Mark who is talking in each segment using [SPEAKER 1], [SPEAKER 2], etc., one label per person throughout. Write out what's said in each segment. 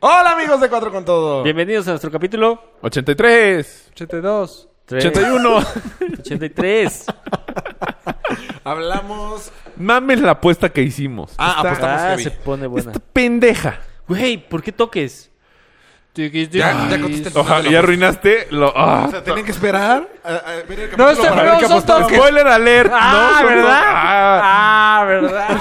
[SPEAKER 1] Hola amigos de Cuatro con Todo.
[SPEAKER 2] Bienvenidos a nuestro capítulo
[SPEAKER 3] 83,
[SPEAKER 4] 82.
[SPEAKER 2] tres-
[SPEAKER 3] 81.
[SPEAKER 2] 83.
[SPEAKER 1] Hablamos.
[SPEAKER 3] Mames la apuesta que hicimos.
[SPEAKER 1] Ah,
[SPEAKER 4] Pues
[SPEAKER 3] Esta-
[SPEAKER 1] apostamos
[SPEAKER 2] Ah,
[SPEAKER 1] que
[SPEAKER 2] se
[SPEAKER 1] vi.
[SPEAKER 2] pone buena.
[SPEAKER 3] esta pendeja.
[SPEAKER 2] Güey, ¿por qué toques?
[SPEAKER 1] Ya, ya contesté el
[SPEAKER 3] Ojalá, y arruinaste lo. ah.
[SPEAKER 1] O sea, tienen que esperar a, a ver el capítulo
[SPEAKER 4] este
[SPEAKER 1] para
[SPEAKER 4] no
[SPEAKER 1] ver qué
[SPEAKER 4] son
[SPEAKER 1] apostamos.
[SPEAKER 4] todos.
[SPEAKER 3] Spoiler alert.
[SPEAKER 2] Ah,
[SPEAKER 3] no, solo-
[SPEAKER 2] ¿verdad?
[SPEAKER 3] Ah.
[SPEAKER 2] Ah, ¿verdad?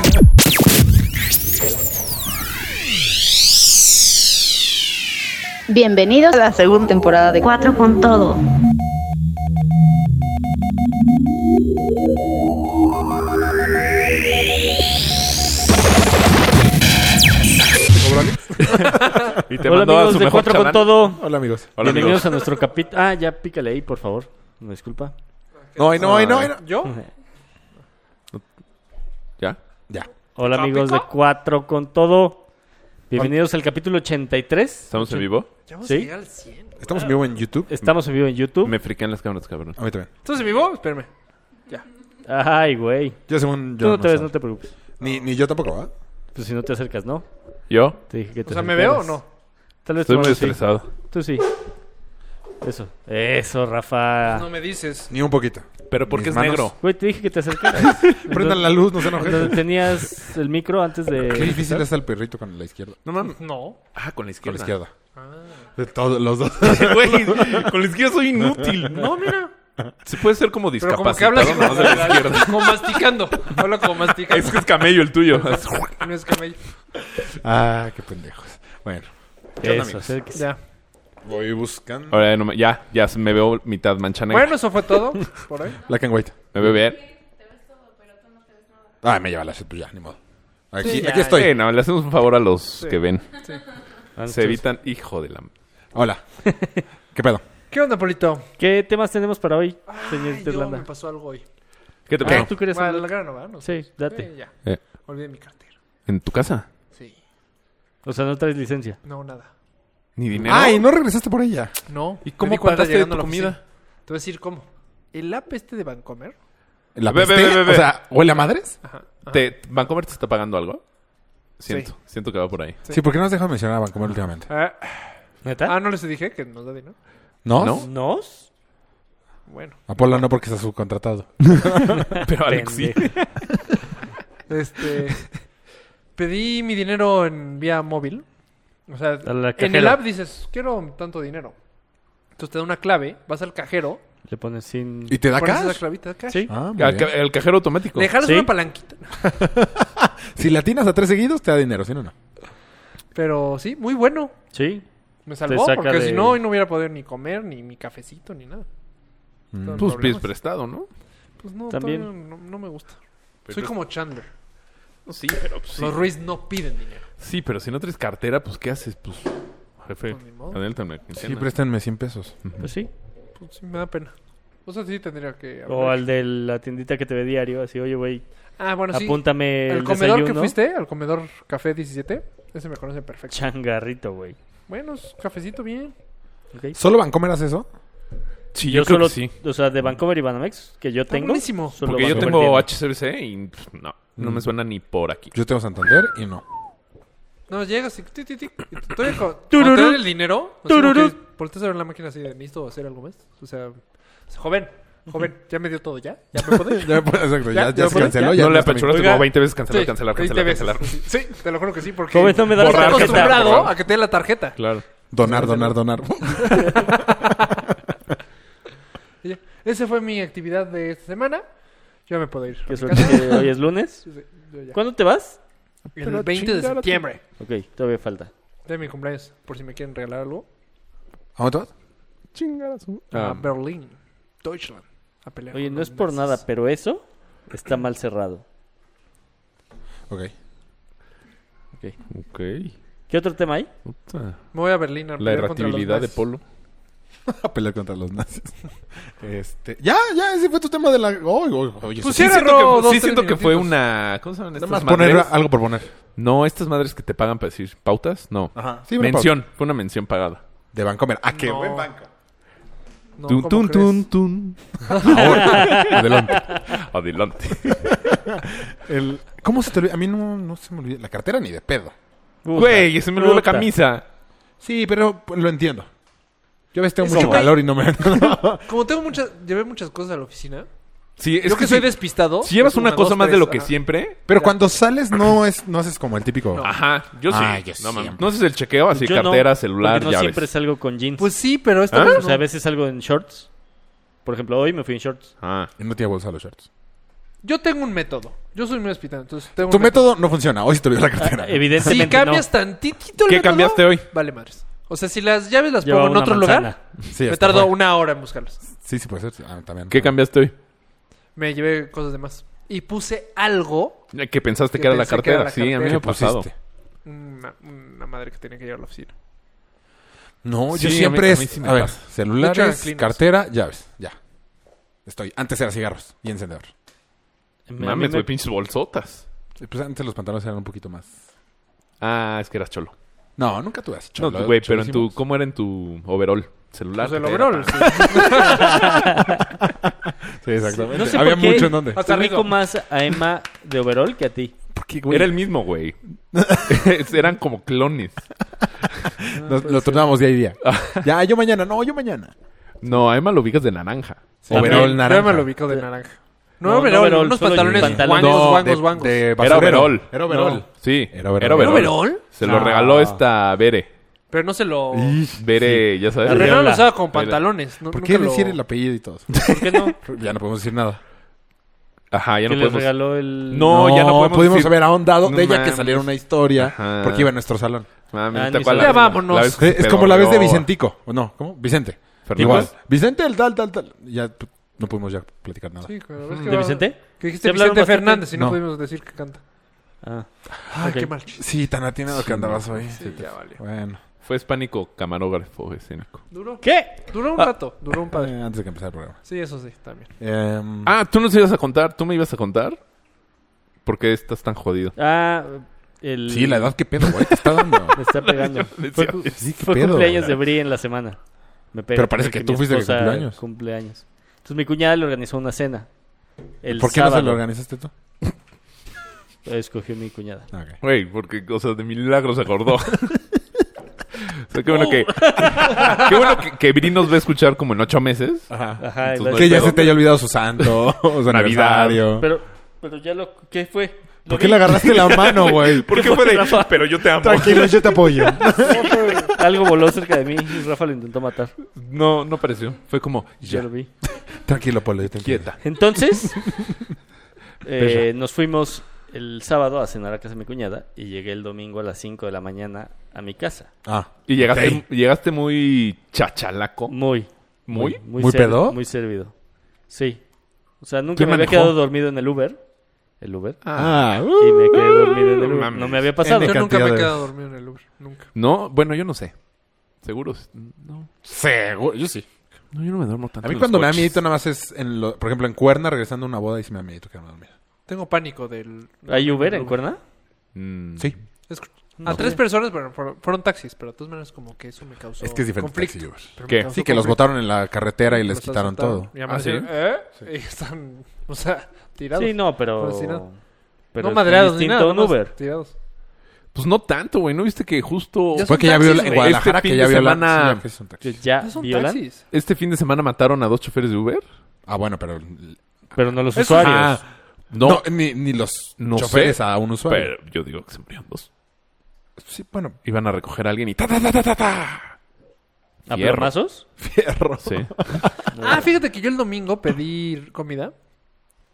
[SPEAKER 5] Bienvenidos a la segunda temporada de Cuatro con Todo.
[SPEAKER 3] Y te
[SPEAKER 2] Hola
[SPEAKER 3] mandó a
[SPEAKER 2] amigos
[SPEAKER 3] su
[SPEAKER 2] de
[SPEAKER 3] mejor
[SPEAKER 2] Cuatro con
[SPEAKER 3] chamán.
[SPEAKER 2] Todo.
[SPEAKER 1] Hola amigos.
[SPEAKER 3] Hola,
[SPEAKER 2] Bienvenidos
[SPEAKER 3] amigos.
[SPEAKER 2] a nuestro capítulo. Ah, ya pícale ahí, por favor. Una disculpa.
[SPEAKER 1] No, ay, no, ay, no, ay, no.
[SPEAKER 4] ¿Yo?
[SPEAKER 3] ¿Ya?
[SPEAKER 1] Ya.
[SPEAKER 2] Hola amigos de Cuatro con Todo. Bienvenidos al capítulo 83.
[SPEAKER 3] ¿Estamos en vivo?
[SPEAKER 2] ¿Sí?
[SPEAKER 1] Estamos en vivo en YouTube.
[SPEAKER 2] Estamos en vivo en YouTube.
[SPEAKER 3] Me friquean las cámaras, cabrón.
[SPEAKER 1] A mí también.
[SPEAKER 4] ¿Estás en vivo? Espérame.
[SPEAKER 2] Ay, güey.
[SPEAKER 1] Yo según yo
[SPEAKER 2] Tú no te ves,
[SPEAKER 1] sé.
[SPEAKER 2] no te preocupes.
[SPEAKER 1] Ni, ni yo tampoco, ¿ah? ¿va?
[SPEAKER 2] Pues si no te acercas, ¿no?
[SPEAKER 3] ¿Yo?
[SPEAKER 2] Te dije que te
[SPEAKER 4] O sea, ¿me
[SPEAKER 2] acercaras.
[SPEAKER 4] veo o no?
[SPEAKER 2] Tal vez
[SPEAKER 3] Estoy
[SPEAKER 2] tu
[SPEAKER 3] muy
[SPEAKER 2] mano sí.
[SPEAKER 3] estresado.
[SPEAKER 2] Tú sí. Eso. Eso, Rafa.
[SPEAKER 4] Pues No me dices.
[SPEAKER 1] Ni un poquito.
[SPEAKER 3] Pero
[SPEAKER 1] Mis
[SPEAKER 3] porque es
[SPEAKER 1] manos.
[SPEAKER 3] negro.
[SPEAKER 2] Güey, te dije que te acercaras.
[SPEAKER 1] Prendan la luz, no se
[SPEAKER 2] Donde
[SPEAKER 1] enojen.
[SPEAKER 2] tenías el micro antes
[SPEAKER 1] Qué
[SPEAKER 2] de...
[SPEAKER 1] difícil es el perrito con la izquierda.
[SPEAKER 3] No mames.
[SPEAKER 4] No.
[SPEAKER 3] Ah, con la
[SPEAKER 1] Con la
[SPEAKER 3] izquierda.
[SPEAKER 1] izquierda. De todos los dos.
[SPEAKER 3] Güey, con la izquierda soy inútil. No, mira. Se puede ser como
[SPEAKER 4] Pero como
[SPEAKER 3] discapacitado,
[SPEAKER 4] que hablas
[SPEAKER 3] nomás de la izquierda.
[SPEAKER 4] como masticando. Habla como masticando.
[SPEAKER 3] Es que es camello el tuyo.
[SPEAKER 4] No es camello.
[SPEAKER 1] ah, qué pendejos. Bueno,
[SPEAKER 2] Eso, acérquese.
[SPEAKER 4] Ya.
[SPEAKER 1] voy buscando.
[SPEAKER 3] Ahora, no me- ya, ya se- me veo mitad mancha negra.
[SPEAKER 4] Bueno, eso fue todo por hoy.
[SPEAKER 1] Black and white.
[SPEAKER 3] Me veo bien.
[SPEAKER 1] Ah, me lleva la shit, pues ya, ni modo. Aquí,
[SPEAKER 4] Sí, ya,
[SPEAKER 1] aquí estoy.
[SPEAKER 3] Sí, no, le hacemos un favor a los que ven.
[SPEAKER 2] Antes.
[SPEAKER 3] Se evitan, hijo de la...
[SPEAKER 1] Hola. ¿Qué pedo?
[SPEAKER 4] ¿Qué onda, Polito?
[SPEAKER 2] ¿Qué temas tenemos para hoy,
[SPEAKER 4] Ay,
[SPEAKER 2] señor
[SPEAKER 3] Este
[SPEAKER 4] yo,
[SPEAKER 2] de
[SPEAKER 4] me
[SPEAKER 2] Irlanda?
[SPEAKER 4] pasó algo hoy.
[SPEAKER 3] ¿Qué te
[SPEAKER 2] Ah,
[SPEAKER 3] pasó?
[SPEAKER 2] ¿Tú quieres
[SPEAKER 4] Bueno,
[SPEAKER 2] hablar?
[SPEAKER 4] la gran novela, no sé.
[SPEAKER 2] Sí,
[SPEAKER 4] Eh,
[SPEAKER 2] date.
[SPEAKER 4] ya.
[SPEAKER 3] Eh,
[SPEAKER 4] Olvidé mi cartera.
[SPEAKER 3] ¿En tu casa?
[SPEAKER 4] Sí.
[SPEAKER 2] O sea, no traes licencia.
[SPEAKER 4] No, nada.
[SPEAKER 3] ¿Ni dinero?
[SPEAKER 1] Ay, no regresaste por ella.
[SPEAKER 4] No.
[SPEAKER 3] ¿Y
[SPEAKER 4] me
[SPEAKER 3] cómo
[SPEAKER 4] di cuenta
[SPEAKER 3] pagaste de
[SPEAKER 4] llegando
[SPEAKER 3] tu
[SPEAKER 4] a la
[SPEAKER 3] comida?
[SPEAKER 4] oficina. Te voy a decir cómo. El app este de Bancomer.
[SPEAKER 1] ¿La
[SPEAKER 3] Ve, ve,
[SPEAKER 1] peste?
[SPEAKER 3] ve, ve, ve.
[SPEAKER 1] O sea, ¿huele a madres?
[SPEAKER 4] Ajá. ajá.
[SPEAKER 3] ¿Te, ¿Bancomer te está pagando algo? Siento, siento que va por ahí.
[SPEAKER 1] Sí. ¿por qué no has dejado de mencionar a Bancomer últimamente?
[SPEAKER 4] Ah, ah,
[SPEAKER 2] ¿Neta?
[SPEAKER 4] no les dije que nos da dinero.
[SPEAKER 1] ¿No?
[SPEAKER 3] ¿No?
[SPEAKER 2] ¿Nos?
[SPEAKER 4] Bueno.
[SPEAKER 1] Apolo no porque está subcontratado.
[SPEAKER 3] Pero Alex sí.
[SPEAKER 2] Pendejo.
[SPEAKER 4] Este. pedí mi dinero en vía móvil. O sea,
[SPEAKER 2] A la
[SPEAKER 4] en el
[SPEAKER 2] cajera.
[SPEAKER 4] app dices, quiero tanto dinero. Entonces te da una clave, vas al cajero,
[SPEAKER 2] Le pones sin...
[SPEAKER 1] ¿Y te da
[SPEAKER 4] pones esa
[SPEAKER 1] cash?
[SPEAKER 4] clavita cash.
[SPEAKER 2] Sí.
[SPEAKER 1] Ah, muy
[SPEAKER 3] Al ca-
[SPEAKER 1] bien.
[SPEAKER 3] El cajero automático.
[SPEAKER 4] Le jalas
[SPEAKER 2] Sí.
[SPEAKER 4] una palanquita.
[SPEAKER 1] Si latinas a tres seguidos, te da dinero, si no, no.
[SPEAKER 4] Pero sí, muy bueno.
[SPEAKER 2] Sí.
[SPEAKER 4] Me salvó,
[SPEAKER 2] saca
[SPEAKER 4] porque
[SPEAKER 2] de-
[SPEAKER 4] si no, hoy no hubiera podido ni comer, ni mi cafecito, ni nada. Todo en
[SPEAKER 3] Pues pides
[SPEAKER 4] problemas.
[SPEAKER 3] prestado, ¿no?
[SPEAKER 4] Pues no,
[SPEAKER 2] Mm. También.
[SPEAKER 4] todavía no, no me gusta.
[SPEAKER 3] Pero
[SPEAKER 4] Soy
[SPEAKER 3] es-
[SPEAKER 4] como Chandler.
[SPEAKER 3] Sí, pero pues, sí.
[SPEAKER 4] Los Ruiz no piden dinero.
[SPEAKER 3] Sí, pero si no traes cartera, pues ¿qué haces? Pues, jefe,
[SPEAKER 4] Pues, ni modo.
[SPEAKER 3] Daniel también.
[SPEAKER 1] Sí, préstenme 100 pesos.
[SPEAKER 2] Pues sí.
[SPEAKER 4] Pues sí, me da pena. O sea, sí tendría que... haber
[SPEAKER 2] O al
[SPEAKER 4] hecho.
[SPEAKER 2] de la tiendita que te ve diario. Así, oye, güey,
[SPEAKER 4] Ah, bueno, sí.
[SPEAKER 2] apúntame el,
[SPEAKER 4] Al comedor
[SPEAKER 2] desayuno.
[SPEAKER 4] que fuiste, al comedor Café 17, ese me conoce perfecto.
[SPEAKER 2] Changarrito, güey.
[SPEAKER 4] Bueno, es cafecito bien.
[SPEAKER 2] ¿Ok?
[SPEAKER 1] ¿Solo Bancomer hace eso?
[SPEAKER 3] Sí, yo,
[SPEAKER 2] Yo
[SPEAKER 3] creo
[SPEAKER 2] solo,
[SPEAKER 3] que sí.
[SPEAKER 2] o sea, de Vancouver y Banamex, que yo tengo.
[SPEAKER 4] buenísimo.
[SPEAKER 2] solo
[SPEAKER 3] Porque yo
[SPEAKER 2] Vancouver
[SPEAKER 3] tengo
[SPEAKER 2] tiene.
[SPEAKER 3] HCBC y pff, no, no me suena ni por aquí.
[SPEAKER 1] Yo tengo Santander y no.
[SPEAKER 4] No, llegas y... ti, ti, ti, y te- todavía co- cuando
[SPEAKER 2] Tururú.
[SPEAKER 4] te dan el dinero, así como
[SPEAKER 2] Tururú.
[SPEAKER 4] que volteas a ver la máquina así de, ¿necesito hacer algo más? O sea, o sea, joven, joven, ¿ya me dio todo ya? ¿Ya me puedo ir?
[SPEAKER 1] Ya, pues, exacto, ya,
[SPEAKER 4] Ya,
[SPEAKER 1] ya
[SPEAKER 4] ya
[SPEAKER 1] se
[SPEAKER 4] puedes,
[SPEAKER 1] canceló.
[SPEAKER 4] ya.
[SPEAKER 1] Ya
[SPEAKER 3] no le
[SPEAKER 1] está mi-
[SPEAKER 3] apachuraste
[SPEAKER 4] pues, Oiga,
[SPEAKER 3] como 20 veces cancelar,
[SPEAKER 4] Sí,
[SPEAKER 3] cancelar,
[SPEAKER 4] 20
[SPEAKER 3] cancelar,
[SPEAKER 4] veces.
[SPEAKER 3] cancelar.
[SPEAKER 4] Sí, te lo juro que sí, porque...
[SPEAKER 2] Joven, no me das
[SPEAKER 4] estás
[SPEAKER 3] borrar
[SPEAKER 2] tarjeta.
[SPEAKER 4] acostumbrado
[SPEAKER 3] borrar.
[SPEAKER 4] a que te dé la tarjeta.
[SPEAKER 3] Claro.
[SPEAKER 1] Donar, donar, donar.
[SPEAKER 4] Y ya. Esa fue mi actividad de esta semana. Yo me puedo ir. a
[SPEAKER 2] Qué
[SPEAKER 4] mi
[SPEAKER 2] suerte
[SPEAKER 4] casa.
[SPEAKER 2] que hoy es lunes.
[SPEAKER 4] Sí, sí, yo ya.
[SPEAKER 2] ¿Cuándo te vas?
[SPEAKER 4] El 20 de septiembre
[SPEAKER 2] Ok, todavía falta.
[SPEAKER 4] de mi cumpleaños, por si me quieren regalar algo.
[SPEAKER 1] ¿Vamos todos?
[SPEAKER 4] a
[SPEAKER 3] Ah,
[SPEAKER 4] Berlín, Deutschland, a pelear.
[SPEAKER 2] Oye,
[SPEAKER 4] con
[SPEAKER 2] no
[SPEAKER 4] los
[SPEAKER 2] es por
[SPEAKER 4] nazis.
[SPEAKER 2] nada, pero eso está mal cerrado.
[SPEAKER 1] Ok.
[SPEAKER 3] ok.
[SPEAKER 2] ¿Qué otro tema hay?
[SPEAKER 3] Puta.
[SPEAKER 4] Me voy a Berlín a
[SPEAKER 3] La
[SPEAKER 4] pelear contra los
[SPEAKER 3] irratibilidad de
[SPEAKER 4] nazis.
[SPEAKER 3] Polo.
[SPEAKER 1] A pelear contra los nazis. Este, ya, ya, ese fue tu tema de la. Oye, oye, oye,
[SPEAKER 4] Pues
[SPEAKER 1] sí.
[SPEAKER 4] sí,
[SPEAKER 3] siento que,
[SPEAKER 4] agarró dos,
[SPEAKER 3] sí
[SPEAKER 4] tres
[SPEAKER 3] siento que fue
[SPEAKER 4] minutitos.
[SPEAKER 3] una... ¿Cómo se llaman estas
[SPEAKER 1] Nada más
[SPEAKER 3] madres?
[SPEAKER 1] poner algo por poner.
[SPEAKER 3] No, estas madres que te pagan para decir pautas, no.
[SPEAKER 1] Ajá.
[SPEAKER 3] mención, fue una mención pagada.
[SPEAKER 1] De Bancomer. Ah, qué
[SPEAKER 4] No.
[SPEAKER 1] buen banco.
[SPEAKER 4] No,
[SPEAKER 3] Tun,
[SPEAKER 4] ¿cómo
[SPEAKER 3] tun,
[SPEAKER 4] crees?
[SPEAKER 3] tun, tun.
[SPEAKER 1] Ahora, adelante.
[SPEAKER 3] Adelante.
[SPEAKER 1] El- ¿Cómo se te olvida? A mí no, no se me olvida. La cartera ni de pedo.
[SPEAKER 2] Puta,
[SPEAKER 3] Güey, se me olvidó la
[SPEAKER 2] puta.
[SPEAKER 3] camisa.
[SPEAKER 1] Sí, pero lo entiendo. Yo a veces tengo
[SPEAKER 4] Es
[SPEAKER 1] mucho
[SPEAKER 4] como-
[SPEAKER 1] calor y no me...
[SPEAKER 4] Como tengo muchas, llevé muchas cosas a la oficina.
[SPEAKER 3] Sí, es
[SPEAKER 4] yo que,
[SPEAKER 3] que
[SPEAKER 4] soy
[SPEAKER 3] si,
[SPEAKER 4] despistado.
[SPEAKER 3] si llevas
[SPEAKER 4] es
[SPEAKER 3] una
[SPEAKER 4] dos,
[SPEAKER 3] cosa más de
[SPEAKER 4] tres,
[SPEAKER 3] lo que
[SPEAKER 4] ajá.
[SPEAKER 3] siempre.
[SPEAKER 1] pero cuando sales no es no haces como el típico...
[SPEAKER 4] No.
[SPEAKER 3] Ajá, yo sí.
[SPEAKER 1] Ah, yo
[SPEAKER 3] no, mames.
[SPEAKER 1] siempre.
[SPEAKER 3] no haces el chequeo, así
[SPEAKER 2] Yo no,
[SPEAKER 3] cartera, celular,
[SPEAKER 2] porque no
[SPEAKER 3] llaves.
[SPEAKER 2] siempre salgo con jeans.
[SPEAKER 4] Pues sí, pero esta
[SPEAKER 3] ¿Ah?
[SPEAKER 4] vez
[SPEAKER 2] o sea, a
[SPEAKER 4] no.
[SPEAKER 2] veces salgo en shorts. Por ejemplo, hoy me fui en shorts.
[SPEAKER 3] Ah.
[SPEAKER 1] Y no tiene bolsa los shorts.
[SPEAKER 4] Yo tengo un método. Yo soy muy hospital, entonces tengo
[SPEAKER 1] Tu
[SPEAKER 4] un método.
[SPEAKER 1] método no funciona. Hoy se te olvidó la cartera.
[SPEAKER 3] Ah, eh,
[SPEAKER 2] Evidentemente
[SPEAKER 4] Si cambias
[SPEAKER 2] no.
[SPEAKER 4] tantitito el
[SPEAKER 3] ¿Qué
[SPEAKER 4] método,
[SPEAKER 3] cambiaste hoy?
[SPEAKER 4] Vale madres. O sea, si las llaves las
[SPEAKER 2] Llevaba
[SPEAKER 4] pongo en
[SPEAKER 2] una
[SPEAKER 4] otro lugar,
[SPEAKER 2] manzana.
[SPEAKER 1] Sí,
[SPEAKER 4] me
[SPEAKER 1] hasta
[SPEAKER 4] tardo
[SPEAKER 1] fue.
[SPEAKER 4] una hora en buscarlas.
[SPEAKER 1] Sí, sí puede ser. sí. Ah, también.
[SPEAKER 3] ¿Qué
[SPEAKER 1] Ah.
[SPEAKER 3] cambiaste hoy?
[SPEAKER 4] Me llevé cosas de más. Y puse algo,
[SPEAKER 3] Que pensaste
[SPEAKER 4] Que
[SPEAKER 3] que era la
[SPEAKER 4] pensé que
[SPEAKER 3] cartera.
[SPEAKER 4] era la
[SPEAKER 3] Sí, a mí
[SPEAKER 4] cartera.
[SPEAKER 3] me ha
[SPEAKER 1] ¿Qué
[SPEAKER 3] pasado.
[SPEAKER 1] pusiste?
[SPEAKER 4] una, una madre que tenía que llevar a la oficina.
[SPEAKER 1] No,
[SPEAKER 3] Sí,
[SPEAKER 1] yo
[SPEAKER 3] a mí-
[SPEAKER 1] siempre
[SPEAKER 3] a
[SPEAKER 1] es...
[SPEAKER 3] mí sí me
[SPEAKER 1] a ver,
[SPEAKER 3] pasa.
[SPEAKER 4] De hecho, era
[SPEAKER 1] celulares,
[SPEAKER 4] Kleenex.
[SPEAKER 1] cartera, llaves. Ya. Estoy. Antes era cigarros y encendedor.
[SPEAKER 2] A mí
[SPEAKER 3] Mames,
[SPEAKER 2] me-
[SPEAKER 3] güey, pinches bolsotas.
[SPEAKER 1] Sí, Pues antes los pantalones eran un poquito más...
[SPEAKER 3] Ah, es que eras cholo.
[SPEAKER 1] No, nunca tuve así.
[SPEAKER 3] No,
[SPEAKER 1] cholo-
[SPEAKER 3] güey, pero en tu...
[SPEAKER 1] cholísimos.
[SPEAKER 3] ¿Cómo era en tu overall? Celular.
[SPEAKER 4] Pues el
[SPEAKER 3] cartera,
[SPEAKER 4] overall,
[SPEAKER 3] pa-
[SPEAKER 4] sí.
[SPEAKER 1] Sí, exactamente.
[SPEAKER 2] No sé
[SPEAKER 1] Había
[SPEAKER 2] por qué.
[SPEAKER 1] mucho en donde.
[SPEAKER 3] Ah,
[SPEAKER 4] Hasta
[SPEAKER 2] Ubico
[SPEAKER 4] arriba.
[SPEAKER 2] más a Emma de overall que a ti.
[SPEAKER 3] Era el mismo, güey. Eran como clones.
[SPEAKER 1] Nos, lo tornábamos día y día. ya, yo mañana. No, yo mañana.
[SPEAKER 3] No, además lo ubicas de naranja.
[SPEAKER 1] Sí, Overol
[SPEAKER 4] Yo
[SPEAKER 1] naranja.
[SPEAKER 4] me lo ubico de naranja. No,
[SPEAKER 2] No,
[SPEAKER 4] overol,
[SPEAKER 2] no overol,
[SPEAKER 4] unos
[SPEAKER 2] solo
[SPEAKER 4] pantalones
[SPEAKER 2] pantalones.
[SPEAKER 4] guangos,
[SPEAKER 1] No,
[SPEAKER 4] guangos,
[SPEAKER 1] de-
[SPEAKER 4] guangos.
[SPEAKER 1] de
[SPEAKER 3] Era
[SPEAKER 1] basurero.
[SPEAKER 3] overall.
[SPEAKER 1] Era overall.
[SPEAKER 3] No. Sí.
[SPEAKER 1] Era overol. ¿Era Ah.
[SPEAKER 3] Era
[SPEAKER 4] ¿Era
[SPEAKER 3] overol.
[SPEAKER 4] overol?
[SPEAKER 3] Se lo
[SPEAKER 1] No.
[SPEAKER 3] regaló esta Bere.
[SPEAKER 4] Pero no se lo...
[SPEAKER 3] Bere, ya sabes.
[SPEAKER 2] La
[SPEAKER 4] Pero no lo
[SPEAKER 2] Arreola.
[SPEAKER 4] usaba con pantalones. No,
[SPEAKER 1] ¿Por qué
[SPEAKER 4] nunca lo-
[SPEAKER 1] decir el apellido y todo?
[SPEAKER 2] ¿Por qué no?
[SPEAKER 1] ya no podemos decir nada.
[SPEAKER 3] Ajá, ya
[SPEAKER 2] que
[SPEAKER 3] no
[SPEAKER 2] les
[SPEAKER 3] podemos.
[SPEAKER 2] regaló el...
[SPEAKER 3] No, ya no podemos
[SPEAKER 1] pudimos
[SPEAKER 3] decir-
[SPEAKER 1] haber ahondado
[SPEAKER 3] No
[SPEAKER 1] de ella que
[SPEAKER 3] mames.
[SPEAKER 1] saliera una historia.
[SPEAKER 3] Ajá.
[SPEAKER 1] Porque iba en nuestro salón.
[SPEAKER 3] Mami,
[SPEAKER 2] Ah,
[SPEAKER 3] ¿te
[SPEAKER 2] ni
[SPEAKER 3] acuerdas?
[SPEAKER 2] se
[SPEAKER 4] Ya vámonos.
[SPEAKER 3] La vez que
[SPEAKER 1] Es,
[SPEAKER 3] se
[SPEAKER 1] como la vez de
[SPEAKER 3] pedorreó.
[SPEAKER 1] Vicentico. ¿O no? ¿Cómo? Vicente.
[SPEAKER 3] Fernández.
[SPEAKER 1] Igual. Vicente, el tal, tal, tal. Ya p- no pudimos ya platicar nada.
[SPEAKER 4] Sí, pero es que
[SPEAKER 2] ¿De
[SPEAKER 4] va-
[SPEAKER 2] Vicente? Sí,
[SPEAKER 4] Que dijiste
[SPEAKER 2] hablaron
[SPEAKER 4] Vicente
[SPEAKER 2] bastante.
[SPEAKER 4] Fernández y no,
[SPEAKER 1] No.
[SPEAKER 4] pudimos decir que canta.
[SPEAKER 2] Ah.
[SPEAKER 4] Ay,
[SPEAKER 2] Ok.
[SPEAKER 4] qué mal chiste.
[SPEAKER 1] Sí, tan atinado que andabas hoy.
[SPEAKER 4] Sí, ya valió.
[SPEAKER 1] Bueno,
[SPEAKER 3] Fue hispánico camarógrafo escénico.
[SPEAKER 4] Duró.
[SPEAKER 2] ¿Qué?
[SPEAKER 4] Duró un rato. Ah, Duró un padre.
[SPEAKER 1] eh, antes de que empezara el programa.
[SPEAKER 4] Sí, eso sí, también.
[SPEAKER 1] Em,
[SPEAKER 3] Ah, tú nos ibas a contar. ¿Tú me ibas a contar? ¿Por qué estás tan jodido?
[SPEAKER 2] Ah, el...
[SPEAKER 1] sí, la edad, qué pedo, güey. Te está dando.
[SPEAKER 2] Me está pegando. Fue, cu-
[SPEAKER 1] Sí, qué
[SPEAKER 2] fue
[SPEAKER 1] pedo,
[SPEAKER 2] cumpleaños
[SPEAKER 1] güey.
[SPEAKER 2] de Bri en la semana. Me pega
[SPEAKER 1] Pero parece
[SPEAKER 2] porque
[SPEAKER 1] que tú
[SPEAKER 2] mi
[SPEAKER 1] fuiste el que
[SPEAKER 2] esposa
[SPEAKER 1] cumpleaños.
[SPEAKER 2] cumpleaños. Entonces mi cuñada le organizó una cena. El
[SPEAKER 1] ¿Por qué no se lo
[SPEAKER 2] sábado
[SPEAKER 1] organizaste tú?
[SPEAKER 2] Escogió mi cuñada.
[SPEAKER 1] Ah, ok.
[SPEAKER 3] Güey, porque, o sea, de milagro se acordó. o sea, qué bueno que... Qué bueno que, que Bri nos va a escuchar como en ocho meses.
[SPEAKER 1] Ajá.
[SPEAKER 2] Ajá,
[SPEAKER 3] Entonces,
[SPEAKER 2] y la-
[SPEAKER 3] no hay
[SPEAKER 1] Que ya
[SPEAKER 3] pedo.
[SPEAKER 1] se te haya olvidado su santo, su
[SPEAKER 3] Navidad.
[SPEAKER 1] aniversario.
[SPEAKER 2] pero, pero ya lo... ¿Qué fue? Lo
[SPEAKER 1] ¿Por qué
[SPEAKER 2] vi.
[SPEAKER 1] le agarraste la mano, güey?
[SPEAKER 3] ¿Por qué fue de... Pero yo te amo.
[SPEAKER 1] Tranquilo, yo te apoyo.
[SPEAKER 2] Algo voló cerca de mí y Rafa lo intentó matar.
[SPEAKER 3] No, no pareció. Fue como...
[SPEAKER 2] Ya
[SPEAKER 3] Ya,
[SPEAKER 2] lo vi.
[SPEAKER 1] Tranquilo, Polo, yo te entiendo.
[SPEAKER 3] quieta.
[SPEAKER 2] Entonces, eh, nos fuimos el sábado a cenar a casa de mi cuñada y llegué el domingo a las 5 de la mañana a mi casa.
[SPEAKER 1] Ah,
[SPEAKER 3] Y llegaste,
[SPEAKER 1] Ok.
[SPEAKER 3] llegaste muy chachalaco.
[SPEAKER 2] Muy.
[SPEAKER 3] ¿Muy?
[SPEAKER 1] ¿Muy
[SPEAKER 2] servi-
[SPEAKER 1] pedo?
[SPEAKER 2] Muy servido. Sí. O sea, nunca
[SPEAKER 3] ¿Quién
[SPEAKER 2] me había
[SPEAKER 3] manejó?
[SPEAKER 2] quedado dormido en el Uber. El Uber.
[SPEAKER 1] Ah,
[SPEAKER 4] uh.
[SPEAKER 2] Y me quedé dormido en el
[SPEAKER 3] no
[SPEAKER 2] Uber.
[SPEAKER 3] mames.
[SPEAKER 2] No me había pasado.
[SPEAKER 1] En
[SPEAKER 4] Yo
[SPEAKER 1] el-
[SPEAKER 4] nunca me he
[SPEAKER 1] cantidades.
[SPEAKER 4] quedado dormido en el Uber. Nunca.
[SPEAKER 3] No, bueno, yo no sé. Seguro. No,
[SPEAKER 1] seguro, Pues, yo sí.
[SPEAKER 3] no yo no me duermo tanto.
[SPEAKER 1] A mí
[SPEAKER 3] en
[SPEAKER 1] cuando
[SPEAKER 3] los
[SPEAKER 1] me da
[SPEAKER 3] coches.
[SPEAKER 1] miedito nada más es, en lo- por ejemplo, en Cuerna, regresando a una boda, y sí me da miedito que me dormida.
[SPEAKER 4] Tengo pánico del...
[SPEAKER 2] ¿Hay Uber en Cuerna?
[SPEAKER 3] Mm.
[SPEAKER 1] Sí.
[SPEAKER 4] Es-
[SPEAKER 2] No
[SPEAKER 4] A tres
[SPEAKER 2] sé.
[SPEAKER 4] personas, pero fueron, fueron taxis. Pero de todas maneras como que eso me causó
[SPEAKER 1] Es que es diferente.
[SPEAKER 4] conflicto.
[SPEAKER 1] sí, Uber.
[SPEAKER 4] Pero me
[SPEAKER 3] ¿Qué?
[SPEAKER 4] causó
[SPEAKER 1] Sí, que los
[SPEAKER 4] conflicto.
[SPEAKER 1] botaron en la carretera y les
[SPEAKER 4] Los
[SPEAKER 1] quitaron
[SPEAKER 4] asaltaron.
[SPEAKER 1] todo.
[SPEAKER 4] Y además
[SPEAKER 3] Ah, ¿sí?
[SPEAKER 4] dijeron, ¿eh? Y están, o sea, tirados.
[SPEAKER 2] Sí, no, pero.
[SPEAKER 4] Pero si no-
[SPEAKER 2] pero
[SPEAKER 4] no
[SPEAKER 2] es
[SPEAKER 4] madreados ni
[SPEAKER 2] distinto
[SPEAKER 4] nada.
[SPEAKER 2] a un
[SPEAKER 4] nomás
[SPEAKER 2] Uber.
[SPEAKER 4] Tirados.
[SPEAKER 3] Pues no tanto, güey. ¿No viste que justo
[SPEAKER 4] Ya
[SPEAKER 1] Fue
[SPEAKER 4] son
[SPEAKER 1] que ya vio la-
[SPEAKER 4] taxis,
[SPEAKER 1] en
[SPEAKER 4] güey.
[SPEAKER 1] Guadalajara
[SPEAKER 3] Este
[SPEAKER 1] que
[SPEAKER 3] fin
[SPEAKER 1] ya
[SPEAKER 3] de
[SPEAKER 1] vio la-
[SPEAKER 3] semana-
[SPEAKER 1] sí, ya que es un taxi.
[SPEAKER 2] Yo ya
[SPEAKER 4] Ya Ah, son
[SPEAKER 2] violan,
[SPEAKER 4] taxis.
[SPEAKER 3] este fin de semana mataron a dos choferes de Uber?
[SPEAKER 1] Ah, bueno, pero...
[SPEAKER 2] pero no los
[SPEAKER 4] Eso-
[SPEAKER 2] usuarios.
[SPEAKER 1] Ah,
[SPEAKER 3] No,
[SPEAKER 1] no, ni, ni los
[SPEAKER 3] No
[SPEAKER 1] choferes
[SPEAKER 3] sé,
[SPEAKER 1] a un usuario.
[SPEAKER 3] pero yo digo que se murieron dos.
[SPEAKER 1] Sí, bueno,
[SPEAKER 3] Iban a recoger a alguien y ta ta ta ta ta. ta.
[SPEAKER 2] ¿A
[SPEAKER 3] Fierro.
[SPEAKER 2] plomazos?
[SPEAKER 1] fierro.
[SPEAKER 3] Sí.
[SPEAKER 4] Ah, fíjate que yo el domingo pedí comida.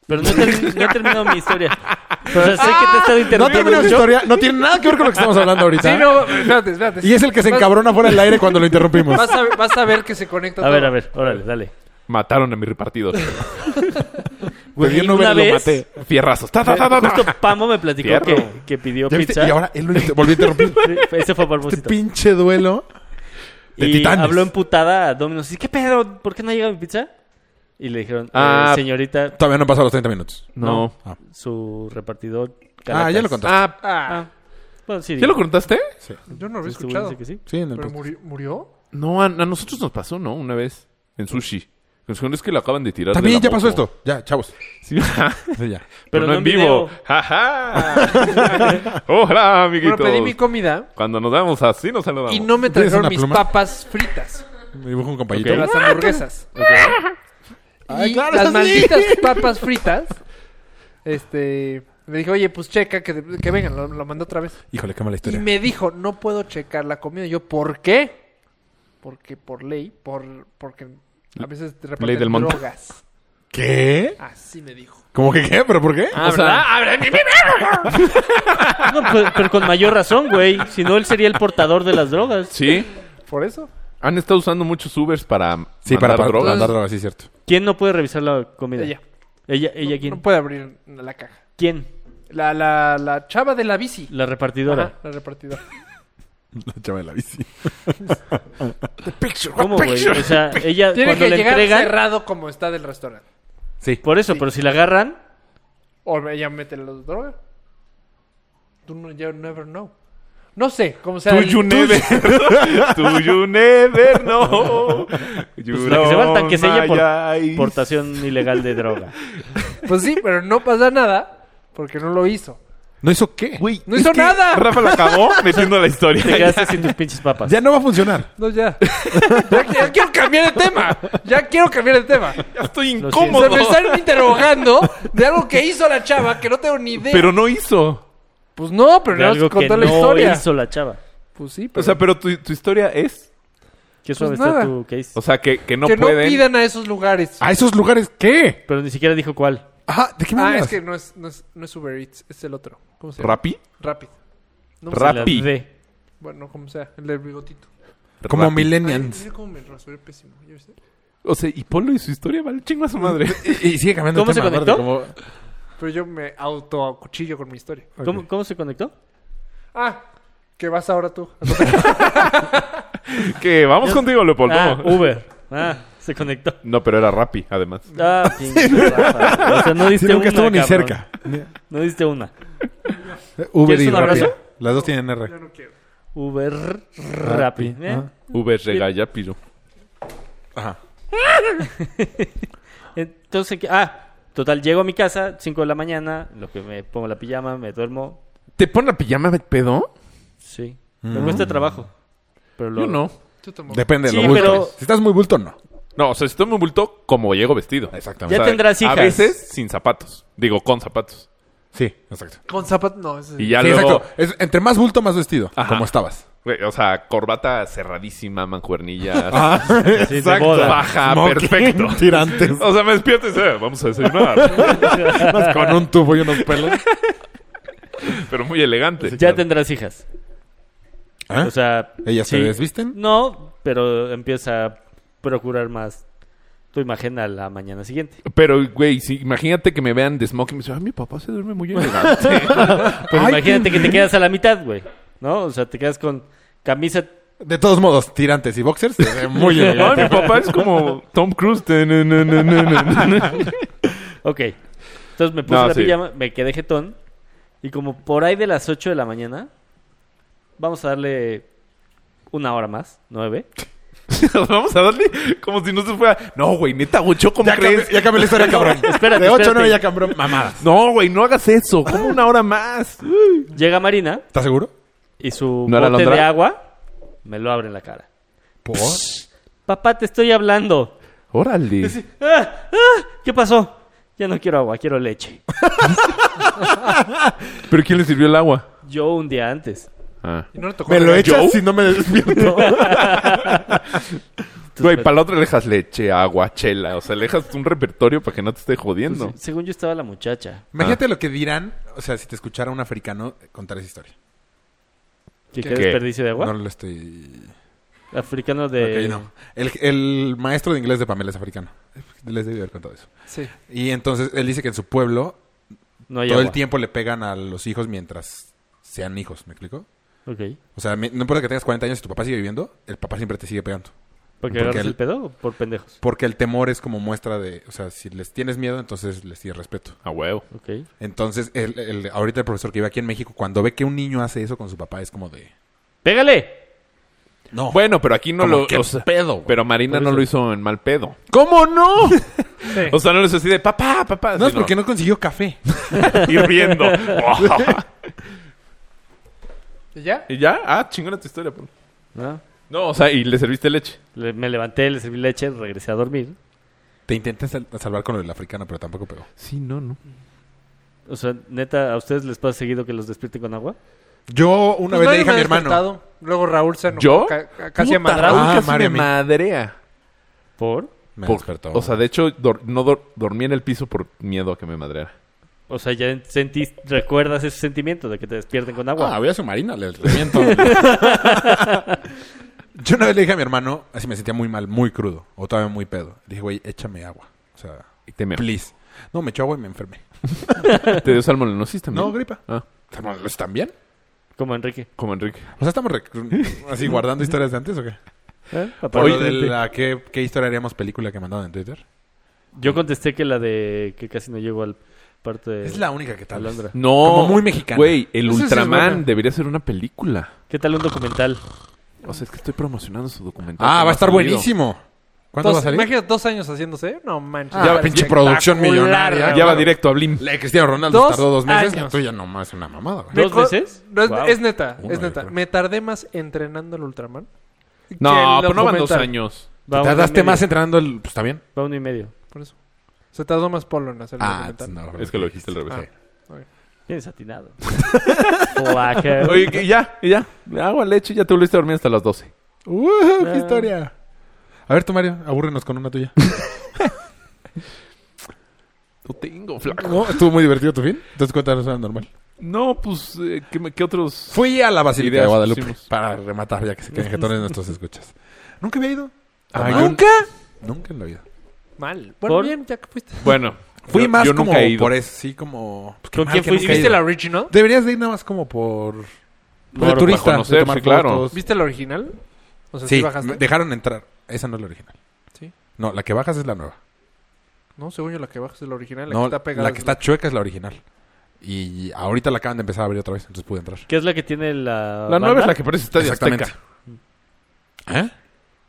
[SPEAKER 2] Pero no, he termin- no he terminado mi historia. O sea, sé que te he estado
[SPEAKER 1] Ah, No terminó
[SPEAKER 2] interrumpiendo.
[SPEAKER 1] su historia, no tiene nada que ver con lo que estamos hablando ahorita.
[SPEAKER 4] Ah,
[SPEAKER 1] ¿eh?
[SPEAKER 4] Sí, no, espérate, espérate.
[SPEAKER 1] Y es el que se
[SPEAKER 4] Vas-
[SPEAKER 1] encabrona fuera del aire cuando lo interrumpimos.
[SPEAKER 4] Vas a, vas a ver que se conecta
[SPEAKER 2] A ver,
[SPEAKER 4] todo.
[SPEAKER 2] a ver, órale, dale.
[SPEAKER 3] Mataron a mi repartido.
[SPEAKER 1] Pedí un Uber
[SPEAKER 2] una
[SPEAKER 1] y lo
[SPEAKER 2] vez-
[SPEAKER 1] maté.
[SPEAKER 3] Fierrazos. Ta ta ta ta.
[SPEAKER 2] Justo
[SPEAKER 3] ta.
[SPEAKER 2] Pamo me platicó
[SPEAKER 3] Fierro.
[SPEAKER 2] que, que pidió
[SPEAKER 1] ¿Ya viste?
[SPEAKER 2] pizza.
[SPEAKER 1] Y ahora él lo inter- volvió a interrumpir.
[SPEAKER 2] Sí, Ese fue a
[SPEAKER 1] este
[SPEAKER 2] propósito.
[SPEAKER 1] pinche duelo de
[SPEAKER 2] y
[SPEAKER 1] titanes.
[SPEAKER 2] habló emputada a Domino's. Y, ¿Qué pedo? ¿Por qué no ha llegado mi pizza? Y le dijeron, eh,
[SPEAKER 3] Ah.
[SPEAKER 2] señorita,
[SPEAKER 1] Todavía no han pasado los 30 minutos.
[SPEAKER 3] No.
[SPEAKER 2] su repartidor.
[SPEAKER 1] Ah, ya lo
[SPEAKER 2] Caracas".
[SPEAKER 1] contaste.
[SPEAKER 3] Ah,
[SPEAKER 4] Ah,
[SPEAKER 2] Ah, bueno, sí. pues,
[SPEAKER 3] ¿ya lo contaste?
[SPEAKER 4] yo no lo había
[SPEAKER 2] Estuvo-
[SPEAKER 1] Ah.
[SPEAKER 4] escuchado.
[SPEAKER 2] Este dice que sí.
[SPEAKER 1] Sí, en el
[SPEAKER 4] ¿Pero
[SPEAKER 1] podcast.
[SPEAKER 4] muri- murió?
[SPEAKER 3] No, a, a nosotros nos pasó, ¿no? Una vez en sushi. Pues es que lo acaban de tirar. de
[SPEAKER 1] También
[SPEAKER 3] la
[SPEAKER 1] ya pasó
[SPEAKER 3] moto.
[SPEAKER 1] esto. Ya, chavos.
[SPEAKER 3] Sí, ajá.
[SPEAKER 1] Sí, ya.
[SPEAKER 2] Pero no en video.
[SPEAKER 3] ¡Ja, ja! hola amiguitos!
[SPEAKER 4] Bueno, pedí mi comida
[SPEAKER 3] Cuando nos damos así nos saludamos.
[SPEAKER 4] y no me
[SPEAKER 1] ¿Tienes
[SPEAKER 4] trajeron
[SPEAKER 1] una
[SPEAKER 4] mis
[SPEAKER 1] pluma?
[SPEAKER 4] papas fritas.
[SPEAKER 1] Me dibujo un compañito.
[SPEAKER 4] Las hamburguesas.
[SPEAKER 1] Ay,
[SPEAKER 4] y
[SPEAKER 1] claro,
[SPEAKER 4] las
[SPEAKER 1] sí.
[SPEAKER 4] malditas papas fritas. Este. Le dije, oye, pues checa, que, que vengan, lo, lo mandé otra vez.
[SPEAKER 1] Híjole, qué mala
[SPEAKER 4] Y
[SPEAKER 1] historia.
[SPEAKER 4] me dijo, no puedo checar la comida. Yo, ¿por qué? Porque por ley, por porque a veces te reparten
[SPEAKER 3] del monte.
[SPEAKER 4] drogas.
[SPEAKER 1] ¿Qué?
[SPEAKER 4] Así me dijo.
[SPEAKER 1] ¿Cómo que qué? ¿Pero por qué?
[SPEAKER 4] Ah, ¿verdad?
[SPEAKER 2] No, pero, pero con mayor razón, güey. Si no, él sería el portador de las drogas.
[SPEAKER 3] Sí.
[SPEAKER 4] Por eso.
[SPEAKER 3] Han estado usando muchos Ubers para
[SPEAKER 1] Sí, para,
[SPEAKER 3] mandar
[SPEAKER 1] para
[SPEAKER 3] drogas.
[SPEAKER 1] andar drogas, sí, es cierto.
[SPEAKER 2] ¿Quién no puede revisar la comida?
[SPEAKER 4] Ella.
[SPEAKER 2] ¿Ella, ella
[SPEAKER 4] No
[SPEAKER 2] quién?
[SPEAKER 4] puede abrir la caja.
[SPEAKER 2] ¿Quién?
[SPEAKER 4] La, la, la chava de la bici.
[SPEAKER 2] La repartidora.
[SPEAKER 4] Ajá, la repartidora.
[SPEAKER 1] La chava de la bici.
[SPEAKER 2] ¿Cómo, güey? O sea, ella
[SPEAKER 4] Tiene
[SPEAKER 2] cuando
[SPEAKER 4] que
[SPEAKER 2] le
[SPEAKER 4] llegar
[SPEAKER 2] entregan...
[SPEAKER 4] cerrado como está del restaurante.
[SPEAKER 1] Sí.
[SPEAKER 2] Por eso, pero si la agarran...
[SPEAKER 4] O ella mete la droga. Tú no, you never know. No sé, como sea.
[SPEAKER 3] To
[SPEAKER 4] el-
[SPEAKER 3] you never. To you never know.
[SPEAKER 2] Pues la que se va al tanque es ella por-
[SPEAKER 3] por,
[SPEAKER 2] Portación ilegal de droga.
[SPEAKER 4] Pues sí, pero no pasa nada porque no lo hizo.
[SPEAKER 1] ¿No hizo qué? Güey,
[SPEAKER 4] ¡No hizo nada!
[SPEAKER 3] Rafa la acabó metiendo la
[SPEAKER 2] Te
[SPEAKER 3] historia.
[SPEAKER 2] quedaste sin tus pinches papas.
[SPEAKER 1] Ya no va a funcionar.
[SPEAKER 4] No, ya. ya. qui- ya quiero cambiar de tema. Ya quiero cambiar de tema.
[SPEAKER 3] Ya estoy
[SPEAKER 2] Lo
[SPEAKER 3] incómodo.
[SPEAKER 4] Se me están interrogando de algo que hizo la chava que no tengo ni idea.
[SPEAKER 3] Pero no hizo.
[SPEAKER 4] pues no, pero
[SPEAKER 2] De
[SPEAKER 4] no nos
[SPEAKER 2] algo que
[SPEAKER 4] contó
[SPEAKER 2] no
[SPEAKER 4] la historia.
[SPEAKER 2] hizo la chava.
[SPEAKER 4] Pues sí, pero.
[SPEAKER 3] O sea, pero tu, tu historia es.
[SPEAKER 2] Qué suave
[SPEAKER 4] Pues nada.
[SPEAKER 2] está tu case.
[SPEAKER 3] O sea, que, que no
[SPEAKER 4] que no
[SPEAKER 3] pueden.
[SPEAKER 4] pidan a esos lugares.
[SPEAKER 1] ¿A esos lugares qué?
[SPEAKER 2] Pero ni siquiera dijo cuál.
[SPEAKER 1] Ajá, ¿de Ah, qué me
[SPEAKER 4] Ah,
[SPEAKER 1] hablas?
[SPEAKER 4] es que no es, no, es, no es Uber Eats, es el otro. ¿Cómo se llama?
[SPEAKER 3] ¿Rapi?
[SPEAKER 4] Rapid. No
[SPEAKER 2] Se la
[SPEAKER 3] Rappi.
[SPEAKER 2] dé.
[SPEAKER 4] Bueno, como sea, el del bigotito.
[SPEAKER 1] Como
[SPEAKER 3] Rappi.
[SPEAKER 1] millennials.
[SPEAKER 4] Ay, mira cómo me rasuré pésimo. ¿ya viste?
[SPEAKER 3] O sea, y Polo y su historia, vale, chingo a su madre.
[SPEAKER 1] Y, y sigue cambiando
[SPEAKER 2] ¿Cómo
[SPEAKER 1] el tema,
[SPEAKER 2] se
[SPEAKER 1] aparte,
[SPEAKER 2] conectó?
[SPEAKER 1] como-
[SPEAKER 4] Pero yo me autocuchillo con mi historia.
[SPEAKER 2] ¿Cómo, ¿Cómo se conectó?
[SPEAKER 4] Ah, que vas ahora tú.
[SPEAKER 3] que vamos contigo, Leopoldo.
[SPEAKER 2] Ah, Uber. Ah, se conectó.
[SPEAKER 3] No, pero era Rappi, además.
[SPEAKER 2] Ah, pinche Rafa. O sea, no
[SPEAKER 1] Sí,
[SPEAKER 2] diste
[SPEAKER 1] nunca
[SPEAKER 2] una,
[SPEAKER 1] estuvo ni
[SPEAKER 2] cabrón.
[SPEAKER 1] cerca.
[SPEAKER 2] No diste una.
[SPEAKER 1] Uber
[SPEAKER 2] ¿Quieres
[SPEAKER 1] y
[SPEAKER 2] un
[SPEAKER 1] Rappi.
[SPEAKER 2] abrazo?
[SPEAKER 1] Las dos tienen R.
[SPEAKER 4] Ya no quiero.
[SPEAKER 2] Uber Rappi. ¿eh?
[SPEAKER 1] Ajá.
[SPEAKER 3] Uber regalla, piro.
[SPEAKER 1] Ajá.
[SPEAKER 2] Entonces, ¿qué? ah, total, llego a mi casa, 5 de la mañana, lo que me pongo la pijama, me duermo.
[SPEAKER 3] ¿Te pone la pijama de pedo?
[SPEAKER 2] Sí. Me
[SPEAKER 1] Mm.
[SPEAKER 2] cuesta trabajo. Pero lo
[SPEAKER 3] Yo no.
[SPEAKER 4] Tú tomo.
[SPEAKER 1] Depende de
[SPEAKER 2] Sí,
[SPEAKER 1] lo bulto.
[SPEAKER 2] pero-
[SPEAKER 1] Si estás muy bulto, no.
[SPEAKER 3] No, o sea, si estoy muy bulto, como llego vestido.
[SPEAKER 1] Exactamente.
[SPEAKER 2] Ya tendrás
[SPEAKER 3] A
[SPEAKER 2] hijas.
[SPEAKER 3] veces sin zapatos. Digo, con zapatos.
[SPEAKER 1] Sí, exacto.
[SPEAKER 4] Con zapatos. No, ese
[SPEAKER 3] Y ya
[SPEAKER 1] Sí,
[SPEAKER 3] luego...
[SPEAKER 1] exacto. Es- entre más bulto, más vestido.
[SPEAKER 3] Ajá.
[SPEAKER 1] Como estabas.
[SPEAKER 3] güey, O sea, corbata cerradísima, mancuernillas.
[SPEAKER 2] Ah, Sí, de boda.
[SPEAKER 3] Baja,
[SPEAKER 1] Smoking,
[SPEAKER 3] Ah, perfecto.
[SPEAKER 1] Ah. Tirantes.
[SPEAKER 3] O sea, me despierto y dice, "Eh, vamos a desayunar.
[SPEAKER 1] con un tubo y unos pelos.
[SPEAKER 3] pero muy elegante.
[SPEAKER 2] Ya tendrás hijas.
[SPEAKER 1] ¿Ah?
[SPEAKER 2] O sea,
[SPEAKER 1] ¿Ellas se
[SPEAKER 2] sí.
[SPEAKER 1] desvisten?
[SPEAKER 2] No, pero empieza a procurar más tu imagen a la mañana siguiente.
[SPEAKER 3] Pero, güey, si, imagínate que me vean de smoking y me dicen, ay, mi papá se duerme muy elegante.
[SPEAKER 2] Pero
[SPEAKER 1] Ay, qué
[SPEAKER 2] imagínate que te quedas a la mitad, güey. ¿No? O sea, te quedas con camisa.
[SPEAKER 1] De todos modos, tirantes y boxers. se ve Muy
[SPEAKER 3] Ay, mi
[SPEAKER 1] elegante.
[SPEAKER 3] papá es como Tom Cruise.
[SPEAKER 2] Ok. Entonces me puse
[SPEAKER 3] No,
[SPEAKER 2] la
[SPEAKER 3] sí.
[SPEAKER 2] pijama, me quedé jetón. Y como por ahí de las 8 de la mañana, vamos a darle una hora más, 9.
[SPEAKER 3] Vamos a darle como si no se fuera. No, güey, neta, ocho, ¿cómo
[SPEAKER 1] Ya
[SPEAKER 3] crees?
[SPEAKER 1] cambié, ya cambié la historia, cabrón.
[SPEAKER 2] espérate,
[SPEAKER 1] De 8 a
[SPEAKER 2] espérate.
[SPEAKER 1] 9 ya cambió. Mamadas.
[SPEAKER 3] No, güey, no hagas eso. Como una hora más.
[SPEAKER 2] Llega Marina
[SPEAKER 1] ¿Estás seguro?
[SPEAKER 2] y su
[SPEAKER 3] ¿No era
[SPEAKER 2] bote de
[SPEAKER 3] Alondra?
[SPEAKER 2] agua me lo abre en la cara.
[SPEAKER 1] ¿Por?
[SPEAKER 2] Papá, te estoy hablando.
[SPEAKER 3] Órale.
[SPEAKER 2] Ah, ah, ¿Qué pasó? Ya no quiero agua, quiero leche.
[SPEAKER 3] ¿Pero quién le sirvió el agua?
[SPEAKER 2] Yo un día antes.
[SPEAKER 3] Ah.
[SPEAKER 4] Y no le tocó.
[SPEAKER 1] ¿Me lo
[SPEAKER 4] nada.
[SPEAKER 1] echas
[SPEAKER 3] ¿Joe?
[SPEAKER 1] si no me despierto?
[SPEAKER 3] Güey, para la otra le dejas leche, agua, chela. O sea, le dejas un repertorio para que no te esté
[SPEAKER 2] Pues,
[SPEAKER 3] jodiendo.
[SPEAKER 2] Según yo estaba la muchacha.
[SPEAKER 1] Imagínate lo que dirán, o sea, si te escuchara un africano eh, contar esa historia.
[SPEAKER 2] ¿Qué, qué
[SPEAKER 3] ¿Qué?
[SPEAKER 2] desperdicio de agua?
[SPEAKER 1] No lo estoy...
[SPEAKER 2] Africano de...
[SPEAKER 1] Ok, no. El, el maestro de inglés de Pamela es africano. Les debí haber contado eso.
[SPEAKER 4] Sí.
[SPEAKER 1] Y entonces él dice que en su pueblo
[SPEAKER 2] No hay
[SPEAKER 1] todo el
[SPEAKER 2] agua.
[SPEAKER 1] tiempo le pegan a los hijos mientras sean hijos, ¿me explico?
[SPEAKER 2] Ok.
[SPEAKER 1] O sea, mi- no importa que tengas 40 años y tu papá sigue viviendo, el papá siempre te sigue pegando.
[SPEAKER 2] ¿Porque
[SPEAKER 1] Porque
[SPEAKER 2] agarras
[SPEAKER 1] el-
[SPEAKER 2] el pedo o por pendejos?
[SPEAKER 1] Porque el temor es como muestra de, o sea, si les tienes miedo, entonces les tienes respeto.
[SPEAKER 3] A huevo.
[SPEAKER 2] Ok.
[SPEAKER 1] Entonces, el, el- ahorita el profesor que vive aquí en México, cuando ve que un niño hace eso con su papá, es como de...
[SPEAKER 2] ¡Pégale!
[SPEAKER 1] No.
[SPEAKER 3] Bueno, pero aquí no
[SPEAKER 1] Como,
[SPEAKER 3] lo...
[SPEAKER 1] ¿qué
[SPEAKER 3] o sea,
[SPEAKER 1] pedo, güey?
[SPEAKER 3] pero Marina
[SPEAKER 1] Por
[SPEAKER 3] no
[SPEAKER 1] eso.
[SPEAKER 3] lo hizo en mal pedo.
[SPEAKER 1] ¿Cómo no?
[SPEAKER 4] Sí.
[SPEAKER 3] O sea, no les así de papá, papá.
[SPEAKER 1] No es porque no consiguió café.
[SPEAKER 3] Hirviendo.
[SPEAKER 4] ¿Y ¿Ya?
[SPEAKER 3] y ya, ah, chingona tu historia. Pablo.
[SPEAKER 1] ¿Ah?
[SPEAKER 2] ¿no?
[SPEAKER 3] No, o sea, y le serviste leche.
[SPEAKER 2] Le- me levanté, le serví leche, regresé a dormir.
[SPEAKER 1] Te intenté sal- salvar con lo del africano, pero tampoco pegó.
[SPEAKER 3] Sí, no, no.
[SPEAKER 2] O sea, neta, ¿a ustedes les pasa seguido que los despierten con agua?
[SPEAKER 1] Yo una vez
[SPEAKER 4] Pues
[SPEAKER 1] le
[SPEAKER 4] nadie
[SPEAKER 1] dije a
[SPEAKER 4] me
[SPEAKER 1] mi
[SPEAKER 4] ha
[SPEAKER 1] hermano.
[SPEAKER 4] despertado. Luego Raúl se enojó
[SPEAKER 3] ¿Yo?
[SPEAKER 4] ca- ca- casi a
[SPEAKER 3] Puta,
[SPEAKER 4] madrazo.
[SPEAKER 3] Raúl
[SPEAKER 1] Ah,
[SPEAKER 3] casi
[SPEAKER 1] madre
[SPEAKER 3] me
[SPEAKER 1] mía.
[SPEAKER 3] madrea.
[SPEAKER 2] ¿Por?
[SPEAKER 1] Me
[SPEAKER 3] Por-
[SPEAKER 1] despertó.
[SPEAKER 3] O sea, de hecho, dor- no dor- dormí en el piso por miedo a que me madreara.
[SPEAKER 2] O sea, ya sentís, recuerdas ese sentimiento de que te despierten con agua.
[SPEAKER 1] Ah, voy a su marina, le le miento. Yo una vez le dije a mi hermano, así me sentía muy mal, muy crudo, o todavía muy pedo. Le dije, güey, échame agua. O sea,
[SPEAKER 3] Y te, me-
[SPEAKER 1] please. No, me echó agua y me enfermé.
[SPEAKER 3] te dio salmonellosis también.
[SPEAKER 1] No, gripa.
[SPEAKER 3] Ah,
[SPEAKER 1] ¿Estamos- ¿Están bien?
[SPEAKER 2] Como Enrique.
[SPEAKER 3] como Enrique.
[SPEAKER 1] O sea, ¿estamos rec- así guardando historias de antes o qué?
[SPEAKER 2] ¿Eh? Papá.
[SPEAKER 1] Por
[SPEAKER 3] Oye,
[SPEAKER 1] lo de
[SPEAKER 3] gente.
[SPEAKER 1] la, ¿qué, ¿Qué historia haríamos película que mandaron en Twitter?
[SPEAKER 2] Yo contesté que la de que casi no llego al parte de
[SPEAKER 1] Es la única que tal. vez.
[SPEAKER 2] Alondra.
[SPEAKER 3] No.
[SPEAKER 1] Como muy mexicana.
[SPEAKER 3] Güey, el
[SPEAKER 4] Esa sí es
[SPEAKER 3] Ultraman
[SPEAKER 4] buena.
[SPEAKER 3] debería ser una película.
[SPEAKER 2] ¿Qué tal un documental?
[SPEAKER 3] O sea, es que estoy promocionando su documental.
[SPEAKER 1] Ah,
[SPEAKER 3] que
[SPEAKER 1] va
[SPEAKER 3] no
[SPEAKER 1] a
[SPEAKER 3] ha
[SPEAKER 1] estar
[SPEAKER 3] salido.
[SPEAKER 1] buenísimo. ¿Cuándo va a
[SPEAKER 4] Dos,
[SPEAKER 1] salir? Ah,
[SPEAKER 4] imagínate dos años haciéndose. No manches.
[SPEAKER 1] ya, pinche producción
[SPEAKER 4] Ah, espectacular,
[SPEAKER 1] millonaria.
[SPEAKER 3] Ya
[SPEAKER 4] Claro.
[SPEAKER 3] va directo a Blim.
[SPEAKER 1] La de Cristiano Ronaldo
[SPEAKER 4] Dos
[SPEAKER 1] tardó dos meses.
[SPEAKER 4] años.
[SPEAKER 1] La tuya nomás es una mamada, güey.
[SPEAKER 4] Me
[SPEAKER 2] ¿Dos
[SPEAKER 4] co-
[SPEAKER 2] veces?
[SPEAKER 4] No, es,
[SPEAKER 2] Wow.
[SPEAKER 4] es neta,
[SPEAKER 1] Uno,
[SPEAKER 4] es neta.
[SPEAKER 1] yo creo.
[SPEAKER 4] Me tardé más entrenando al Ultraman. que
[SPEAKER 3] No,
[SPEAKER 4] el
[SPEAKER 1] pues
[SPEAKER 3] pero no van dos
[SPEAKER 4] documental.
[SPEAKER 3] años.
[SPEAKER 1] Te
[SPEAKER 2] uno y
[SPEAKER 1] tardaste
[SPEAKER 2] medio.
[SPEAKER 1] más entrenando el... Pues está bien.
[SPEAKER 2] Va uno y medio.
[SPEAKER 4] Por eso. Se tardó más Polo en hacer el
[SPEAKER 1] Ah,
[SPEAKER 4] documental.
[SPEAKER 1] no,
[SPEAKER 3] Es que lo dijiste al revés.
[SPEAKER 4] Ah.
[SPEAKER 1] Sí.
[SPEAKER 2] Tienes atinado. Flaca.
[SPEAKER 3] Oye, que ya, y ya. Agua, leche, ya te volviste a dormir hasta las 12.
[SPEAKER 1] ¡Uh!
[SPEAKER 2] Ah.
[SPEAKER 1] ¡Qué historia! A ver tú, Mario, abúrrenos con una tuya.
[SPEAKER 3] No tengo, flaco.
[SPEAKER 1] ¿No? ¿Estuvo muy divertido tu fin? Entonces cuéntanos una normal.
[SPEAKER 3] No, pues, eh, ¿qué, me- qué otros?
[SPEAKER 1] Fui a la Basílica de
[SPEAKER 3] Ideas
[SPEAKER 1] Guadalupe
[SPEAKER 3] pusimos.
[SPEAKER 1] para rematar, ya que se queden jetones nuestros escuchas. ¿Nunca había ido?
[SPEAKER 3] Ah,
[SPEAKER 1] yo-
[SPEAKER 4] ¿Nunca?
[SPEAKER 1] Nunca en la vida.
[SPEAKER 4] Mal. Bueno,
[SPEAKER 2] ¿Por?
[SPEAKER 4] bien, ya que fuiste.
[SPEAKER 3] Bueno,
[SPEAKER 1] Fui
[SPEAKER 3] yo-
[SPEAKER 1] más
[SPEAKER 3] yo
[SPEAKER 1] como
[SPEAKER 3] nunca he ido.
[SPEAKER 1] por eso, sí, como... pues, qué
[SPEAKER 2] ¿Con
[SPEAKER 1] mal
[SPEAKER 2] quién
[SPEAKER 1] que nunca
[SPEAKER 2] fuiste?
[SPEAKER 1] he
[SPEAKER 4] ¿Viste
[SPEAKER 1] ido.
[SPEAKER 4] la original?
[SPEAKER 1] Deberías de ir nada más como por...
[SPEAKER 2] Por-
[SPEAKER 1] de turista,
[SPEAKER 3] para conocer,
[SPEAKER 1] de tomar
[SPEAKER 3] sí, claro.
[SPEAKER 1] fotos.
[SPEAKER 4] ¿Viste la original? O sea, sí,
[SPEAKER 1] Sí, me
[SPEAKER 4] bajaste.
[SPEAKER 1] dejaron entrar. Esa no es la original.
[SPEAKER 4] Sí.
[SPEAKER 1] No, la que bajas es la nueva.
[SPEAKER 4] No, según yo, la que bajas es la original. La
[SPEAKER 1] no,
[SPEAKER 4] que está pegada.
[SPEAKER 1] la que está chueca es la original. Y ahorita la acaban de empezar a abrir otra vez, entonces pude entrar.
[SPEAKER 2] ¿Qué es la que tiene la.
[SPEAKER 3] La
[SPEAKER 2] banda?
[SPEAKER 3] nueva es la que parece Estadio Azteca.
[SPEAKER 1] ¿Eh?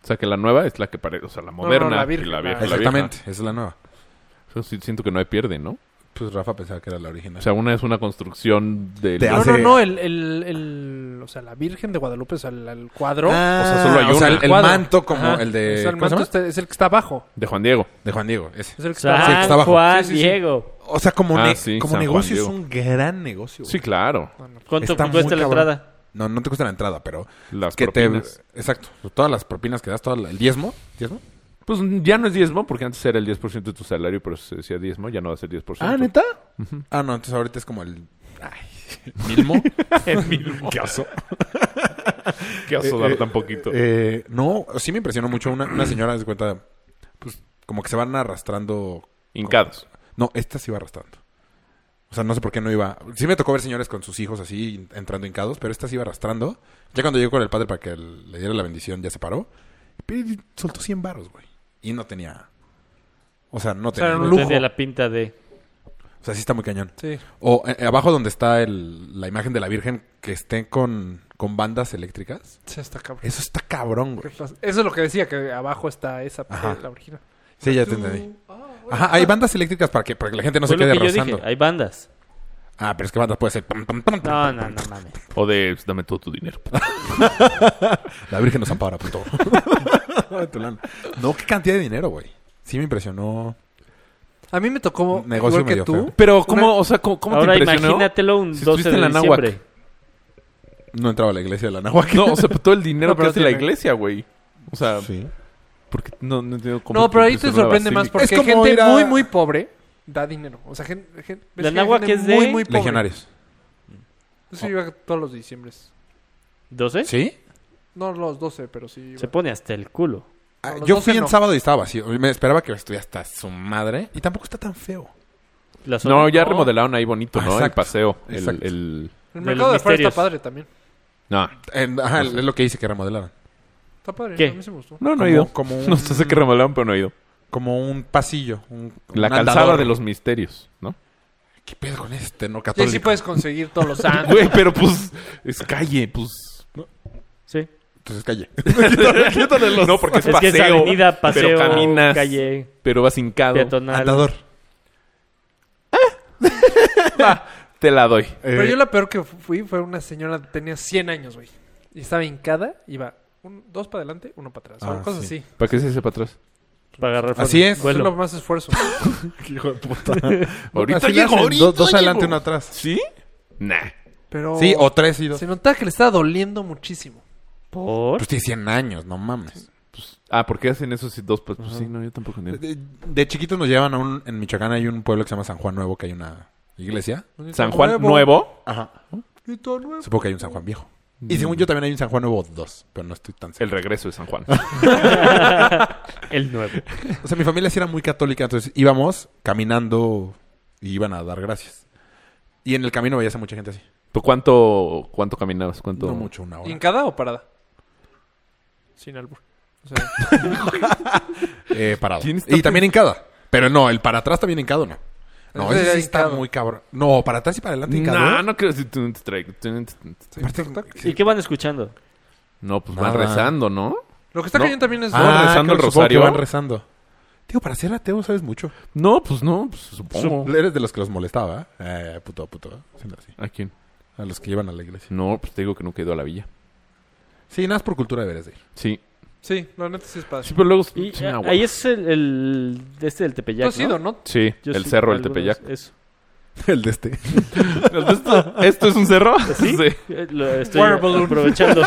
[SPEAKER 3] O sea, que la nueva es la que parece, o sea, la
[SPEAKER 4] no,
[SPEAKER 3] moderna.
[SPEAKER 4] la
[SPEAKER 3] y
[SPEAKER 4] virgen,
[SPEAKER 3] la
[SPEAKER 4] la-
[SPEAKER 3] vieja, la
[SPEAKER 1] Exactamente, esa es la nueva.
[SPEAKER 3] vieja. O sea, sí, siento que no hay pierde, ¿no?
[SPEAKER 1] Pues Rafa pensaba que era la original.
[SPEAKER 3] O sea, una es una construcción de...
[SPEAKER 1] Te
[SPEAKER 4] No,
[SPEAKER 1] hace-
[SPEAKER 4] no, no. El, el, el, o sea, la Virgen de Guadalupe, o sea, el, el cuadro.
[SPEAKER 1] Ah,
[SPEAKER 3] o sea, solo hay
[SPEAKER 1] o sea,
[SPEAKER 3] una.
[SPEAKER 1] el, el
[SPEAKER 4] Cuadro.
[SPEAKER 1] manto como
[SPEAKER 4] Ajá.
[SPEAKER 1] el de...
[SPEAKER 4] O sea, el
[SPEAKER 1] ¿cómo se
[SPEAKER 4] manto
[SPEAKER 1] llama?
[SPEAKER 4] está- es el que está abajo.
[SPEAKER 3] De Juan Diego.
[SPEAKER 1] De Juan Diego, ese.
[SPEAKER 4] Es el que está
[SPEAKER 2] San
[SPEAKER 1] Sí, que está abajo.
[SPEAKER 2] Juan
[SPEAKER 4] Sí, sí, sí.
[SPEAKER 2] Diego.
[SPEAKER 1] O sea, como,
[SPEAKER 3] Ah,
[SPEAKER 1] ne-
[SPEAKER 3] sí,
[SPEAKER 1] como
[SPEAKER 3] San
[SPEAKER 1] negocio
[SPEAKER 3] Juan
[SPEAKER 1] es un gran negocio. güey.
[SPEAKER 3] Sí, claro.
[SPEAKER 2] ¿Cuánto
[SPEAKER 1] Está
[SPEAKER 2] cuesta
[SPEAKER 1] muy cabrón.
[SPEAKER 2] la entrada?
[SPEAKER 1] No, no te cuesta la entrada, pero...
[SPEAKER 3] Las
[SPEAKER 1] que te-
[SPEAKER 3] propinas.
[SPEAKER 1] Exacto. Todas las propinas que das, todo el diezmo. ¿Diezmo?
[SPEAKER 3] Pues ya no es diezmo, porque antes era el 10% de tu salario, pero se decía diezmo, ya no va a ser 10%.
[SPEAKER 1] ¿neta? Ah, no, entonces ahorita es como el... Ay, ¿Milmo? el milmo. Qué oso.
[SPEAKER 3] Qué oso
[SPEAKER 1] Eh,
[SPEAKER 3] dar
[SPEAKER 1] eh,
[SPEAKER 3] tan poquito.
[SPEAKER 1] Eh, no, sí me impresionó mucho una, una señora, haz de cuenta, pues como que se van arrastrando.
[SPEAKER 3] Hincados.
[SPEAKER 1] No, esta se iba arrastrando. O sea, no sé por qué no iba. Sí me tocó ver señores con sus hijos así entrando hincados, pero esta se iba arrastrando. Ya cuando llegó con el padre para que el- le diera la bendición, ya se paró. Y soltó 100 varos, güey. Y no tenía. O sea, no tenía.
[SPEAKER 4] era
[SPEAKER 1] O sea,
[SPEAKER 4] un
[SPEAKER 2] No
[SPEAKER 4] lujo.
[SPEAKER 2] tenía la pinta de.
[SPEAKER 1] sí está muy cañón.
[SPEAKER 4] Sí.
[SPEAKER 1] O eh, abajo donde está el- la imagen de la Virgen que esté con, con bandas eléctricas.
[SPEAKER 4] Sí, está cabrón.
[SPEAKER 1] Eso está cabrón,
[SPEAKER 4] ¿Qué
[SPEAKER 1] güey.
[SPEAKER 4] pasa? Eso es lo que decía, que abajo está esa,
[SPEAKER 1] Ajá.
[SPEAKER 4] la original.
[SPEAKER 1] Sí, ya te entendí. Ajá, hay bandas eléctricas para que, para que la gente no
[SPEAKER 2] Ah, Fue
[SPEAKER 1] se
[SPEAKER 2] lo
[SPEAKER 1] quede
[SPEAKER 2] que yo
[SPEAKER 1] rozando.
[SPEAKER 2] dije. Hay bandas.
[SPEAKER 1] Ah, pero es que bandas puede ser. pam, pam, pam, pam.
[SPEAKER 2] No, no, no mames.
[SPEAKER 3] O de, pues, dame todo tu dinero.
[SPEAKER 1] La Virgen nos ampara, puto. Tu lana. no, qué cantidad de dinero, güey. Sí me impresionó.
[SPEAKER 4] A mí me tocó,
[SPEAKER 1] Negocio
[SPEAKER 4] igual que
[SPEAKER 1] medio
[SPEAKER 4] tú,
[SPEAKER 1] feo.
[SPEAKER 3] Pero, ¿cómo, o sea, cómo, cómo
[SPEAKER 2] Ahora
[SPEAKER 3] te impresionó?
[SPEAKER 2] imagínatelo un
[SPEAKER 3] Si
[SPEAKER 2] 12
[SPEAKER 3] estuviste
[SPEAKER 2] de
[SPEAKER 3] en la náhuac.
[SPEAKER 2] diciembre.
[SPEAKER 1] No entraba a la iglesia de la Nahuac.
[SPEAKER 3] No, o sea, pues, todo el dinero
[SPEAKER 4] No,
[SPEAKER 3] que
[SPEAKER 4] pero
[SPEAKER 3] hace la
[SPEAKER 4] tiene-
[SPEAKER 3] iglesia, güey. O sea,
[SPEAKER 1] Sí.
[SPEAKER 3] porque no, no entiendo cómo...
[SPEAKER 4] No, pero ahí te
[SPEAKER 3] impresionó la
[SPEAKER 4] sorprende más
[SPEAKER 3] basílica.
[SPEAKER 4] porque
[SPEAKER 1] Es como ir
[SPEAKER 4] gente
[SPEAKER 1] a-
[SPEAKER 4] muy, muy pobre da dinero. O sea, gen- gen- ves que hay gente,
[SPEAKER 2] La náhuatl que es de-
[SPEAKER 4] muy, muy pobre.
[SPEAKER 1] Legionarios.
[SPEAKER 4] Eso iba todos los diciembres.
[SPEAKER 2] ¿12?
[SPEAKER 1] ¿Sí?
[SPEAKER 4] No los 12, pero sí. iba.
[SPEAKER 2] Se pone hasta el culo.
[SPEAKER 1] Ah,
[SPEAKER 4] No, los
[SPEAKER 1] yo
[SPEAKER 4] doce
[SPEAKER 1] fui en
[SPEAKER 4] no.
[SPEAKER 1] sábado y estaba vacío. Me esperaba que estuviera hasta su madre. Y tampoco está tan feo.
[SPEAKER 2] La zona-
[SPEAKER 3] No, ya remodelaron ahí bonito, ¿no? El
[SPEAKER 1] Exacto.
[SPEAKER 3] paseo. El,
[SPEAKER 1] Exacto.
[SPEAKER 3] el...
[SPEAKER 4] El
[SPEAKER 2] de los
[SPEAKER 4] mercado de afuera está
[SPEAKER 2] misterios.
[SPEAKER 4] padre también.
[SPEAKER 3] No,
[SPEAKER 1] En- ajá, es lo que hice que remodelaron.
[SPEAKER 4] Está padre,
[SPEAKER 2] ¿Qué?
[SPEAKER 4] a mí se me gustó.
[SPEAKER 3] no, no
[SPEAKER 1] Como-
[SPEAKER 3] he ido.
[SPEAKER 1] como un-
[SPEAKER 3] No sé qué remodelaron, pero no he ido.
[SPEAKER 1] Como un pasillo. Un,
[SPEAKER 3] La
[SPEAKER 1] un
[SPEAKER 3] calzada
[SPEAKER 1] andador.
[SPEAKER 3] de los misterios, ¿no?
[SPEAKER 1] ¿Qué pedo con este, no?
[SPEAKER 4] Y ahí
[SPEAKER 1] Católico.
[SPEAKER 3] pues,
[SPEAKER 4] sí puedes conseguir todos los santos.
[SPEAKER 3] Güey, pero pues es calle, pues.
[SPEAKER 2] Sí.
[SPEAKER 1] Entonces calle. quítale, quítale los...
[SPEAKER 3] No, porque es,
[SPEAKER 2] Es
[SPEAKER 3] paseo.
[SPEAKER 2] que es avenida, paseo,
[SPEAKER 3] pero caminas,
[SPEAKER 2] calle,
[SPEAKER 3] Pero vas hincado.
[SPEAKER 2] peatonal.
[SPEAKER 1] Atador.
[SPEAKER 3] Te la doy.
[SPEAKER 4] Pero
[SPEAKER 1] Eh,
[SPEAKER 4] yo la peor que fui fue una señora que tenía 100 años, güey. Y estaba hincada, iba un- dos para adelante, uno para atrás.
[SPEAKER 1] Ah,
[SPEAKER 4] o cosas
[SPEAKER 1] sí.
[SPEAKER 4] así.
[SPEAKER 3] ¿Para qué se hace para atrás?
[SPEAKER 2] Para agarrar
[SPEAKER 1] Así es.
[SPEAKER 4] Eso es lo
[SPEAKER 2] Vuelo.
[SPEAKER 4] más esfuerzo.
[SPEAKER 1] Hijo de puta.
[SPEAKER 3] Ahorita
[SPEAKER 1] Así le
[SPEAKER 3] llego,
[SPEAKER 1] hacen,
[SPEAKER 3] ahorita
[SPEAKER 1] dos, dos
[SPEAKER 3] llego.
[SPEAKER 1] adelante, uno atrás.
[SPEAKER 3] ¿Sí? Nah.
[SPEAKER 4] Pero
[SPEAKER 1] Sí, o tres y dos.
[SPEAKER 4] se notaba que le estaba doliendo muchísimo.
[SPEAKER 2] ¿Por?
[SPEAKER 1] Pues tiene 100 años, no mames.
[SPEAKER 3] Ah, ¿por qué hacen esos si dos? Pues, pues sí, no, yo tampoco entiendo.
[SPEAKER 1] De, de chiquitos nos llevan a un... En Michoacán hay un pueblo que se llama San Juan Nuevo, que hay una iglesia.
[SPEAKER 3] San Juan Nuevo.
[SPEAKER 1] Ajá.
[SPEAKER 4] Grito nuevo.
[SPEAKER 1] Supongo que hay un San Juan viejo. Y
[SPEAKER 3] Mm.
[SPEAKER 1] según yo también hay un San Juan Nuevo 2, pero no estoy tan
[SPEAKER 3] El
[SPEAKER 1] seguro.
[SPEAKER 3] regreso de San Juan.
[SPEAKER 2] El nuevo.
[SPEAKER 1] O sea, mi familia sí era muy católica, entonces íbamos caminando y iban a dar gracias. Y en el camino veías a mucha gente así.
[SPEAKER 3] ¿Tú cuánto, cuánto caminabas? ¿Cuánto?
[SPEAKER 1] No mucho, una hora.
[SPEAKER 4] ¿Hincada o parada? Sin albur. O sea,
[SPEAKER 1] Eh, parado.
[SPEAKER 3] ¿Quién está
[SPEAKER 1] Y también hincada. Pero no, el para atrás también hincado, no. No,
[SPEAKER 4] Ese
[SPEAKER 1] ese sí
[SPEAKER 4] era
[SPEAKER 1] está
[SPEAKER 4] hincado.
[SPEAKER 1] muy cabrón. No, para atrás y para adelante hincado. ¿eh?
[SPEAKER 3] No, no creo. si tú te traigo, tú te-
[SPEAKER 1] Aparte-
[SPEAKER 2] ¿Y qué van escuchando?
[SPEAKER 3] No, pues van
[SPEAKER 1] Nada.
[SPEAKER 3] rezando, ¿no?
[SPEAKER 4] lo que está
[SPEAKER 3] No.
[SPEAKER 4] cayendo también es...
[SPEAKER 1] Ah,
[SPEAKER 3] rezando el
[SPEAKER 1] creo- supongo que
[SPEAKER 3] rosario.
[SPEAKER 1] van rezando. Digo, para ser ateo sabes mucho.
[SPEAKER 3] No, pues no, pues, supongo.
[SPEAKER 1] Eres de los que los molestaba. ¿eh? Eh, puto, puto. Siendo así.
[SPEAKER 3] ¿A quién?
[SPEAKER 1] A los que llevan a la iglesia.
[SPEAKER 3] No, pues te digo que nunca he ido a la villa.
[SPEAKER 1] Sí, nada más por cultura deberes de ir.
[SPEAKER 3] Sí.
[SPEAKER 4] Sí, la neta sí es padre.
[SPEAKER 3] Sí, pero luego...
[SPEAKER 2] Y,
[SPEAKER 3] sí,
[SPEAKER 2] eh,
[SPEAKER 3] una hueva.
[SPEAKER 2] ahí es el, el de este del Tepeyac.
[SPEAKER 4] Tú has
[SPEAKER 2] ¿no?
[SPEAKER 4] ido, ¿no?
[SPEAKER 3] Sí,
[SPEAKER 2] Yo
[SPEAKER 3] el
[SPEAKER 2] sí,
[SPEAKER 3] cerro del
[SPEAKER 2] algunas-
[SPEAKER 3] Tepeyac.
[SPEAKER 2] Eso.
[SPEAKER 1] El de este.
[SPEAKER 3] ¿Esto, ¿Esto es un cerro?
[SPEAKER 2] ¿Sí? Eh, Lo estoy
[SPEAKER 4] Water balloon.
[SPEAKER 2] aprovechando.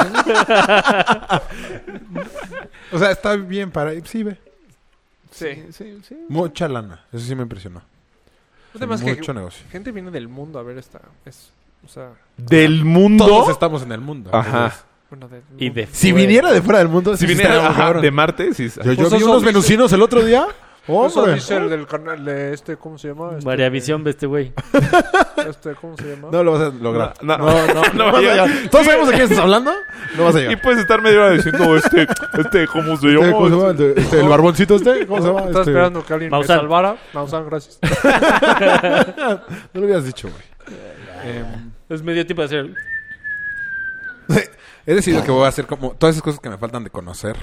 [SPEAKER 1] O sea, está bien para ir. Sí, ve.
[SPEAKER 4] Sí.
[SPEAKER 3] sí, sí.
[SPEAKER 1] Mucha lana. Eso sí me impresionó.
[SPEAKER 4] El tema es que
[SPEAKER 1] Mucho negocio.
[SPEAKER 4] gente viene del mundo a ver esta... Es, o sea,
[SPEAKER 3] ¿Del mundo?
[SPEAKER 1] Todos estamos en el mundo.
[SPEAKER 3] Ajá.
[SPEAKER 1] entonces,
[SPEAKER 4] bueno, de...
[SPEAKER 2] y de
[SPEAKER 1] Si
[SPEAKER 2] fuera.
[SPEAKER 1] viniera de fuera del mundo,
[SPEAKER 3] Si
[SPEAKER 1] sí
[SPEAKER 3] viniera
[SPEAKER 1] estaría muy
[SPEAKER 3] ajá,
[SPEAKER 1] cabrón.
[SPEAKER 3] de Marte, sí.
[SPEAKER 1] Yo, yo
[SPEAKER 4] Pues
[SPEAKER 1] vi
[SPEAKER 4] eso
[SPEAKER 1] unos
[SPEAKER 4] dice-
[SPEAKER 1] venusinos el otro día.
[SPEAKER 4] Eso
[SPEAKER 1] Hombre.
[SPEAKER 4] dice el del canal de este, ¿cómo se llama? Este,
[SPEAKER 2] María Visión, ve este güey.
[SPEAKER 4] Este, ¿cómo se llama?
[SPEAKER 1] No lo vas a lograr.
[SPEAKER 3] No,
[SPEAKER 1] No,
[SPEAKER 3] no.
[SPEAKER 1] no, no.
[SPEAKER 3] No,
[SPEAKER 1] vas a
[SPEAKER 3] ya, ya.
[SPEAKER 1] llegar. Todos sabemos de qué estás hablando. No vas a
[SPEAKER 3] Y
[SPEAKER 1] llegar.
[SPEAKER 3] puedes estar medio hora diciendo, este, este, ¿cómo se llama?
[SPEAKER 1] Este, ¿Cómo se llama? El, de- este, el barboncito este. ¿Cómo se llama?
[SPEAKER 4] Estaba
[SPEAKER 1] Este,
[SPEAKER 4] esperando que alguien
[SPEAKER 2] Maussan.
[SPEAKER 4] me salvara. Maussan, gracias.
[SPEAKER 1] No lo habías dicho, güey.
[SPEAKER 2] Es medio tipo de hacer.
[SPEAKER 1] He decidido que voy a hacer como todas esas cosas que me faltan de conocer.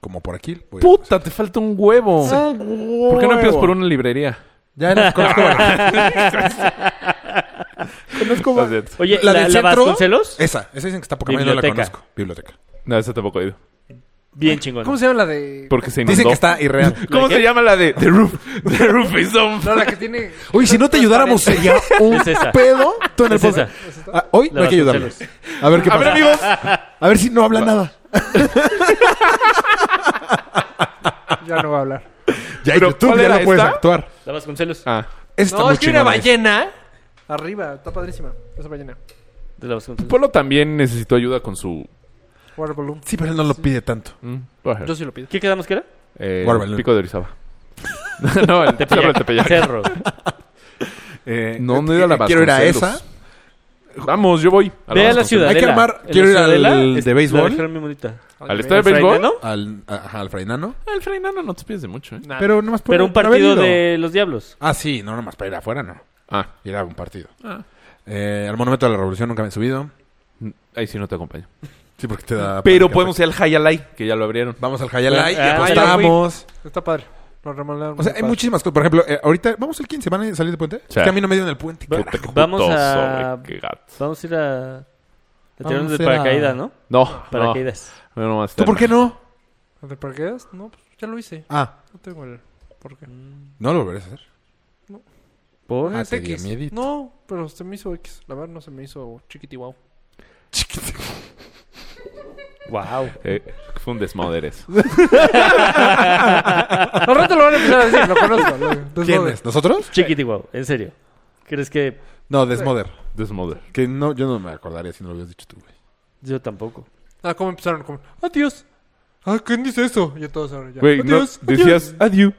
[SPEAKER 1] Como por aquí. voy a-
[SPEAKER 3] Puta, te falta un huevo.
[SPEAKER 4] Ah,
[SPEAKER 3] ¿Por qué no empiezas por una librería?
[SPEAKER 1] Ya las conozco. conozco más.
[SPEAKER 3] Así es.
[SPEAKER 2] Oye,
[SPEAKER 1] ¿La
[SPEAKER 2] ¿la, Eh, la,
[SPEAKER 1] del centro?
[SPEAKER 2] Vasconcelos?
[SPEAKER 1] Esa, esa dicen que está poca madre, no la
[SPEAKER 2] Biblioteca.
[SPEAKER 1] conozco. Biblioteca.
[SPEAKER 3] No, esa tampoco he ido.
[SPEAKER 2] Bien chingón.
[SPEAKER 4] ¿Cómo se llama la de...?
[SPEAKER 3] Porque se inundó.
[SPEAKER 1] Dicen que está irreal.
[SPEAKER 3] ¿Cómo se llama la de The Roof? The Roof is on
[SPEAKER 4] No, la que tiene...
[SPEAKER 1] Oye, si no te ayudáramos sería un
[SPEAKER 2] Es esa.
[SPEAKER 1] pedo. Tú en el
[SPEAKER 2] Es esa.
[SPEAKER 1] podcast. Ah, hoy
[SPEAKER 2] La
[SPEAKER 1] no hay que ayudarles. A ver qué
[SPEAKER 3] A ver,
[SPEAKER 1] pasa.
[SPEAKER 3] amigos.
[SPEAKER 1] A ver si no habla nada.
[SPEAKER 4] Ya no va a hablar.
[SPEAKER 1] Ya,
[SPEAKER 3] Pero,
[SPEAKER 1] YouTube
[SPEAKER 3] ¿cuál
[SPEAKER 1] ya
[SPEAKER 3] era
[SPEAKER 1] no puedes
[SPEAKER 3] esta?
[SPEAKER 1] actuar.
[SPEAKER 2] ¿La Vasconcelos?
[SPEAKER 3] Ah,
[SPEAKER 1] Esta
[SPEAKER 4] no,
[SPEAKER 1] muy
[SPEAKER 4] es que una
[SPEAKER 1] chingona es.
[SPEAKER 4] ballena. Arriba, está padrísima. Esa ballena.
[SPEAKER 2] De la Vasconcelos.
[SPEAKER 3] Polo también necesitó ayuda con su...
[SPEAKER 4] Water balloon.
[SPEAKER 1] Sí, pero él no lo pide tanto.
[SPEAKER 3] Mm,
[SPEAKER 4] Yo sí lo pido.
[SPEAKER 2] ¿Qué quedamos que era?
[SPEAKER 3] eh,
[SPEAKER 1] Watermelon.
[SPEAKER 3] Pico de Orizaba. no, el cerro del Tepeyac.
[SPEAKER 2] Cerro.
[SPEAKER 1] Eh,
[SPEAKER 3] No, no era la
[SPEAKER 1] Quiero ir a
[SPEAKER 3] Vasconcelos.
[SPEAKER 1] esa.
[SPEAKER 3] Vamos, yo voy. A
[SPEAKER 2] Ve a la
[SPEAKER 3] Vasconcelos.
[SPEAKER 2] ciudadela.
[SPEAKER 1] Hay que armar-
[SPEAKER 2] En la
[SPEAKER 1] quiero ir al
[SPEAKER 2] Ciudadela,
[SPEAKER 1] de
[SPEAKER 2] es- la
[SPEAKER 1] béisbol.
[SPEAKER 2] dejaron bien bonita.
[SPEAKER 3] ¿Al estadio de
[SPEAKER 2] ¿Al
[SPEAKER 3] béisbol?
[SPEAKER 2] Frainano?
[SPEAKER 1] Al, ajá, al Frainano.
[SPEAKER 3] Ah, El Freinano no te pides de mucho, ¿eh?
[SPEAKER 4] Nada.
[SPEAKER 1] Pero nomás por-
[SPEAKER 2] Pero un
[SPEAKER 1] por haber
[SPEAKER 2] partido
[SPEAKER 1] ido.
[SPEAKER 2] de los diablos.
[SPEAKER 1] Ah, sí, no, nomás para ir afuera, no.
[SPEAKER 3] Ah,
[SPEAKER 1] Ir a un partido.
[SPEAKER 3] Ah.
[SPEAKER 1] Eh, al Monumento de la Revolución nunca me he subido.
[SPEAKER 3] Mm, ahí sí no te acompaño.
[SPEAKER 1] Sí, porque te da.
[SPEAKER 3] Pero
[SPEAKER 1] pánica,
[SPEAKER 3] podemos ir al Hayalay, que ya lo abrieron.
[SPEAKER 1] pues. Vamos al Hayalay y
[SPEAKER 2] Ah,
[SPEAKER 1] apostamos.
[SPEAKER 4] Está padre. Nos remalaron.
[SPEAKER 1] O sea,
[SPEAKER 4] muy
[SPEAKER 1] hay
[SPEAKER 4] padre.
[SPEAKER 1] muchísimas cosas. Por ejemplo, eh, ahorita vamos el 15. ¿Van a salir de puente?
[SPEAKER 3] Sí.
[SPEAKER 1] Es que a mí no me dieron el puente.
[SPEAKER 3] Puta,
[SPEAKER 1] carajo.
[SPEAKER 3] qué
[SPEAKER 2] Vamos
[SPEAKER 3] putoso,
[SPEAKER 2] a-
[SPEAKER 3] güey, qué gato.
[SPEAKER 2] Vamos a ir a... a
[SPEAKER 1] Vamos
[SPEAKER 2] tirarnos de
[SPEAKER 1] a ir a-
[SPEAKER 2] paracaídas, ¿no?
[SPEAKER 3] No, no.
[SPEAKER 2] Paracaídas.
[SPEAKER 3] Yo no voy a
[SPEAKER 1] ¿Tú
[SPEAKER 3] estar-
[SPEAKER 1] por qué no?
[SPEAKER 4] ¿De paracaídas? No, pues ya lo hice.
[SPEAKER 1] Ah,
[SPEAKER 4] No tengo el... ¿Por qué?
[SPEAKER 1] no lo volverás a hacer.
[SPEAKER 2] ¿Por?
[SPEAKER 1] Ah,
[SPEAKER 4] Es
[SPEAKER 1] te dio
[SPEAKER 4] X.
[SPEAKER 1] miedito.
[SPEAKER 4] No, pero se me hizo X. La verdad no se me hizo chiquitiguau.
[SPEAKER 2] Wow.
[SPEAKER 3] Eh, fue un desmoder eso.
[SPEAKER 4] Al rato lo van a empezar a decir. Lo conozco. lo- entonces,
[SPEAKER 1] ¿Quién
[SPEAKER 4] no,
[SPEAKER 1] es? ¿Nosotros?
[SPEAKER 2] Chiquiti wow, en serio. ¿Crees que
[SPEAKER 1] No, Desmoder.
[SPEAKER 3] Desmoder.
[SPEAKER 1] Que no, yo no me acordaría si no lo hubieras dicho tú, güey.
[SPEAKER 2] yo tampoco?
[SPEAKER 4] Ah, ¿cómo empezaron? Como, adiós. Ah, ¿quién dice eso? Ya todos ahora ya.
[SPEAKER 3] Güey, no,
[SPEAKER 4] adiós.
[SPEAKER 3] decías adiós.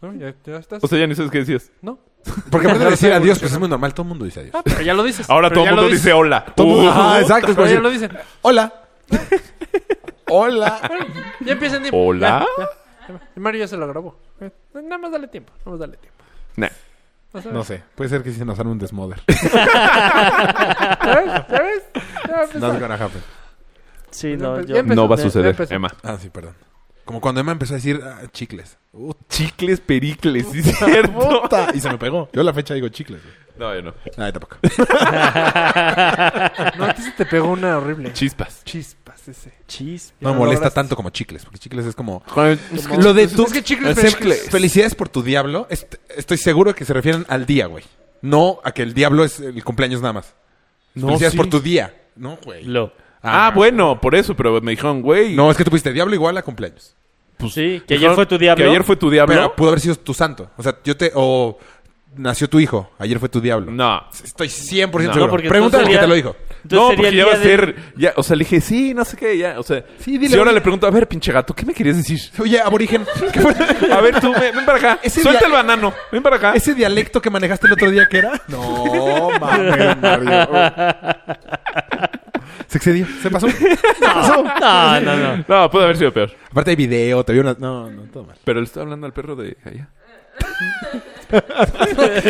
[SPEAKER 4] No, ya, ya estás.
[SPEAKER 3] O sea, ya ni sabes qué decías.
[SPEAKER 4] no.
[SPEAKER 1] Porque aparte de
[SPEAKER 4] No
[SPEAKER 1] decir
[SPEAKER 4] sé,
[SPEAKER 1] adiós,
[SPEAKER 4] evolucionó.
[SPEAKER 1] pues es muy normal. Todo el mundo dice adiós.
[SPEAKER 4] Ah, pero ya lo dices.
[SPEAKER 3] Ahora
[SPEAKER 4] Pero
[SPEAKER 3] todo
[SPEAKER 4] ya
[SPEAKER 3] el mundo
[SPEAKER 4] lo dices.
[SPEAKER 3] dice hola.
[SPEAKER 1] Todo el mundo-
[SPEAKER 3] Uh,
[SPEAKER 1] Ajá, exacto. es como decir,
[SPEAKER 4] Pero ya lo dicen.
[SPEAKER 1] Hola. Hola.
[SPEAKER 4] Ya empiezan tiempo.
[SPEAKER 3] ¿Hola?
[SPEAKER 4] Mario ya se lo grabó. Eh, Nada más dale tiempo. Nada más dale tiempo.
[SPEAKER 3] Nah.
[SPEAKER 4] Vas a
[SPEAKER 1] No
[SPEAKER 4] ver.
[SPEAKER 1] sé. Puede ser que sí se nos arme un Desmoder.
[SPEAKER 4] ¿Ya ves? ¿Ya ves? Ya va a
[SPEAKER 1] Not
[SPEAKER 4] empezar.
[SPEAKER 1] gonna happen.
[SPEAKER 2] Sí, no,
[SPEAKER 4] empe-
[SPEAKER 2] yo...
[SPEAKER 4] ya empezó,
[SPEAKER 3] No va a
[SPEAKER 4] ya
[SPEAKER 3] suceder,
[SPEAKER 4] empezó.
[SPEAKER 3] Emma.
[SPEAKER 1] pues. Ah, sí, perdón. Como cuando Emma empezó a decir ah, chicles.
[SPEAKER 3] Uh, chicles pericles, sí, cierto.
[SPEAKER 1] Puta, Y se me pegó. Yo a la fecha digo chicles. güey.
[SPEAKER 3] No, yo no.
[SPEAKER 1] Ay, tampoco.
[SPEAKER 4] No, a ti se te pegó una horrible.
[SPEAKER 3] Chispas.
[SPEAKER 4] Chispas ese.
[SPEAKER 2] Chis.
[SPEAKER 1] No
[SPEAKER 4] lo
[SPEAKER 1] molesta
[SPEAKER 4] lograste.
[SPEAKER 1] tanto como chicles, porque chicles es como...
[SPEAKER 4] Como-
[SPEAKER 1] Lo de
[SPEAKER 4] Es
[SPEAKER 1] tu...
[SPEAKER 4] que chicles,
[SPEAKER 1] Sem-
[SPEAKER 4] chicles.
[SPEAKER 1] Felicidades por tu diablo. Es- Estoy seguro que se refieren al día, güey. No a que el diablo es el cumpleaños nada más.
[SPEAKER 3] No,
[SPEAKER 1] Felicidades
[SPEAKER 3] sí.
[SPEAKER 1] por tu día. No, güey.
[SPEAKER 2] Lo.
[SPEAKER 3] Ah, bueno, por eso, pero me dijeron, güey. pues,
[SPEAKER 1] No, es que tú pusiste diablo igual a cumpleaños.
[SPEAKER 2] sí, que
[SPEAKER 3] dijeron
[SPEAKER 2] ayer fue tu diablo.
[SPEAKER 3] Que ayer fue tu diablo.
[SPEAKER 1] Pero pudo haber sido tu santo. O sea, yo te... O nació tu hijo. Ayer fue tu diablo.
[SPEAKER 3] No.
[SPEAKER 1] Estoy 100%
[SPEAKER 3] No,
[SPEAKER 1] seguro.
[SPEAKER 2] porque
[SPEAKER 1] Pregúntale al
[SPEAKER 2] entonces
[SPEAKER 1] que te lo
[SPEAKER 2] sería-
[SPEAKER 1] dijo.
[SPEAKER 2] Entonces
[SPEAKER 3] no,
[SPEAKER 2] sería
[SPEAKER 3] porque
[SPEAKER 2] el
[SPEAKER 3] ya va a
[SPEAKER 2] día del-
[SPEAKER 3] ser. Ya, o sea, le dije, sí, no sé qué, ya. O sea,
[SPEAKER 1] Sí, dile,
[SPEAKER 3] si ahora
[SPEAKER 1] oye.
[SPEAKER 3] le pregunto, a ver, pinche gato, ¿qué me querías decir?
[SPEAKER 1] Oye, aborigen, ¿qué fue?
[SPEAKER 3] A ver, tú, ven, ven para acá.
[SPEAKER 1] Ese
[SPEAKER 3] Suelta
[SPEAKER 1] día-
[SPEAKER 3] el banano. Ven para acá.
[SPEAKER 1] ¿Ese dialecto que manejaste el otro día qué era? No, mames, Mario. Se excedió. Se pasó.
[SPEAKER 2] No, no, no.
[SPEAKER 3] No, puede haber sido peor.
[SPEAKER 1] Aparte hay video, te vio una... No, no, todo mal.
[SPEAKER 3] Pero le estaba hablando al perro de allá.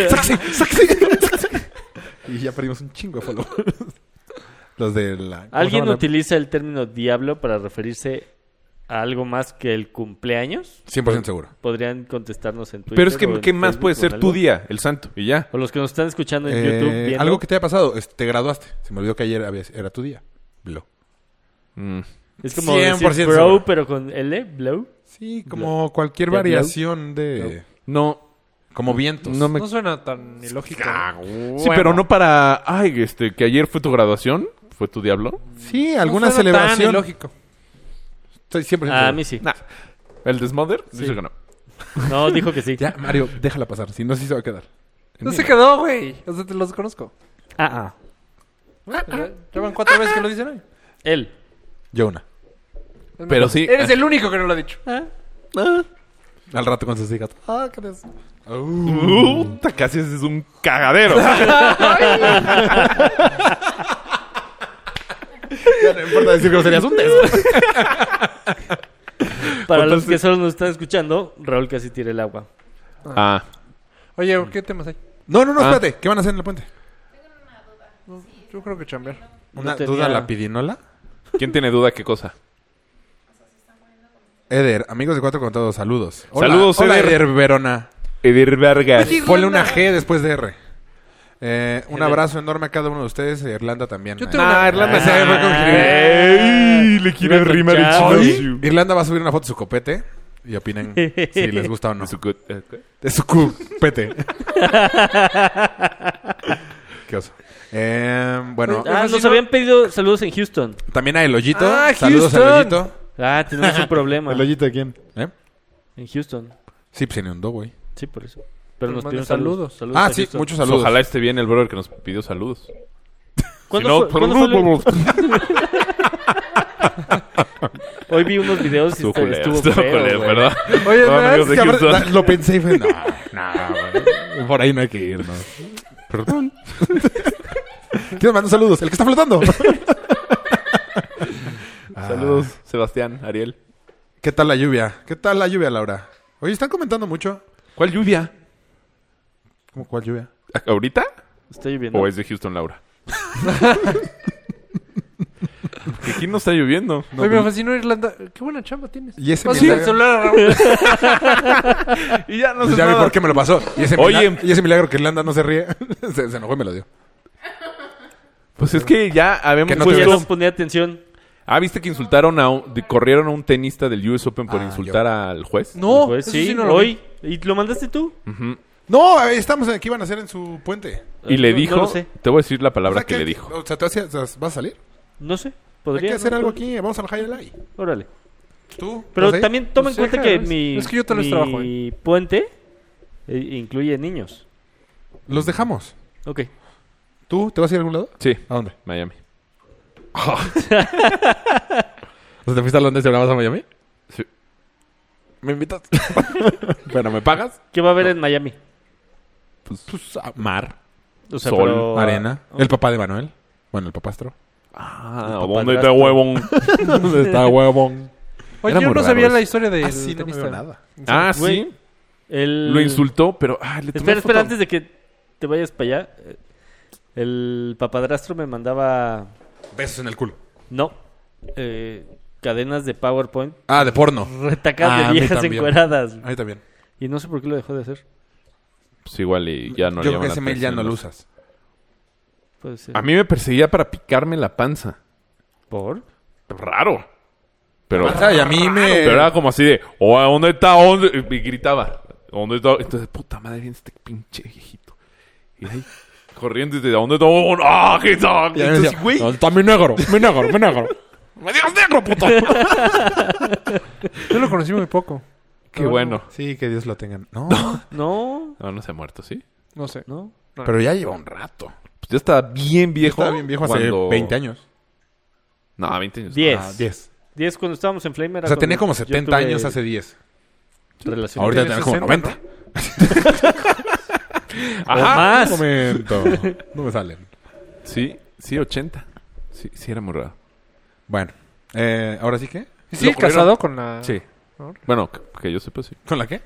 [SPEAKER 1] ¡Saxi! ¡Saxi! y ya perdimos un chingo de followers. Los de la... ¿cómo se
[SPEAKER 2] ¿Alguien
[SPEAKER 1] llama la-
[SPEAKER 2] utiliza el término diablo para referirse a algo más que el cumpleaños?
[SPEAKER 1] 100% seguro.
[SPEAKER 2] Podrían contestarnos en Twitter.
[SPEAKER 3] Pero es
[SPEAKER 2] o
[SPEAKER 3] que,
[SPEAKER 2] en
[SPEAKER 3] ¿qué más
[SPEAKER 2] Facebook
[SPEAKER 3] puede
[SPEAKER 2] o en
[SPEAKER 3] ser
[SPEAKER 2] algo?
[SPEAKER 3] tu día? El santo. Y ya.
[SPEAKER 2] O los que nos están escuchando en
[SPEAKER 1] Eh,
[SPEAKER 2] YouTube. viendo.
[SPEAKER 1] algo que te haya pasado. es- te graduaste. Se me olvidó que ayer había- era tu día. Blow.
[SPEAKER 3] Mm.
[SPEAKER 2] Es como
[SPEAKER 1] 100%
[SPEAKER 2] decir bro,
[SPEAKER 1] seguro.
[SPEAKER 2] pero con L, blow.
[SPEAKER 1] Sí, como cualquier
[SPEAKER 2] ¿Ya blow?
[SPEAKER 1] variación de...
[SPEAKER 3] No.
[SPEAKER 1] Como vientos.
[SPEAKER 3] No me.
[SPEAKER 4] No suena tan ilógico.
[SPEAKER 3] Ah, Sí, pero no para. Ay, este, que ayer fue tu graduación. ¿Fue tu diablo?
[SPEAKER 1] Sí, alguna celebración.
[SPEAKER 4] ilógico.
[SPEAKER 1] Estoy 100% seguro.
[SPEAKER 2] Ah, a mí sí.
[SPEAKER 3] Nah. ¿El desmother? Dice que no.
[SPEAKER 2] No, dijo que sí.
[SPEAKER 1] Ya, Mario, déjala pasar. Si no, sí se va a quedar.
[SPEAKER 4] No se quedó, güey. O sea, te los conozco.
[SPEAKER 2] Ah, ah.
[SPEAKER 3] Ah,
[SPEAKER 4] Ya ya van cuatro veces que lo dicen hoy.
[SPEAKER 2] Él.
[SPEAKER 1] Yo una.
[SPEAKER 4] Es
[SPEAKER 3] Pero
[SPEAKER 4] más,
[SPEAKER 3] sí. Ah,
[SPEAKER 4] Eres el único que no lo ha dicho.
[SPEAKER 1] Al rato con sus hijas. Ah, ¿qué es?
[SPEAKER 3] Puta, casi es un cagadero.
[SPEAKER 1] Ya no importa decir groserías. Un
[SPEAKER 2] Para los
[SPEAKER 3] Contaste-
[SPEAKER 2] que solo nos están escuchando, Raúl casi tira el agua.
[SPEAKER 3] ah.
[SPEAKER 4] Oye, ¿qué temas hay?
[SPEAKER 1] No, no, no,
[SPEAKER 3] Ah.
[SPEAKER 1] espérate. ¿Qué van a hacer en la puente?
[SPEAKER 4] Yo creo que chambear.
[SPEAKER 1] ¿Una
[SPEAKER 2] tenía-
[SPEAKER 1] duda lapidinola?
[SPEAKER 3] ¿Quién tiene duda qué cosa?
[SPEAKER 1] Eder, amigos de Cuatro con Todos, saludos. Hola,
[SPEAKER 3] Saludos,
[SPEAKER 1] hola,
[SPEAKER 3] Eder.
[SPEAKER 1] Eder. Verona.
[SPEAKER 3] Edir Vargas.
[SPEAKER 1] Ponle una G después de R. Eh, un abrazo enorme a cada uno de ustedes. y a Irlanda también.
[SPEAKER 4] Yo
[SPEAKER 1] Eh,
[SPEAKER 4] tengo
[SPEAKER 3] Ah,
[SPEAKER 4] una-
[SPEAKER 1] Irlanda se fue con Jiménez.
[SPEAKER 3] ¡Ey! Le quiere
[SPEAKER 2] Ah. Iba con
[SPEAKER 3] rimar
[SPEAKER 2] Chao.
[SPEAKER 3] el
[SPEAKER 1] Hoy,
[SPEAKER 3] chino.
[SPEAKER 1] Irlanda va a subir una foto de su copete y opinen si les gusta o no.
[SPEAKER 3] No. Su co- eh, ¿qué?
[SPEAKER 1] De su copete. Qué oso. Eh, bueno,
[SPEAKER 2] Ah,
[SPEAKER 4] Así
[SPEAKER 2] nos
[SPEAKER 4] no-
[SPEAKER 2] habían pedido saludos en Houston.
[SPEAKER 1] también a El Hoyito.
[SPEAKER 4] Ah,
[SPEAKER 1] saludos al
[SPEAKER 4] Houston.
[SPEAKER 1] Hoyito.
[SPEAKER 2] Ah, tenemos un problema.
[SPEAKER 1] Hoyito quién? ¿Eh?
[SPEAKER 2] En Houston.
[SPEAKER 1] Sí, pues se inundó, güey.
[SPEAKER 2] Sí, por eso. Pero nos
[SPEAKER 4] manda
[SPEAKER 2] pidieron
[SPEAKER 4] saludos.
[SPEAKER 2] saludos. saludos
[SPEAKER 1] Ah,
[SPEAKER 2] a
[SPEAKER 1] sí,
[SPEAKER 2] Houston.
[SPEAKER 1] muchos saludos.
[SPEAKER 3] Ojalá esté bien el brother que nos pidió saludos.
[SPEAKER 2] ¿Cuándo
[SPEAKER 3] Si no,
[SPEAKER 2] fue- cuándo fue el- Hoy vi unos videos y
[SPEAKER 3] Estuvo
[SPEAKER 2] está-
[SPEAKER 3] culero,
[SPEAKER 2] Este, estuvo,
[SPEAKER 3] estuvo
[SPEAKER 2] feo,
[SPEAKER 3] culero,
[SPEAKER 2] güey.
[SPEAKER 3] ¿verdad?
[SPEAKER 4] Oye,
[SPEAKER 3] No,
[SPEAKER 4] ¿verdad?
[SPEAKER 3] amigos de
[SPEAKER 1] Es que a ver,
[SPEAKER 3] Houston.
[SPEAKER 1] la- lo pensé y fue, no, no, güey. por ahí no hay que ir, no. Perdón. ¿Quién manda saludos? El que está flotando.
[SPEAKER 3] Saludos, Sebastián, Ariel.
[SPEAKER 1] ¿Qué tal la lluvia? ¿Qué tal la lluvia, Laura? Oye, están comentando mucho.
[SPEAKER 3] ¿Cuál lluvia?
[SPEAKER 1] ¿Cómo cuál lluvia?
[SPEAKER 3] ¿Ahorita?
[SPEAKER 2] Está lloviendo.
[SPEAKER 1] Pues,
[SPEAKER 3] ¿O es de Houston, Laura? que aquí no está lloviendo.
[SPEAKER 1] No,
[SPEAKER 4] Oye, me
[SPEAKER 1] pero-
[SPEAKER 4] fascinó Irlanda. Qué buena chamba tienes. ¿Ah,
[SPEAKER 1] Y ese
[SPEAKER 4] Vas a ir
[SPEAKER 1] milagro-
[SPEAKER 4] al celular a Raúl.
[SPEAKER 3] Y ya no
[SPEAKER 1] Pues
[SPEAKER 3] sé
[SPEAKER 1] ya vi
[SPEAKER 3] nada.
[SPEAKER 1] por qué me lo pasó. Y ese,
[SPEAKER 3] Oye.
[SPEAKER 1] milagro, y ese milagro que Irlanda no se ríe. se, se enojó y me lo dio.
[SPEAKER 3] Pues es que ya habíamos
[SPEAKER 1] Que no te
[SPEAKER 2] Pues Ya
[SPEAKER 3] puesto-
[SPEAKER 2] no ponía atención.
[SPEAKER 3] Ah, ¿viste que insultaron a un... de- corrieron a un tenista del US Open por
[SPEAKER 1] Ah,
[SPEAKER 3] insultar al juez?
[SPEAKER 4] No,
[SPEAKER 2] Pues
[SPEAKER 4] Oh, eso
[SPEAKER 2] sí,
[SPEAKER 4] no lo vi.
[SPEAKER 2] hoy. ¿Y lo mandaste tú?
[SPEAKER 1] Mm.
[SPEAKER 3] Ujú.
[SPEAKER 1] No, ahí estamos aquí, iban a hacer en su puente.
[SPEAKER 3] Y le
[SPEAKER 2] No-
[SPEAKER 3] dijo...
[SPEAKER 2] No lo sé.
[SPEAKER 3] Te voy a decir la
[SPEAKER 1] O
[SPEAKER 3] palabra
[SPEAKER 1] sea,
[SPEAKER 3] que
[SPEAKER 1] ¿qué-
[SPEAKER 3] le dijo.
[SPEAKER 1] O sea, ¿te vas a, vas a salir?
[SPEAKER 2] No sé.
[SPEAKER 1] Hay
[SPEAKER 2] Podría.
[SPEAKER 1] que hacer
[SPEAKER 2] ¿no?
[SPEAKER 1] algo aquí. ¿Ah, Vamos al highlight.
[SPEAKER 2] Órale.
[SPEAKER 1] ¿Tú?
[SPEAKER 2] Pero
[SPEAKER 1] ¿No sé?
[SPEAKER 2] también toma en
[SPEAKER 4] Pues
[SPEAKER 2] cuenta
[SPEAKER 4] deja,
[SPEAKER 2] que
[SPEAKER 4] es-
[SPEAKER 2] mi,
[SPEAKER 4] es que yo tal vez
[SPEAKER 2] mi
[SPEAKER 4] trabajo,
[SPEAKER 2] puente eh, incluye niños.
[SPEAKER 1] Los dejamos.
[SPEAKER 2] Ok.
[SPEAKER 1] ¿Tú te vas a ir a algún lado?
[SPEAKER 3] Sí,
[SPEAKER 1] ¿A dónde?
[SPEAKER 3] Miami.
[SPEAKER 1] O sea, ¿te fuiste a Londres y ahora vas a Miami?
[SPEAKER 3] Sí.
[SPEAKER 1] ¿Me invitas? bueno, ¿me pagas?
[SPEAKER 2] ¿Qué va a haber en Miami?
[SPEAKER 1] Pues, a mar,
[SPEAKER 2] O sea,
[SPEAKER 3] Sol,
[SPEAKER 2] pero-
[SPEAKER 1] arena. El papá de Manuel. Bueno, el papastro.
[SPEAKER 3] Ah,
[SPEAKER 2] papá
[SPEAKER 3] ¿dónde está
[SPEAKER 2] Rastro.
[SPEAKER 3] huevón?
[SPEAKER 1] ¿Dónde está huevón?
[SPEAKER 4] Oye,
[SPEAKER 3] Era
[SPEAKER 4] Pues yo
[SPEAKER 3] muy
[SPEAKER 4] no
[SPEAKER 3] raro
[SPEAKER 4] sabía
[SPEAKER 3] eso.
[SPEAKER 4] la historia de
[SPEAKER 1] Así Ah, no me veo nada.
[SPEAKER 3] Ah,
[SPEAKER 2] Güey,
[SPEAKER 3] sí.
[SPEAKER 2] el-
[SPEAKER 3] Lo insultó, pero... Ah, le tomé
[SPEAKER 2] Espera,
[SPEAKER 3] foto.
[SPEAKER 2] espera, antes de que te vayas para allá. eh, El papadrastro me mandaba.
[SPEAKER 1] Besos en el culo.
[SPEAKER 2] No. eh, cadenas de PowerPoint
[SPEAKER 1] Ah, de porno.
[SPEAKER 2] retacadas
[SPEAKER 1] Ah, a
[SPEAKER 2] de
[SPEAKER 1] mí
[SPEAKER 2] viejas
[SPEAKER 1] también.
[SPEAKER 2] encueradas.
[SPEAKER 1] A mí también.
[SPEAKER 2] Y no sé por qué lo dejó de hacer.
[SPEAKER 3] Pues igual y ya no le
[SPEAKER 1] Yo creo
[SPEAKER 3] llaman
[SPEAKER 1] que
[SPEAKER 3] la
[SPEAKER 1] ese mail ya
[SPEAKER 3] atención,
[SPEAKER 1] no lo usas.
[SPEAKER 2] Puede ser.
[SPEAKER 3] A mí me perseguía para picarme la panza.
[SPEAKER 2] ¿Por?
[SPEAKER 3] Raro. Pero,
[SPEAKER 1] O sea, Ah, y a mí me...
[SPEAKER 3] pero era como así de, "Oh, ¿dónde está? ¿Dónde? Y gritaba, ¿dónde está? Entonces, puta madre, viene este pinche viejito. Y ahí, corriendo y de, ¿dónde está? Oh, no, ¡Ah, qué está!
[SPEAKER 1] Y a mí me decía,
[SPEAKER 3] Entonces, güey,
[SPEAKER 1] "No, está mi negro, mi negro, mi negro.
[SPEAKER 3] ¡me digas negro, puto!
[SPEAKER 4] Yo lo conocí muy poco.
[SPEAKER 3] qué bueno.
[SPEAKER 1] Sí, que Dios lo tenga. No,
[SPEAKER 2] No,
[SPEAKER 3] No, no se ha muerto, ¿sí?
[SPEAKER 4] No sé.
[SPEAKER 2] no.
[SPEAKER 1] pero ya lleva un rato.
[SPEAKER 3] Pues ya estaba bien viejo.
[SPEAKER 1] Estaba bien viejo hace
[SPEAKER 3] cuando-
[SPEAKER 1] 20 años.
[SPEAKER 3] No, 20 años.
[SPEAKER 2] Diez.
[SPEAKER 1] Ah, 10.
[SPEAKER 2] 10 cuando estábamos en Flame era
[SPEAKER 1] O sea, tenía como
[SPEAKER 2] cuando yo
[SPEAKER 1] 70
[SPEAKER 2] tuve
[SPEAKER 1] años hace 10.
[SPEAKER 2] relaciones.
[SPEAKER 1] Ahorita
[SPEAKER 4] tiene
[SPEAKER 1] tenés como
[SPEAKER 4] 60,
[SPEAKER 1] 90.
[SPEAKER 2] O
[SPEAKER 3] Ajá.
[SPEAKER 1] ¡Ah!
[SPEAKER 2] más.
[SPEAKER 1] momento. No me salen.
[SPEAKER 3] Sí, sí, 80. Sí, sí, era muy raro.
[SPEAKER 1] Bueno, eh, ¿ahora sí qué?
[SPEAKER 4] Sí,
[SPEAKER 3] ¿Lo corrieron?
[SPEAKER 4] casado con la...
[SPEAKER 3] Sí.
[SPEAKER 4] ¿No?
[SPEAKER 3] Bueno, que, que yo sepa, sí.
[SPEAKER 1] ¿Con la qué?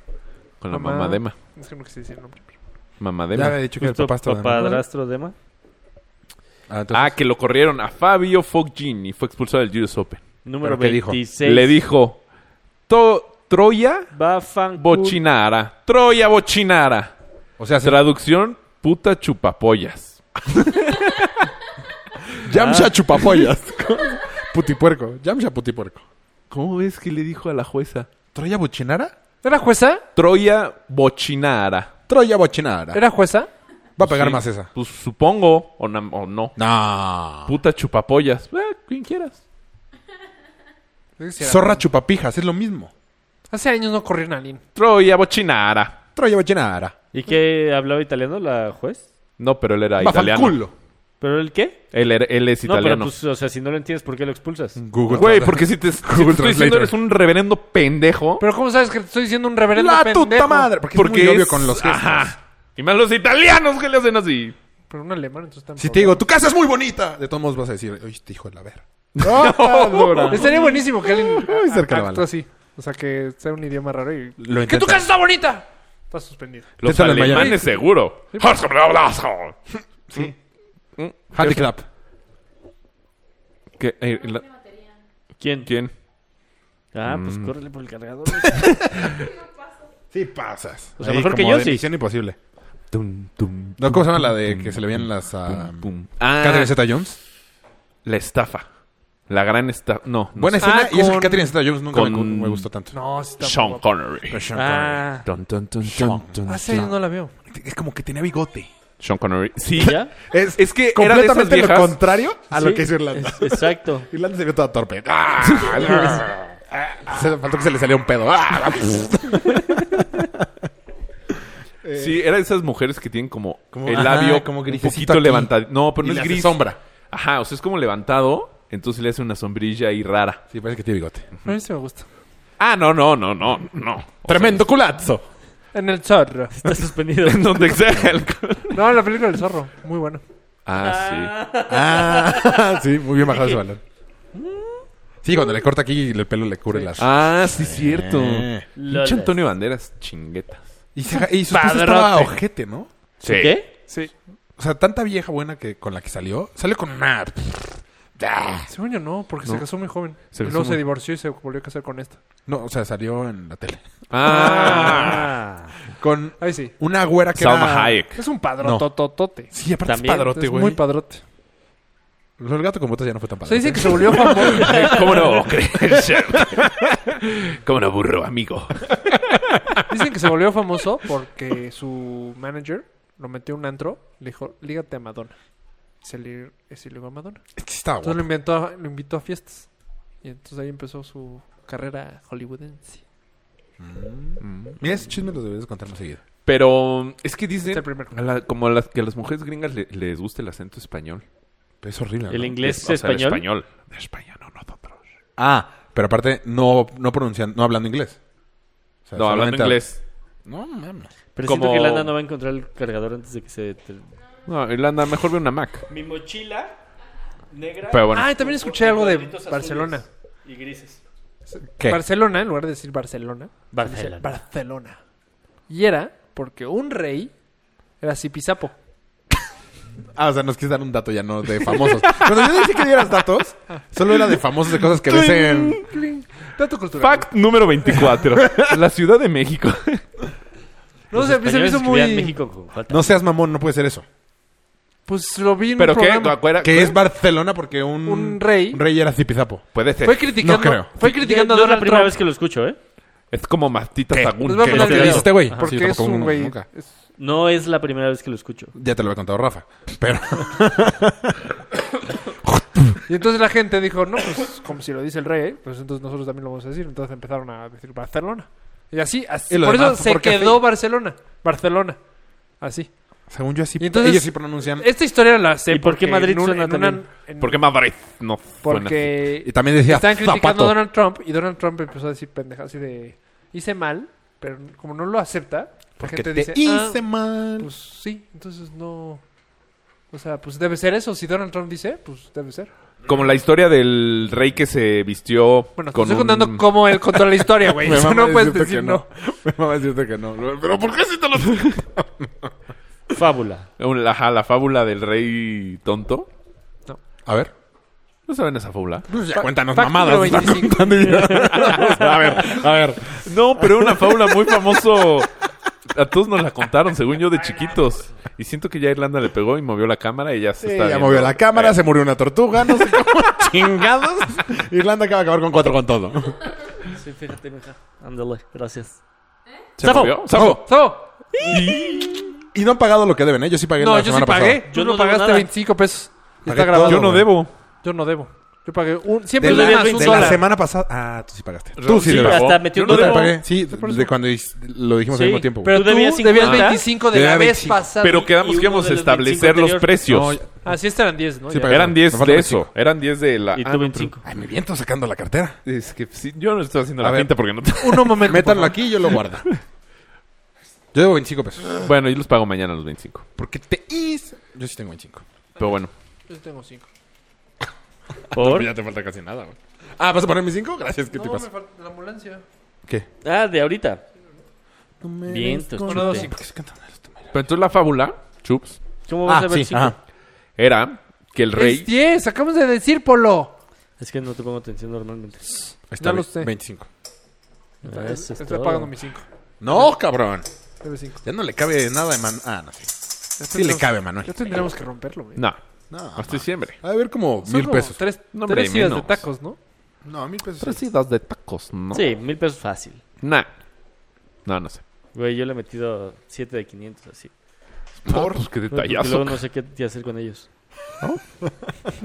[SPEAKER 3] Con la
[SPEAKER 4] Mamá.
[SPEAKER 3] mamadema.
[SPEAKER 4] Es que no quise decir el nombre.
[SPEAKER 1] Ya
[SPEAKER 3] Mamadema.
[SPEAKER 1] había dicho que el
[SPEAKER 2] Justo
[SPEAKER 1] papá estaba...
[SPEAKER 2] papadrastro de Emma.
[SPEAKER 1] Ah, entonces...
[SPEAKER 3] Ah, que lo corrieron a Fabio Foggin y fue expulsado del US Open.
[SPEAKER 2] Número
[SPEAKER 1] ¿Pero qué dijo?
[SPEAKER 2] 26.
[SPEAKER 3] Le dijo, "To- Troya
[SPEAKER 2] Bafan
[SPEAKER 3] bochinara. Troya bochinara.
[SPEAKER 1] o sea, será...
[SPEAKER 3] Traducción, puta chupapollas.
[SPEAKER 1] Yamcha chupapollas. putipuerco. Yamcha putipuerco.
[SPEAKER 3] ¿Cómo ves que le dijo a la jueza?
[SPEAKER 1] ¿Troya Buchinara?
[SPEAKER 4] ¿Era jueza?
[SPEAKER 3] Troya bochinara.
[SPEAKER 1] Troya Buchinara.
[SPEAKER 4] ¿Era jueza?
[SPEAKER 1] Va a pegar
[SPEAKER 3] Sí.
[SPEAKER 1] más esa.
[SPEAKER 3] Pues supongo, o, na- o no.
[SPEAKER 1] No.
[SPEAKER 3] Puta chupapollas. Eh, quien quieras.
[SPEAKER 1] Zorra chupapijas, es lo mismo.
[SPEAKER 4] Hace años no corrieron a alguien.
[SPEAKER 3] Troya bochinara.
[SPEAKER 1] Troya Buchinara.
[SPEAKER 2] ¿Y qué hablaba italiano la juez?
[SPEAKER 3] No, pero él era
[SPEAKER 1] Ah,
[SPEAKER 3] italiano.
[SPEAKER 1] Bafanculo.
[SPEAKER 2] ¿Pero el qué?
[SPEAKER 3] Él, era- él es
[SPEAKER 2] No, pero
[SPEAKER 3] italiano.
[SPEAKER 2] pues, o sea, si no lo entiendes, ¿por qué lo expulsas?
[SPEAKER 1] Google.
[SPEAKER 3] Güey, porque si te, si te
[SPEAKER 1] Google
[SPEAKER 3] estoy diciendo
[SPEAKER 1] Translator.
[SPEAKER 3] eres un reverendo pendejo.
[SPEAKER 4] Pero ¿cómo sabes que te estoy diciendo un reverendo
[SPEAKER 1] La
[SPEAKER 4] pendejo?
[SPEAKER 1] tuta madre. Porque,
[SPEAKER 3] porque
[SPEAKER 1] es muy obvio
[SPEAKER 3] es-
[SPEAKER 1] con los gestos.
[SPEAKER 3] Ajá. Y más los italianos que le hacen así.
[SPEAKER 4] Pero un alemán, entonces tampoco.
[SPEAKER 1] Si te digo, tu casa es muy bonita, de todos modos vas a decir, oye, este hijo de la verga.
[SPEAKER 3] Oh.
[SPEAKER 4] Ah. Estaría buenísimo que alguien
[SPEAKER 1] Ay, cerca la
[SPEAKER 4] actúe
[SPEAKER 1] bala.
[SPEAKER 4] así. O sea, que sea un idioma raro
[SPEAKER 1] Lo
[SPEAKER 4] y... ¡Que tu
[SPEAKER 1] intenta.
[SPEAKER 4] casa está bonita! Estás suspendido.
[SPEAKER 3] Los
[SPEAKER 1] Tétalo en Miami.
[SPEAKER 3] alemanes seguro.
[SPEAKER 1] Mm. Handicap.
[SPEAKER 3] ¿Qué? Eh, la-
[SPEAKER 2] ¿Quién?
[SPEAKER 3] ¿Quién?
[SPEAKER 2] Ah, pues córrele por el cargador.
[SPEAKER 1] Sí pasas.
[SPEAKER 2] O sea, mejor que yo, sí.
[SPEAKER 1] Misión imposible. No, ¿Cómo se llama la de que se le veían las... a
[SPEAKER 3] Ah,
[SPEAKER 1] Catherine Zeta-Jones?
[SPEAKER 3] la estafa. La gran estafa. No.
[SPEAKER 2] ah,
[SPEAKER 3] no
[SPEAKER 1] Buena
[SPEAKER 3] sé.
[SPEAKER 1] escena. Y eso que
[SPEAKER 4] con-
[SPEAKER 1] Catherine Zeta-Jones nunca me-
[SPEAKER 3] con-
[SPEAKER 1] me gustó tanto.
[SPEAKER 4] No, sí está
[SPEAKER 3] Sean
[SPEAKER 4] guapo.
[SPEAKER 3] Connery.
[SPEAKER 1] Pero Sean Connery.
[SPEAKER 2] ah,
[SPEAKER 3] Dun, dun, dun, dun, dun,
[SPEAKER 4] Hace
[SPEAKER 3] dun.
[SPEAKER 4] años no la veo.
[SPEAKER 1] Es como que tenía bigote.
[SPEAKER 3] Sean Connery. Sí.
[SPEAKER 2] ¿ya?
[SPEAKER 1] Es,
[SPEAKER 3] Es que era de esas
[SPEAKER 1] completamente lo
[SPEAKER 3] viejas-
[SPEAKER 1] contrario a lo
[SPEAKER 2] Sí,
[SPEAKER 1] que hizo Irlanda.
[SPEAKER 2] es- exacto.
[SPEAKER 1] Irlanda se vio toda torpe. ¡Ah! Ah, se- Faltó que se le saliera un pedo. ¡Ah!
[SPEAKER 3] Sí, era de esas mujeres que tienen como,
[SPEAKER 1] Eh. Como-
[SPEAKER 3] el
[SPEAKER 1] ajá,
[SPEAKER 3] labio
[SPEAKER 1] como
[SPEAKER 3] como un
[SPEAKER 1] grisecito
[SPEAKER 3] poquito
[SPEAKER 1] aquí.
[SPEAKER 3] levantado. No, pero
[SPEAKER 1] Y
[SPEAKER 3] no
[SPEAKER 1] le
[SPEAKER 3] es
[SPEAKER 1] hace
[SPEAKER 3] gris.
[SPEAKER 1] sombra.
[SPEAKER 3] Ajá, o sea, es como levantado. Entonces le hace una sombrilla ahí rara.
[SPEAKER 1] Sí, parece que tiene bigote.
[SPEAKER 4] A mí sí me gusta.
[SPEAKER 3] Ah, no, no, no, no, no.
[SPEAKER 1] Tremendo culazo.
[SPEAKER 4] En El Zorro.
[SPEAKER 2] Está suspendido.
[SPEAKER 3] En donde sea el...
[SPEAKER 4] No, la película del Zorro. Muy buena.
[SPEAKER 3] Ah,
[SPEAKER 1] Ah, sí, muy bien bajado ese balón. Sí, cuando le corta aquí el pelo le cubre las.
[SPEAKER 3] sí. Ah, sí, cierto.
[SPEAKER 1] Eh.
[SPEAKER 2] Lolas.
[SPEAKER 3] Pinche Antonio Banderas, chinguetas.
[SPEAKER 1] Y, se- y su esposa estaba
[SPEAKER 2] Padrote.
[SPEAKER 1] ojete, ¿no?
[SPEAKER 3] Sí.
[SPEAKER 2] ¿Qué?
[SPEAKER 4] Sí.
[SPEAKER 1] O sea, tanta vieja buena que con la que salió, salió con una. Ah.
[SPEAKER 4] Según yo no, porque se casó muy joven.
[SPEAKER 3] Se
[SPEAKER 4] y
[SPEAKER 3] casó
[SPEAKER 4] luego se
[SPEAKER 3] muy-
[SPEAKER 4] divorció y se volvió a casar con esta.
[SPEAKER 1] No, o sea, salió en la tele.
[SPEAKER 3] Ah.
[SPEAKER 1] Con
[SPEAKER 4] Ahí sí.
[SPEAKER 1] una güera que
[SPEAKER 3] Salma
[SPEAKER 1] era.
[SPEAKER 3] Hayek.
[SPEAKER 4] Es un padrotototote.
[SPEAKER 1] Sí, aparte
[SPEAKER 2] También.
[SPEAKER 1] es padrote,
[SPEAKER 4] Es
[SPEAKER 1] güey.
[SPEAKER 4] muy padrote.
[SPEAKER 1] El gato con botas ya no fue tan padre.
[SPEAKER 4] Se dice que se volvió famoso.
[SPEAKER 3] ¿Cómo no crees? ¿Cómo no burro, amigo?
[SPEAKER 4] Dicen que se volvió famoso porque su manager lo metió a un antro, le dijo, lígate a Madonna. Y se le, y se ligó a Madonna.
[SPEAKER 1] Sí, estaba guapo.
[SPEAKER 4] Entonces lo, inventó a- lo invitó a fiestas. Y entonces ahí empezó su carrera hollywoodense.
[SPEAKER 1] Mira, esos chismes los deberías contar más seguido.
[SPEAKER 3] Pero es que
[SPEAKER 4] Este es
[SPEAKER 3] dicen
[SPEAKER 4] el primero.
[SPEAKER 3] a la- como a las, que a las mujeres gringas le- les gusta el acento español.
[SPEAKER 1] Pero es horrible.
[SPEAKER 2] ¿El
[SPEAKER 1] ¿no?
[SPEAKER 2] inglés
[SPEAKER 3] O
[SPEAKER 2] es,
[SPEAKER 3] sea, el
[SPEAKER 2] español?
[SPEAKER 3] español. De España, no nosotros.
[SPEAKER 1] Ah, pero aparte, no, no pronunciando, no hablando inglés. O sea,
[SPEAKER 3] No, hablando
[SPEAKER 1] solamente-
[SPEAKER 3] inglés.
[SPEAKER 1] No mames.
[SPEAKER 2] Pero
[SPEAKER 3] Como-
[SPEAKER 2] siento que Lana no va a encontrar el cargador antes de que se... te-
[SPEAKER 3] No, Irlanda, mejor ve una Mac.
[SPEAKER 2] Mi mochila negra...
[SPEAKER 3] Pero bueno.
[SPEAKER 4] Ah, y también escuché algo de Barcelona.
[SPEAKER 2] Y grises.
[SPEAKER 1] ¿Qué?
[SPEAKER 4] Barcelona, en lugar de decir Barcelona, se dice
[SPEAKER 2] Barcelona.
[SPEAKER 4] Barcelona. Y era porque un rey era zipizapo.
[SPEAKER 1] Ah, o sea, nos quieres dar un dato ya, no de famosos. Cuando yo dije que dieras datos, solo era de famosos de cosas que ves en...
[SPEAKER 4] Dato cultural.
[SPEAKER 3] Fact número 24. La Ciudad de México.
[SPEAKER 4] No sé, se me hizo muy.
[SPEAKER 2] México con falta.
[SPEAKER 1] No seas mamón, no puede ser eso.
[SPEAKER 4] Pues lo vi en
[SPEAKER 3] ¿Pero
[SPEAKER 4] un
[SPEAKER 3] qué? ¿Te
[SPEAKER 4] programa.
[SPEAKER 3] acuerdas?
[SPEAKER 1] Que es Barcelona porque un...
[SPEAKER 4] Un rey.
[SPEAKER 1] Un rey era Zipizapo.
[SPEAKER 3] Puede ser.
[SPEAKER 4] Fue criticando,
[SPEAKER 1] No creo.
[SPEAKER 4] Fue
[SPEAKER 2] No,
[SPEAKER 4] criticando a
[SPEAKER 2] es la
[SPEAKER 4] Donald
[SPEAKER 2] primera
[SPEAKER 4] Trump.
[SPEAKER 2] vez que lo escucho, ¿eh?
[SPEAKER 3] Es como Mastita
[SPEAKER 1] ¿Qué?
[SPEAKER 3] Sagún.
[SPEAKER 4] Pues va a
[SPEAKER 3] que
[SPEAKER 1] Que
[SPEAKER 3] no
[SPEAKER 1] lo
[SPEAKER 4] poner
[SPEAKER 1] que
[SPEAKER 3] te
[SPEAKER 4] el
[SPEAKER 1] dice
[SPEAKER 3] dice.
[SPEAKER 4] video.
[SPEAKER 1] este güey.
[SPEAKER 4] Porque
[SPEAKER 1] Sí, yo
[SPEAKER 4] es
[SPEAKER 1] tampoco
[SPEAKER 4] un
[SPEAKER 1] no-
[SPEAKER 4] güey-
[SPEAKER 1] nunca.
[SPEAKER 2] No es la primera vez que lo escucho.
[SPEAKER 1] Ya te lo había contado Rafa. Pero
[SPEAKER 4] Y entonces la gente dijo, no, pues como si lo dice el rey, pues entonces nosotros también lo vamos a decir. Entonces empezaron a decir Barcelona. Y así, así.
[SPEAKER 1] Y lo
[SPEAKER 4] por
[SPEAKER 1] demás,
[SPEAKER 4] eso se
[SPEAKER 1] ¿por qué
[SPEAKER 4] quedó
[SPEAKER 1] así?
[SPEAKER 4] Barcelona. Barcelona. Así.
[SPEAKER 1] según yo así...
[SPEAKER 4] Y entonces-
[SPEAKER 1] ellos sí pronuncian...
[SPEAKER 4] Esta historia la sé.
[SPEAKER 2] ¿Y por qué
[SPEAKER 4] porque
[SPEAKER 2] Madrid
[SPEAKER 4] en un-
[SPEAKER 2] suena
[SPEAKER 4] en una-
[SPEAKER 2] también?
[SPEAKER 4] en-
[SPEAKER 3] ¿Por qué Madrid? No. suena así?
[SPEAKER 4] Porque
[SPEAKER 1] Y también decía
[SPEAKER 4] estaban criticando
[SPEAKER 1] zapato.
[SPEAKER 4] a Donald Trump y Donald Trump empezó a decir pendejadas así de hice mal, pero como no lo acepta,
[SPEAKER 1] Porque
[SPEAKER 4] la gente
[SPEAKER 1] te
[SPEAKER 4] dice, "Ah,
[SPEAKER 1] hice mal.
[SPEAKER 4] pues sí, entonces no o sea, pues debe ser eso, si Donald Trump dice, pues debe ser.
[SPEAKER 3] Como la historia del rey que se vistió
[SPEAKER 4] Bueno, te
[SPEAKER 3] con
[SPEAKER 4] estoy
[SPEAKER 3] un-
[SPEAKER 4] contando cómo él contó la historia, güey.
[SPEAKER 1] Me
[SPEAKER 4] Eso
[SPEAKER 1] mama
[SPEAKER 4] no puedes
[SPEAKER 1] decirte
[SPEAKER 4] decir
[SPEAKER 1] que
[SPEAKER 4] no.
[SPEAKER 1] Me mama decirte que no. Pero ¿por qué si te lo...
[SPEAKER 2] Fábula.
[SPEAKER 3] un- ajá, la fábula del rey tonto.
[SPEAKER 1] A ver.
[SPEAKER 3] ¿No saben esa fábula?
[SPEAKER 1] Pues ya cuéntanos
[SPEAKER 4] fact
[SPEAKER 1] mamadas.
[SPEAKER 4] número
[SPEAKER 1] están
[SPEAKER 4] 25.
[SPEAKER 1] contando y ya. a ver, a ver.
[SPEAKER 3] No, pero era una fábula muy famoso. A todos nos la contaron, según yo, de chiquitos. Y siento que ya Irlanda le pegó y movió la cámara y ya se está
[SPEAKER 1] ya
[SPEAKER 3] viendo.
[SPEAKER 1] movió la
[SPEAKER 4] Eh.
[SPEAKER 1] cámara, se murió una tortuga, no sé cómo chingados. Irlanda acaba de acabar con cuatro con todo.
[SPEAKER 2] Sí, fíjate, mija. Ándale, gracias.
[SPEAKER 3] ¿Se
[SPEAKER 2] ¡Zafo!
[SPEAKER 3] movió? ¡Zafo!
[SPEAKER 4] So,
[SPEAKER 1] Y no han pagado lo que deben, ¿eh? Yo sí pagué
[SPEAKER 4] no,
[SPEAKER 1] la
[SPEAKER 4] yo sí
[SPEAKER 1] semana
[SPEAKER 4] pagué.
[SPEAKER 1] pasada.
[SPEAKER 4] Tú
[SPEAKER 2] Yo
[SPEAKER 4] no,
[SPEAKER 2] no debo
[SPEAKER 4] pagaste
[SPEAKER 2] nada.
[SPEAKER 4] 25 pesos. Y
[SPEAKER 1] Pagué
[SPEAKER 4] está grabado.
[SPEAKER 1] todo.
[SPEAKER 3] Yo no debo.
[SPEAKER 4] Yo no debo. Yo pagué un siempre
[SPEAKER 1] De
[SPEAKER 4] le
[SPEAKER 1] la,
[SPEAKER 4] más un
[SPEAKER 1] de la
[SPEAKER 4] dólar.
[SPEAKER 1] semana pasada. Ah, tú sí pagaste. Tú sí,
[SPEAKER 2] Sí,
[SPEAKER 1] debes.
[SPEAKER 2] hasta metió
[SPEAKER 3] Yo no
[SPEAKER 1] Yo te
[SPEAKER 3] debo.
[SPEAKER 1] pagué. Sí, de cuando is- lo dijimos al
[SPEAKER 2] Sí,
[SPEAKER 1] mismo tiempo.
[SPEAKER 2] pero-
[SPEAKER 4] Pero
[SPEAKER 2] ¿Tú
[SPEAKER 4] tú
[SPEAKER 2] debías
[SPEAKER 4] debías,
[SPEAKER 2] 50?
[SPEAKER 4] 25 de
[SPEAKER 1] Yo
[SPEAKER 4] la
[SPEAKER 1] debía
[SPEAKER 4] vez
[SPEAKER 1] 25.
[SPEAKER 4] pasada.
[SPEAKER 3] Pero quedamos
[SPEAKER 2] y
[SPEAKER 3] que
[SPEAKER 2] uno
[SPEAKER 3] íbamos a
[SPEAKER 2] del 25
[SPEAKER 3] establecer los
[SPEAKER 2] anterior.
[SPEAKER 3] precios.
[SPEAKER 1] No, ya-
[SPEAKER 4] Así estarán 10, ¿no?
[SPEAKER 1] Sí,
[SPEAKER 4] Ya.
[SPEAKER 1] pagué.
[SPEAKER 3] Eran 10
[SPEAKER 1] Nos
[SPEAKER 3] de
[SPEAKER 1] faltan
[SPEAKER 3] eso. Eran 10 de la...
[SPEAKER 2] Y
[SPEAKER 3] Ah,
[SPEAKER 2] tú 25.
[SPEAKER 1] Ay, me viento sacando la cartera.
[SPEAKER 3] Es que sí, yo no estoy haciendo
[SPEAKER 1] A
[SPEAKER 3] la
[SPEAKER 1] ver.
[SPEAKER 3] pinta porque no... te-
[SPEAKER 4] Uno momento.
[SPEAKER 1] Métanlo
[SPEAKER 4] por
[SPEAKER 1] aquí y yo lo guardo. Yo debo 25 pesos.
[SPEAKER 3] bueno, yo los pago mañana los 25.
[SPEAKER 1] Porque te hice. Yo sí tengo 25.
[SPEAKER 3] Pero bueno.
[SPEAKER 4] favor. Yo tengo 5.
[SPEAKER 2] Por...
[SPEAKER 1] Ya te falta casi nada, güey. Ah, ¿vas a poner mis 5? Gracias, ¿qué te pasa?
[SPEAKER 4] falta la ambulancia.
[SPEAKER 1] ¿Qué?
[SPEAKER 2] Ah, de ahorita. Vientos,
[SPEAKER 4] conoces.
[SPEAKER 2] chute.
[SPEAKER 3] Pero entonces la fábula, chups,
[SPEAKER 2] ¿Cómo vas
[SPEAKER 1] Ah,
[SPEAKER 2] a ver
[SPEAKER 1] sí,
[SPEAKER 2] cinco?
[SPEAKER 1] ajá.
[SPEAKER 3] era que el
[SPEAKER 4] Es
[SPEAKER 3] rey...
[SPEAKER 4] 10, acabamos de decir, Polo.
[SPEAKER 2] Es que no te pongo atención normalmente.
[SPEAKER 1] Está
[SPEAKER 4] lo
[SPEAKER 1] bien,
[SPEAKER 4] sé.
[SPEAKER 1] 25.
[SPEAKER 2] Eso es
[SPEAKER 4] Estoy
[SPEAKER 2] todo.
[SPEAKER 4] pagando mis 5.
[SPEAKER 1] No, cabrón.
[SPEAKER 4] Debe 5.
[SPEAKER 1] Ya no le cabe nada de man... Ah, no, sí. Sí le cabe, Manuel.
[SPEAKER 4] Ya tendríamos que romperlo, güey.
[SPEAKER 3] No,
[SPEAKER 1] No,
[SPEAKER 3] hasta diciembre.
[SPEAKER 1] A ver, como
[SPEAKER 4] Son
[SPEAKER 1] mil
[SPEAKER 4] como
[SPEAKER 1] pesos.
[SPEAKER 4] Tres,
[SPEAKER 3] No, hombre,
[SPEAKER 4] tres idas de
[SPEAKER 3] menos.
[SPEAKER 4] tacos, ¿no?
[SPEAKER 1] No, mil pesos.
[SPEAKER 3] Tres idas de tacos, ¿no?
[SPEAKER 2] Sí, mil pesos fácil.
[SPEAKER 3] Nah. No, no sé.
[SPEAKER 2] Güey, yo le he metido 7 de 500 así.
[SPEAKER 3] Por Ah, pues, qué
[SPEAKER 2] Güey, Porque luego
[SPEAKER 3] detallazo.
[SPEAKER 2] no sé qué qué hacer con ellos.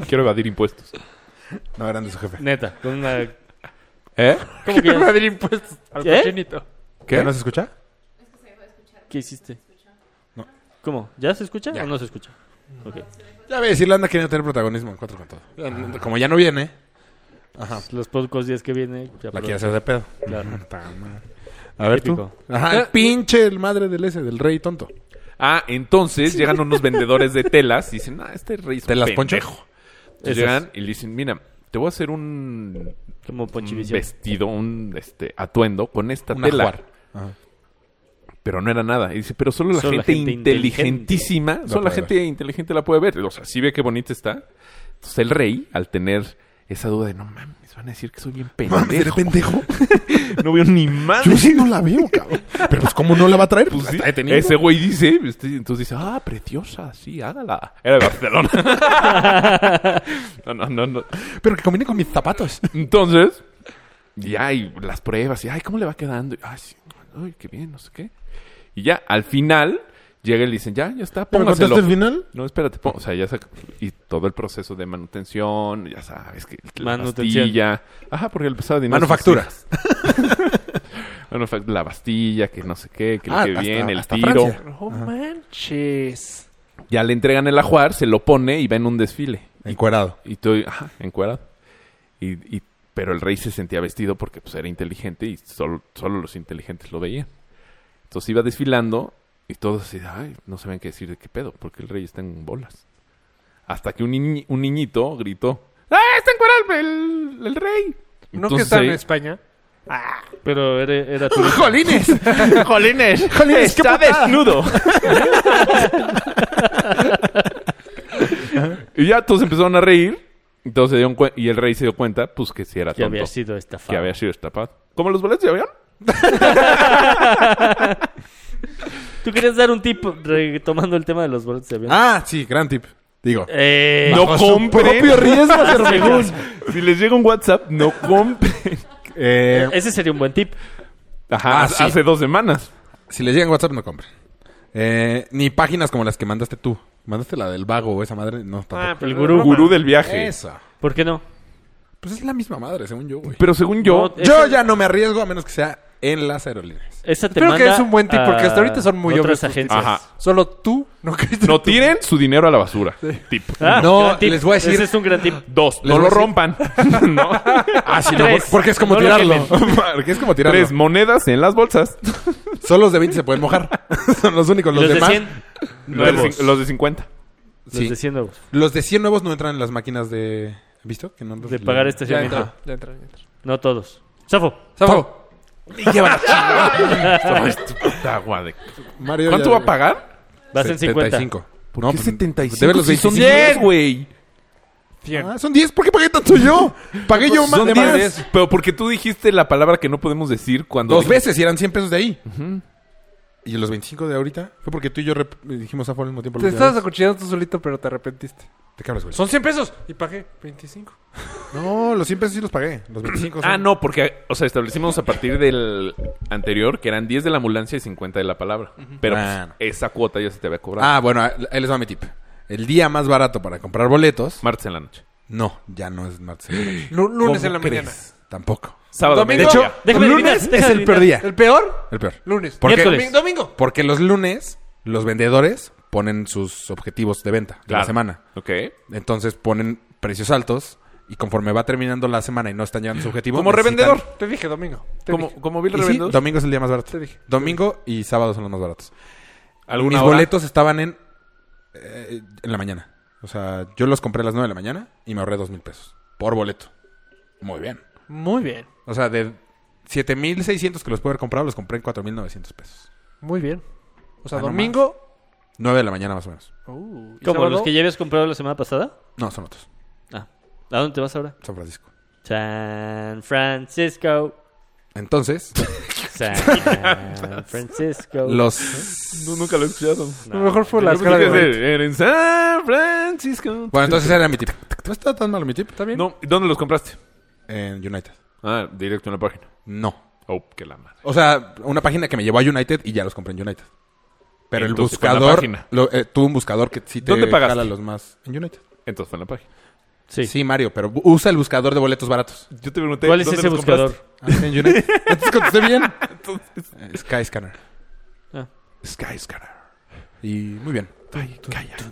[SPEAKER 3] Quiero evadir impuestos.
[SPEAKER 1] No, eran de su jefe.
[SPEAKER 2] Neta, con una...
[SPEAKER 3] ¿Eh?
[SPEAKER 2] ¿Cómo que
[SPEAKER 4] Quiero
[SPEAKER 2] ya-
[SPEAKER 4] pedir impuestos al
[SPEAKER 2] ¿Qué?
[SPEAKER 4] cochinito.
[SPEAKER 1] ¿Qué? ¿No se escucha?
[SPEAKER 2] ¿Qué hiciste?
[SPEAKER 1] No.
[SPEAKER 2] ¿Cómo? ¿Ya se escucha
[SPEAKER 1] Ya.
[SPEAKER 2] o no se escucha? Ok.
[SPEAKER 1] Ya ves, Irlanda quería tener protagonismo en Cuatro con Todo. Ya no- Como ya no viene, Ajá.
[SPEAKER 2] Pues Los pocos días que viene... ya
[SPEAKER 1] la
[SPEAKER 2] pronto.
[SPEAKER 1] quiere hacer de pedo.
[SPEAKER 2] Claro.
[SPEAKER 1] Ta madre. A ver tú.
[SPEAKER 2] Típico.
[SPEAKER 1] Ajá,
[SPEAKER 3] Eh.
[SPEAKER 1] el pinche el madre del ese, del rey tonto.
[SPEAKER 3] Ah, entonces llegan unos vendedores de telas y dicen, ah, este rey es un
[SPEAKER 1] ¿Telas, Poncho?
[SPEAKER 3] pendejo.
[SPEAKER 2] Esas.
[SPEAKER 3] Entonces llegan y le dicen, mira, te voy a hacer un,
[SPEAKER 2] Como
[SPEAKER 3] un
[SPEAKER 2] Ponchivisión.
[SPEAKER 3] vestido, un este atuendo con esta
[SPEAKER 1] Un
[SPEAKER 3] tela.
[SPEAKER 1] ajuar. Ajá.
[SPEAKER 3] Pero no era nada. Y dice, pero solo la,
[SPEAKER 2] Solo la
[SPEAKER 3] gente,
[SPEAKER 2] gente
[SPEAKER 3] inteligentísima,
[SPEAKER 1] La
[SPEAKER 3] solo la
[SPEAKER 1] puede
[SPEAKER 3] gente inteligente la puede ver. O sea, sí ve qué bonita está. Entonces el rey, al tener esa duda de, no mames, van a decir que soy bien pendejo.
[SPEAKER 1] pendejo?
[SPEAKER 3] no veo ni más.
[SPEAKER 1] Yo sí no la veo, cabrón. Pero pues, ¿cómo no la va a traer? Pues,
[SPEAKER 3] Sí,
[SPEAKER 1] está detenido.
[SPEAKER 3] ese güey dice, este, entonces dice, ah, preciosa, sí, hágala. Era de Barcelona. no, no, no, no.
[SPEAKER 1] Pero que combine con mis zapatos.
[SPEAKER 3] Entonces, ya, y las pruebas, y ay, ¿cómo le va quedando? Y, ay, sí, ay, qué bien, no sé qué. Y ya, al final, llega y le dicen, ya, ya está,
[SPEAKER 1] ¿Me
[SPEAKER 3] póngaselo.
[SPEAKER 1] contaste el final?
[SPEAKER 3] No, espérate, pon- o sea, ya saca, y todo el proceso de manutención, ya sabes que la
[SPEAKER 2] Manutención.
[SPEAKER 3] pastilla, ajá, porque el pesado dinero
[SPEAKER 1] Manufactura.
[SPEAKER 3] es sus hijas. Manufac- la pastilla, que no sé qué, que
[SPEAKER 1] Ah,
[SPEAKER 3] le quede
[SPEAKER 1] hasta-
[SPEAKER 3] bien, el
[SPEAKER 1] hasta
[SPEAKER 3] tiro.
[SPEAKER 1] Francia.
[SPEAKER 4] No manches.
[SPEAKER 3] Ya le entregan el ajuar, se lo pone y va en un desfile.
[SPEAKER 1] Encuerado.
[SPEAKER 3] Y estoy, ajá, encuerado. Y, y- pero el rey se sentía vestido porque pues, era inteligente y solo, solo los inteligentes lo veían. Entonces iba desfilando y todos así, ay, no saben qué decir de qué pedo, porque el rey está en bolas. Hasta que un, niñi- un niñito gritó, ¡Ah, está encuerado el, el- el rey!
[SPEAKER 4] No que están en
[SPEAKER 3] Entonces,
[SPEAKER 4] España.
[SPEAKER 2] Pero era, era turista.
[SPEAKER 1] ¡Jolines! ¡Jolines! ¡Jolines! ¡Está desnudo!
[SPEAKER 3] Y ya todos empezaron a reír. Entonces se dieron cuen- y el rey se dio cuenta, pues que sí era
[SPEAKER 2] que
[SPEAKER 3] tonto.
[SPEAKER 2] había sido estafado.
[SPEAKER 3] que había sido estafado. ¿Como los boletos de avión?
[SPEAKER 2] ¿Tú querías dar un tip retomando el tema de los boletos de avión?
[SPEAKER 1] Ah, sí, gran tip. Digo,
[SPEAKER 2] Eh,
[SPEAKER 3] No
[SPEAKER 1] bajo su
[SPEAKER 3] compren.
[SPEAKER 1] propio riesgo,
[SPEAKER 2] según.
[SPEAKER 3] Si les llega un WhatsApp, no compren.
[SPEAKER 1] eh,
[SPEAKER 2] Ese sería un buen tip.
[SPEAKER 3] Ajá,
[SPEAKER 1] Ah, sí.
[SPEAKER 3] hace dos semanas.
[SPEAKER 1] Si les llegan WhatsApp, no compren. Eh, ni páginas como las que mandaste tú. Mandaste la del vago o esa madre. No,
[SPEAKER 4] Ah,
[SPEAKER 1] tampoco.
[SPEAKER 4] pero
[SPEAKER 2] El
[SPEAKER 4] de
[SPEAKER 2] gurú.
[SPEAKER 4] broma.
[SPEAKER 3] Gurú del viaje.
[SPEAKER 1] esa.
[SPEAKER 2] ¿Por qué no?
[SPEAKER 1] Pues es la misma madre, según yo, güey.
[SPEAKER 3] Pero según yo,
[SPEAKER 2] No,
[SPEAKER 1] yo
[SPEAKER 2] esa-
[SPEAKER 1] ya no me arriesgo a menos que sea en las aerolíneas.
[SPEAKER 2] Esa te
[SPEAKER 4] Espero que
[SPEAKER 2] manda
[SPEAKER 4] es un buen tip, porque hasta
[SPEAKER 2] a
[SPEAKER 4] ahorita son muy
[SPEAKER 2] otras
[SPEAKER 4] obvios tus tips.
[SPEAKER 2] agencias.
[SPEAKER 3] Ajá.
[SPEAKER 4] Solo tú no creíste
[SPEAKER 3] no
[SPEAKER 4] tú.
[SPEAKER 3] tiren su dinero a la basura. Tip.
[SPEAKER 2] Ah,
[SPEAKER 1] No,
[SPEAKER 2] gran tip.
[SPEAKER 1] les voy a decir-
[SPEAKER 2] Ese es un gran tip.
[SPEAKER 3] Dos,
[SPEAKER 1] Les
[SPEAKER 3] no
[SPEAKER 1] voy
[SPEAKER 3] lo
[SPEAKER 1] a decir-
[SPEAKER 3] rompan. no.
[SPEAKER 1] Ah, sí,
[SPEAKER 2] no, Tres.
[SPEAKER 1] por- porque es como
[SPEAKER 2] No lo
[SPEAKER 1] tirarlo.
[SPEAKER 2] quemen.
[SPEAKER 1] porque es como tirarlo.
[SPEAKER 3] Tres, monedas en las bolsas.
[SPEAKER 1] Solo los de 20 se pueden mojar. Son los únicos.
[SPEAKER 2] ¿Y
[SPEAKER 1] Los,
[SPEAKER 2] los de
[SPEAKER 1] demás.
[SPEAKER 2] 100?
[SPEAKER 3] Los de,
[SPEAKER 2] Nuevos.
[SPEAKER 3] cin- los de 50.
[SPEAKER 1] sí.
[SPEAKER 2] Los de 100 nuevos.
[SPEAKER 1] Los de 100 nuevos no entran en las máquinas de. ¿Visto? Que no los-
[SPEAKER 2] De pagar
[SPEAKER 4] Ya
[SPEAKER 2] estacionamiento.
[SPEAKER 4] entra, ya entra, ya entra.
[SPEAKER 2] No todos. Safo.
[SPEAKER 1] ¡Tavo!
[SPEAKER 3] Ay, tu puta agua de-
[SPEAKER 1] Mario
[SPEAKER 3] ¿Cuánto
[SPEAKER 1] ya-
[SPEAKER 3] va a pagar?
[SPEAKER 2] Vas en 50.
[SPEAKER 1] 75.
[SPEAKER 3] ¿Por
[SPEAKER 1] No,
[SPEAKER 3] qué
[SPEAKER 1] pues,
[SPEAKER 3] 75?
[SPEAKER 1] debes los
[SPEAKER 3] Si son
[SPEAKER 1] 25.
[SPEAKER 3] 10, güey.
[SPEAKER 4] Cien.
[SPEAKER 1] Ah, son 10. ¿Por qué pagué tanto yo? Pagué yo más
[SPEAKER 3] Son
[SPEAKER 1] de
[SPEAKER 3] 10.
[SPEAKER 1] más.
[SPEAKER 3] Pero porque tú dijiste la palabra que no podemos decir cuando...
[SPEAKER 1] Dos
[SPEAKER 3] dij-
[SPEAKER 1] veces y eran 100 pesos de ahí. Y los 25 de ahorita fue porque tú y yo rep- dijimos a al mismo tiempo. la
[SPEAKER 4] Te
[SPEAKER 1] última
[SPEAKER 4] estabas
[SPEAKER 1] vez.
[SPEAKER 4] acuchillando tú solito, pero te arrepentiste.
[SPEAKER 1] ¿De qué hablas, güey?
[SPEAKER 4] Son 100 pesos y pagué 25.
[SPEAKER 1] No, los 100 pesos sí los pagué. Los 25 son-
[SPEAKER 3] Ah, no, porque, o sea, establecimos a partir del anterior que eran 10 de la ambulancia y 50 de la palabra. Pero pues,
[SPEAKER 1] Bueno.
[SPEAKER 3] esa cuota ya se te había cobrado.
[SPEAKER 1] Ah, bueno, ahí les va mi tip. El día más barato para comprar boletos.
[SPEAKER 3] Martes en la noche.
[SPEAKER 1] No, ya no es martes. en la noche.
[SPEAKER 4] Lu- Lunes en la
[SPEAKER 1] ¿Cómo
[SPEAKER 4] mañana.
[SPEAKER 1] crees? Tampoco.
[SPEAKER 3] Sábado,
[SPEAKER 4] Domingo.
[SPEAKER 1] De
[SPEAKER 3] mediodía.
[SPEAKER 1] hecho,
[SPEAKER 2] Déjame
[SPEAKER 1] lunes
[SPEAKER 2] adivinar, déjame
[SPEAKER 1] es el peor día.
[SPEAKER 2] adivinar.
[SPEAKER 4] ¿El peor?
[SPEAKER 1] El peor.
[SPEAKER 4] Lunes.
[SPEAKER 1] ¿Por qué?
[SPEAKER 2] Miércoles.
[SPEAKER 4] Domingo.
[SPEAKER 1] Porque los lunes los vendedores ponen sus objetivos de venta de la
[SPEAKER 3] Claro.
[SPEAKER 1] semana.
[SPEAKER 3] Ok.
[SPEAKER 1] Entonces ponen precios altos y conforme va terminando la semana y no están llegando a su objetivo.
[SPEAKER 3] Como
[SPEAKER 1] necesitan-
[SPEAKER 3] revendedor.
[SPEAKER 4] Te dije domingo. Te
[SPEAKER 3] Como,
[SPEAKER 4] dije.
[SPEAKER 3] como Bill
[SPEAKER 1] Y sí,
[SPEAKER 3] Revendos.
[SPEAKER 1] domingo es el día más barato.
[SPEAKER 4] Te dije.
[SPEAKER 1] Domingo y sábado son los más baratos.
[SPEAKER 3] ¿Alguna
[SPEAKER 1] Mis
[SPEAKER 3] hora?
[SPEAKER 1] boletos estaban en, eh, en la mañana. O sea, yo los compré a las 9 de la mañana y me ahorré dos mil pesos por boleto. Muy bien.
[SPEAKER 4] Muy bien.
[SPEAKER 1] O sea, de 7.600 que los puedo haber comprado, los compré en 4.900 pesos.
[SPEAKER 4] Muy bien. O sea,
[SPEAKER 1] Ah, no
[SPEAKER 4] domingo.
[SPEAKER 1] 9 de la mañana más o menos.
[SPEAKER 4] Uh, ¿y
[SPEAKER 2] Como
[SPEAKER 4] sábado?
[SPEAKER 2] los que ya habías comprado la semana pasada.
[SPEAKER 1] No, son otros.
[SPEAKER 2] Ah. ¿A dónde te vas ahora?
[SPEAKER 1] San Francisco.
[SPEAKER 2] San Francisco.
[SPEAKER 1] Entonces,
[SPEAKER 2] San Francisco.
[SPEAKER 1] los...
[SPEAKER 3] No, nunca lo he escuchado.
[SPEAKER 4] A lo mejor fue
[SPEAKER 3] Yo
[SPEAKER 4] la
[SPEAKER 3] pensé
[SPEAKER 4] escala
[SPEAKER 3] que
[SPEAKER 4] de
[SPEAKER 3] era-
[SPEAKER 4] Brett.
[SPEAKER 3] era en San Francisco.
[SPEAKER 1] Bueno, entonces era mi tip. ¿No está tan malo mi tip?
[SPEAKER 4] ¿Está bien?
[SPEAKER 3] No, ¿dónde los compraste?
[SPEAKER 1] En United.
[SPEAKER 3] Ah, directo en la página.
[SPEAKER 1] No.
[SPEAKER 3] Oh, qué la madre.
[SPEAKER 1] O sea, una página que me llevó a United y ya los compré en United. Pero el
[SPEAKER 3] Entonces, con la
[SPEAKER 1] buscador...
[SPEAKER 3] página.
[SPEAKER 1] lo- eh, tuvo un buscador que sí te
[SPEAKER 3] ¿Dónde pagaste?
[SPEAKER 1] jala los más... En United.
[SPEAKER 3] Entonces fue en la página.
[SPEAKER 2] Sí.
[SPEAKER 1] Sí, Mario, pero bu- usa el buscador de boletos baratos.
[SPEAKER 3] Yo te pregunté.
[SPEAKER 2] ¿Cuál es
[SPEAKER 3] ¿dónde
[SPEAKER 2] ese
[SPEAKER 3] los
[SPEAKER 2] buscador?
[SPEAKER 1] Ah, en United. Entonces contesté bien. Eh, Sky Scanner.
[SPEAKER 2] Ah.
[SPEAKER 1] Sky Scanner. Y muy bien. kayak.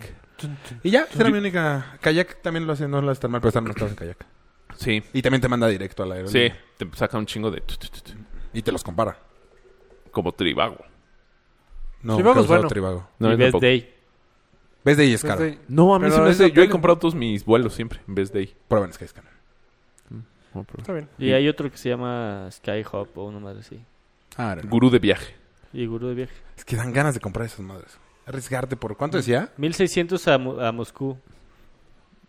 [SPEAKER 1] Y ya, esa era mi única. Kayak también lo hacen, no lo hace tan mal, pero están montados en kayak.
[SPEAKER 3] compraste? Sí.
[SPEAKER 1] Y también te manda directo a la
[SPEAKER 3] Sí,
[SPEAKER 1] aerolínea.
[SPEAKER 3] te saca un chingo de... tu, tu, tu, tu,
[SPEAKER 1] Y te los compara.
[SPEAKER 3] Como tribago.
[SPEAKER 1] No,
[SPEAKER 4] Trivago
[SPEAKER 1] que
[SPEAKER 4] es
[SPEAKER 1] usaba
[SPEAKER 4] bueno.
[SPEAKER 1] Trivago.
[SPEAKER 2] y
[SPEAKER 3] yo
[SPEAKER 2] Best
[SPEAKER 3] tampoco.
[SPEAKER 2] Day.
[SPEAKER 1] Ves de ahí es
[SPEAKER 4] Pues
[SPEAKER 1] caro.
[SPEAKER 4] de-
[SPEAKER 3] No, a mí
[SPEAKER 4] Pero
[SPEAKER 3] se me
[SPEAKER 4] es
[SPEAKER 3] hace...
[SPEAKER 4] de
[SPEAKER 3] Yo he
[SPEAKER 4] hotel.
[SPEAKER 3] comprado todos mis vuelos siempre en Best Day.
[SPEAKER 1] Prueben Sky Scanner.
[SPEAKER 3] No, pero-
[SPEAKER 4] Está bien.
[SPEAKER 2] Y hay otro que se llama Skyhop o una madre así.
[SPEAKER 1] Ah, era.
[SPEAKER 3] Gurú de viaje.
[SPEAKER 2] Y Gurú de Viaje.
[SPEAKER 1] Es que dan ganas de comprar esas madres. Arriesgarte por. ¿Cuánto
[SPEAKER 3] Mm.
[SPEAKER 1] decía?
[SPEAKER 2] 1600 a, Mo- a Moscú.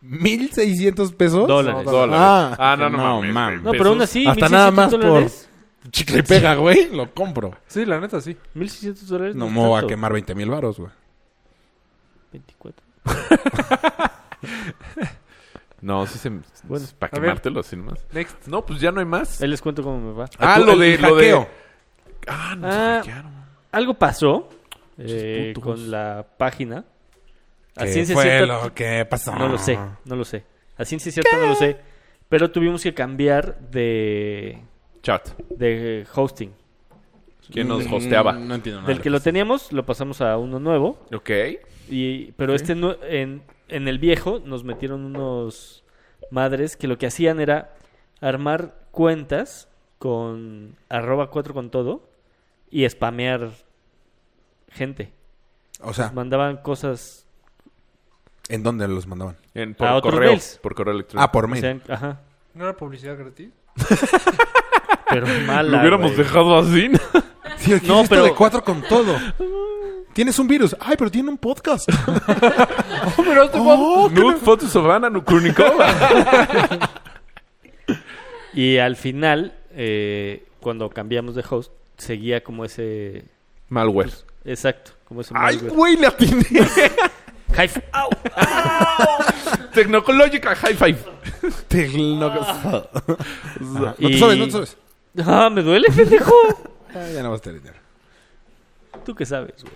[SPEAKER 1] ¿1600 pesos?
[SPEAKER 2] Dólares.
[SPEAKER 4] No, dólares.
[SPEAKER 1] Ah,
[SPEAKER 3] Ah, no, no mames,
[SPEAKER 1] mames.
[SPEAKER 2] No,
[SPEAKER 3] Pesos.
[SPEAKER 2] pero aún así.
[SPEAKER 1] Hasta nada más por-
[SPEAKER 2] dólares.
[SPEAKER 1] Chicle y pega, güey. Lo compro.
[SPEAKER 4] Sí, la neta, sí.
[SPEAKER 2] 1600 dólares.
[SPEAKER 1] No
[SPEAKER 2] es
[SPEAKER 1] me voy a
[SPEAKER 2] tanto.
[SPEAKER 1] quemar 20 mil baros, güey.
[SPEAKER 2] 24.
[SPEAKER 3] No, sí se...
[SPEAKER 2] Bueno. Eh.
[SPEAKER 3] para
[SPEAKER 4] A ver.
[SPEAKER 3] quemártelo así nomás.
[SPEAKER 4] Next.
[SPEAKER 3] No, pues ya no hay más.
[SPEAKER 2] Ahí les cuento cómo me va.
[SPEAKER 3] Ah,
[SPEAKER 1] Tú-
[SPEAKER 3] lo
[SPEAKER 1] el
[SPEAKER 3] de... Lo
[SPEAKER 1] hackeo.
[SPEAKER 3] de... Ah, no
[SPEAKER 2] Ah.
[SPEAKER 3] se hackearon.
[SPEAKER 2] Algo pasó
[SPEAKER 3] Pinches
[SPEAKER 2] eh,
[SPEAKER 3] putos.
[SPEAKER 2] con la página. A
[SPEAKER 1] ¿Qué
[SPEAKER 2] ciencia
[SPEAKER 1] fue
[SPEAKER 2] cierta-
[SPEAKER 1] lo Ah. que pasó?
[SPEAKER 2] No lo sé, no lo sé. A ciencia cierta no lo sé. Pero tuvimos que cambiar de,
[SPEAKER 3] Chat.
[SPEAKER 2] de hosting.
[SPEAKER 3] ¿Quién nos hosteaba?
[SPEAKER 1] No entiendo nada.
[SPEAKER 2] Del que lo teníamos, lo pasamos a uno nuevo.
[SPEAKER 3] Ok.
[SPEAKER 2] Y, pero este nue- en, en el viejo nos metieron unos madres que lo que hacían era armar cuentas con arroba 4 con todo y spamear gente.
[SPEAKER 1] O sea,
[SPEAKER 2] Mandaban cosas.
[SPEAKER 1] ¿en dónde los mandaban?
[SPEAKER 3] En, por
[SPEAKER 2] A otros
[SPEAKER 3] correo.
[SPEAKER 2] mails.
[SPEAKER 3] Por correo electrónico.
[SPEAKER 1] Ah, por
[SPEAKER 2] o
[SPEAKER 1] mail.
[SPEAKER 2] sea, ajá.
[SPEAKER 4] ¿No era publicidad gratis?
[SPEAKER 2] Pero mala.
[SPEAKER 3] Lo hubiéramos
[SPEAKER 2] Ah, güey.
[SPEAKER 3] dejado así.
[SPEAKER 1] Sí,
[SPEAKER 2] no,
[SPEAKER 1] no, pero...
[SPEAKER 2] pero-
[SPEAKER 1] de cuatro con todo. Tienes un virus. Ay, pero tiene un podcast.
[SPEAKER 4] Oh, pero este guapo.
[SPEAKER 3] Nude Photos of Anna Kurnikova.
[SPEAKER 2] Y al final, eh, cuando cambiamos de host, seguía como ese.
[SPEAKER 3] Malware.
[SPEAKER 2] Exacto, como ese.
[SPEAKER 1] Ay,
[SPEAKER 2] malware.
[SPEAKER 1] güey, Ah, le atiné.
[SPEAKER 2] Hi- ¡Au!
[SPEAKER 3] Technological High Five.
[SPEAKER 1] Tecno- Ajá. No te
[SPEAKER 2] Ah. Y-
[SPEAKER 1] sabes, no te sabes.
[SPEAKER 2] ¡Ah, me duele, pendejo!
[SPEAKER 1] Ah, ya no vas a tener dinero.
[SPEAKER 2] ¿Tú qué sabes, güey?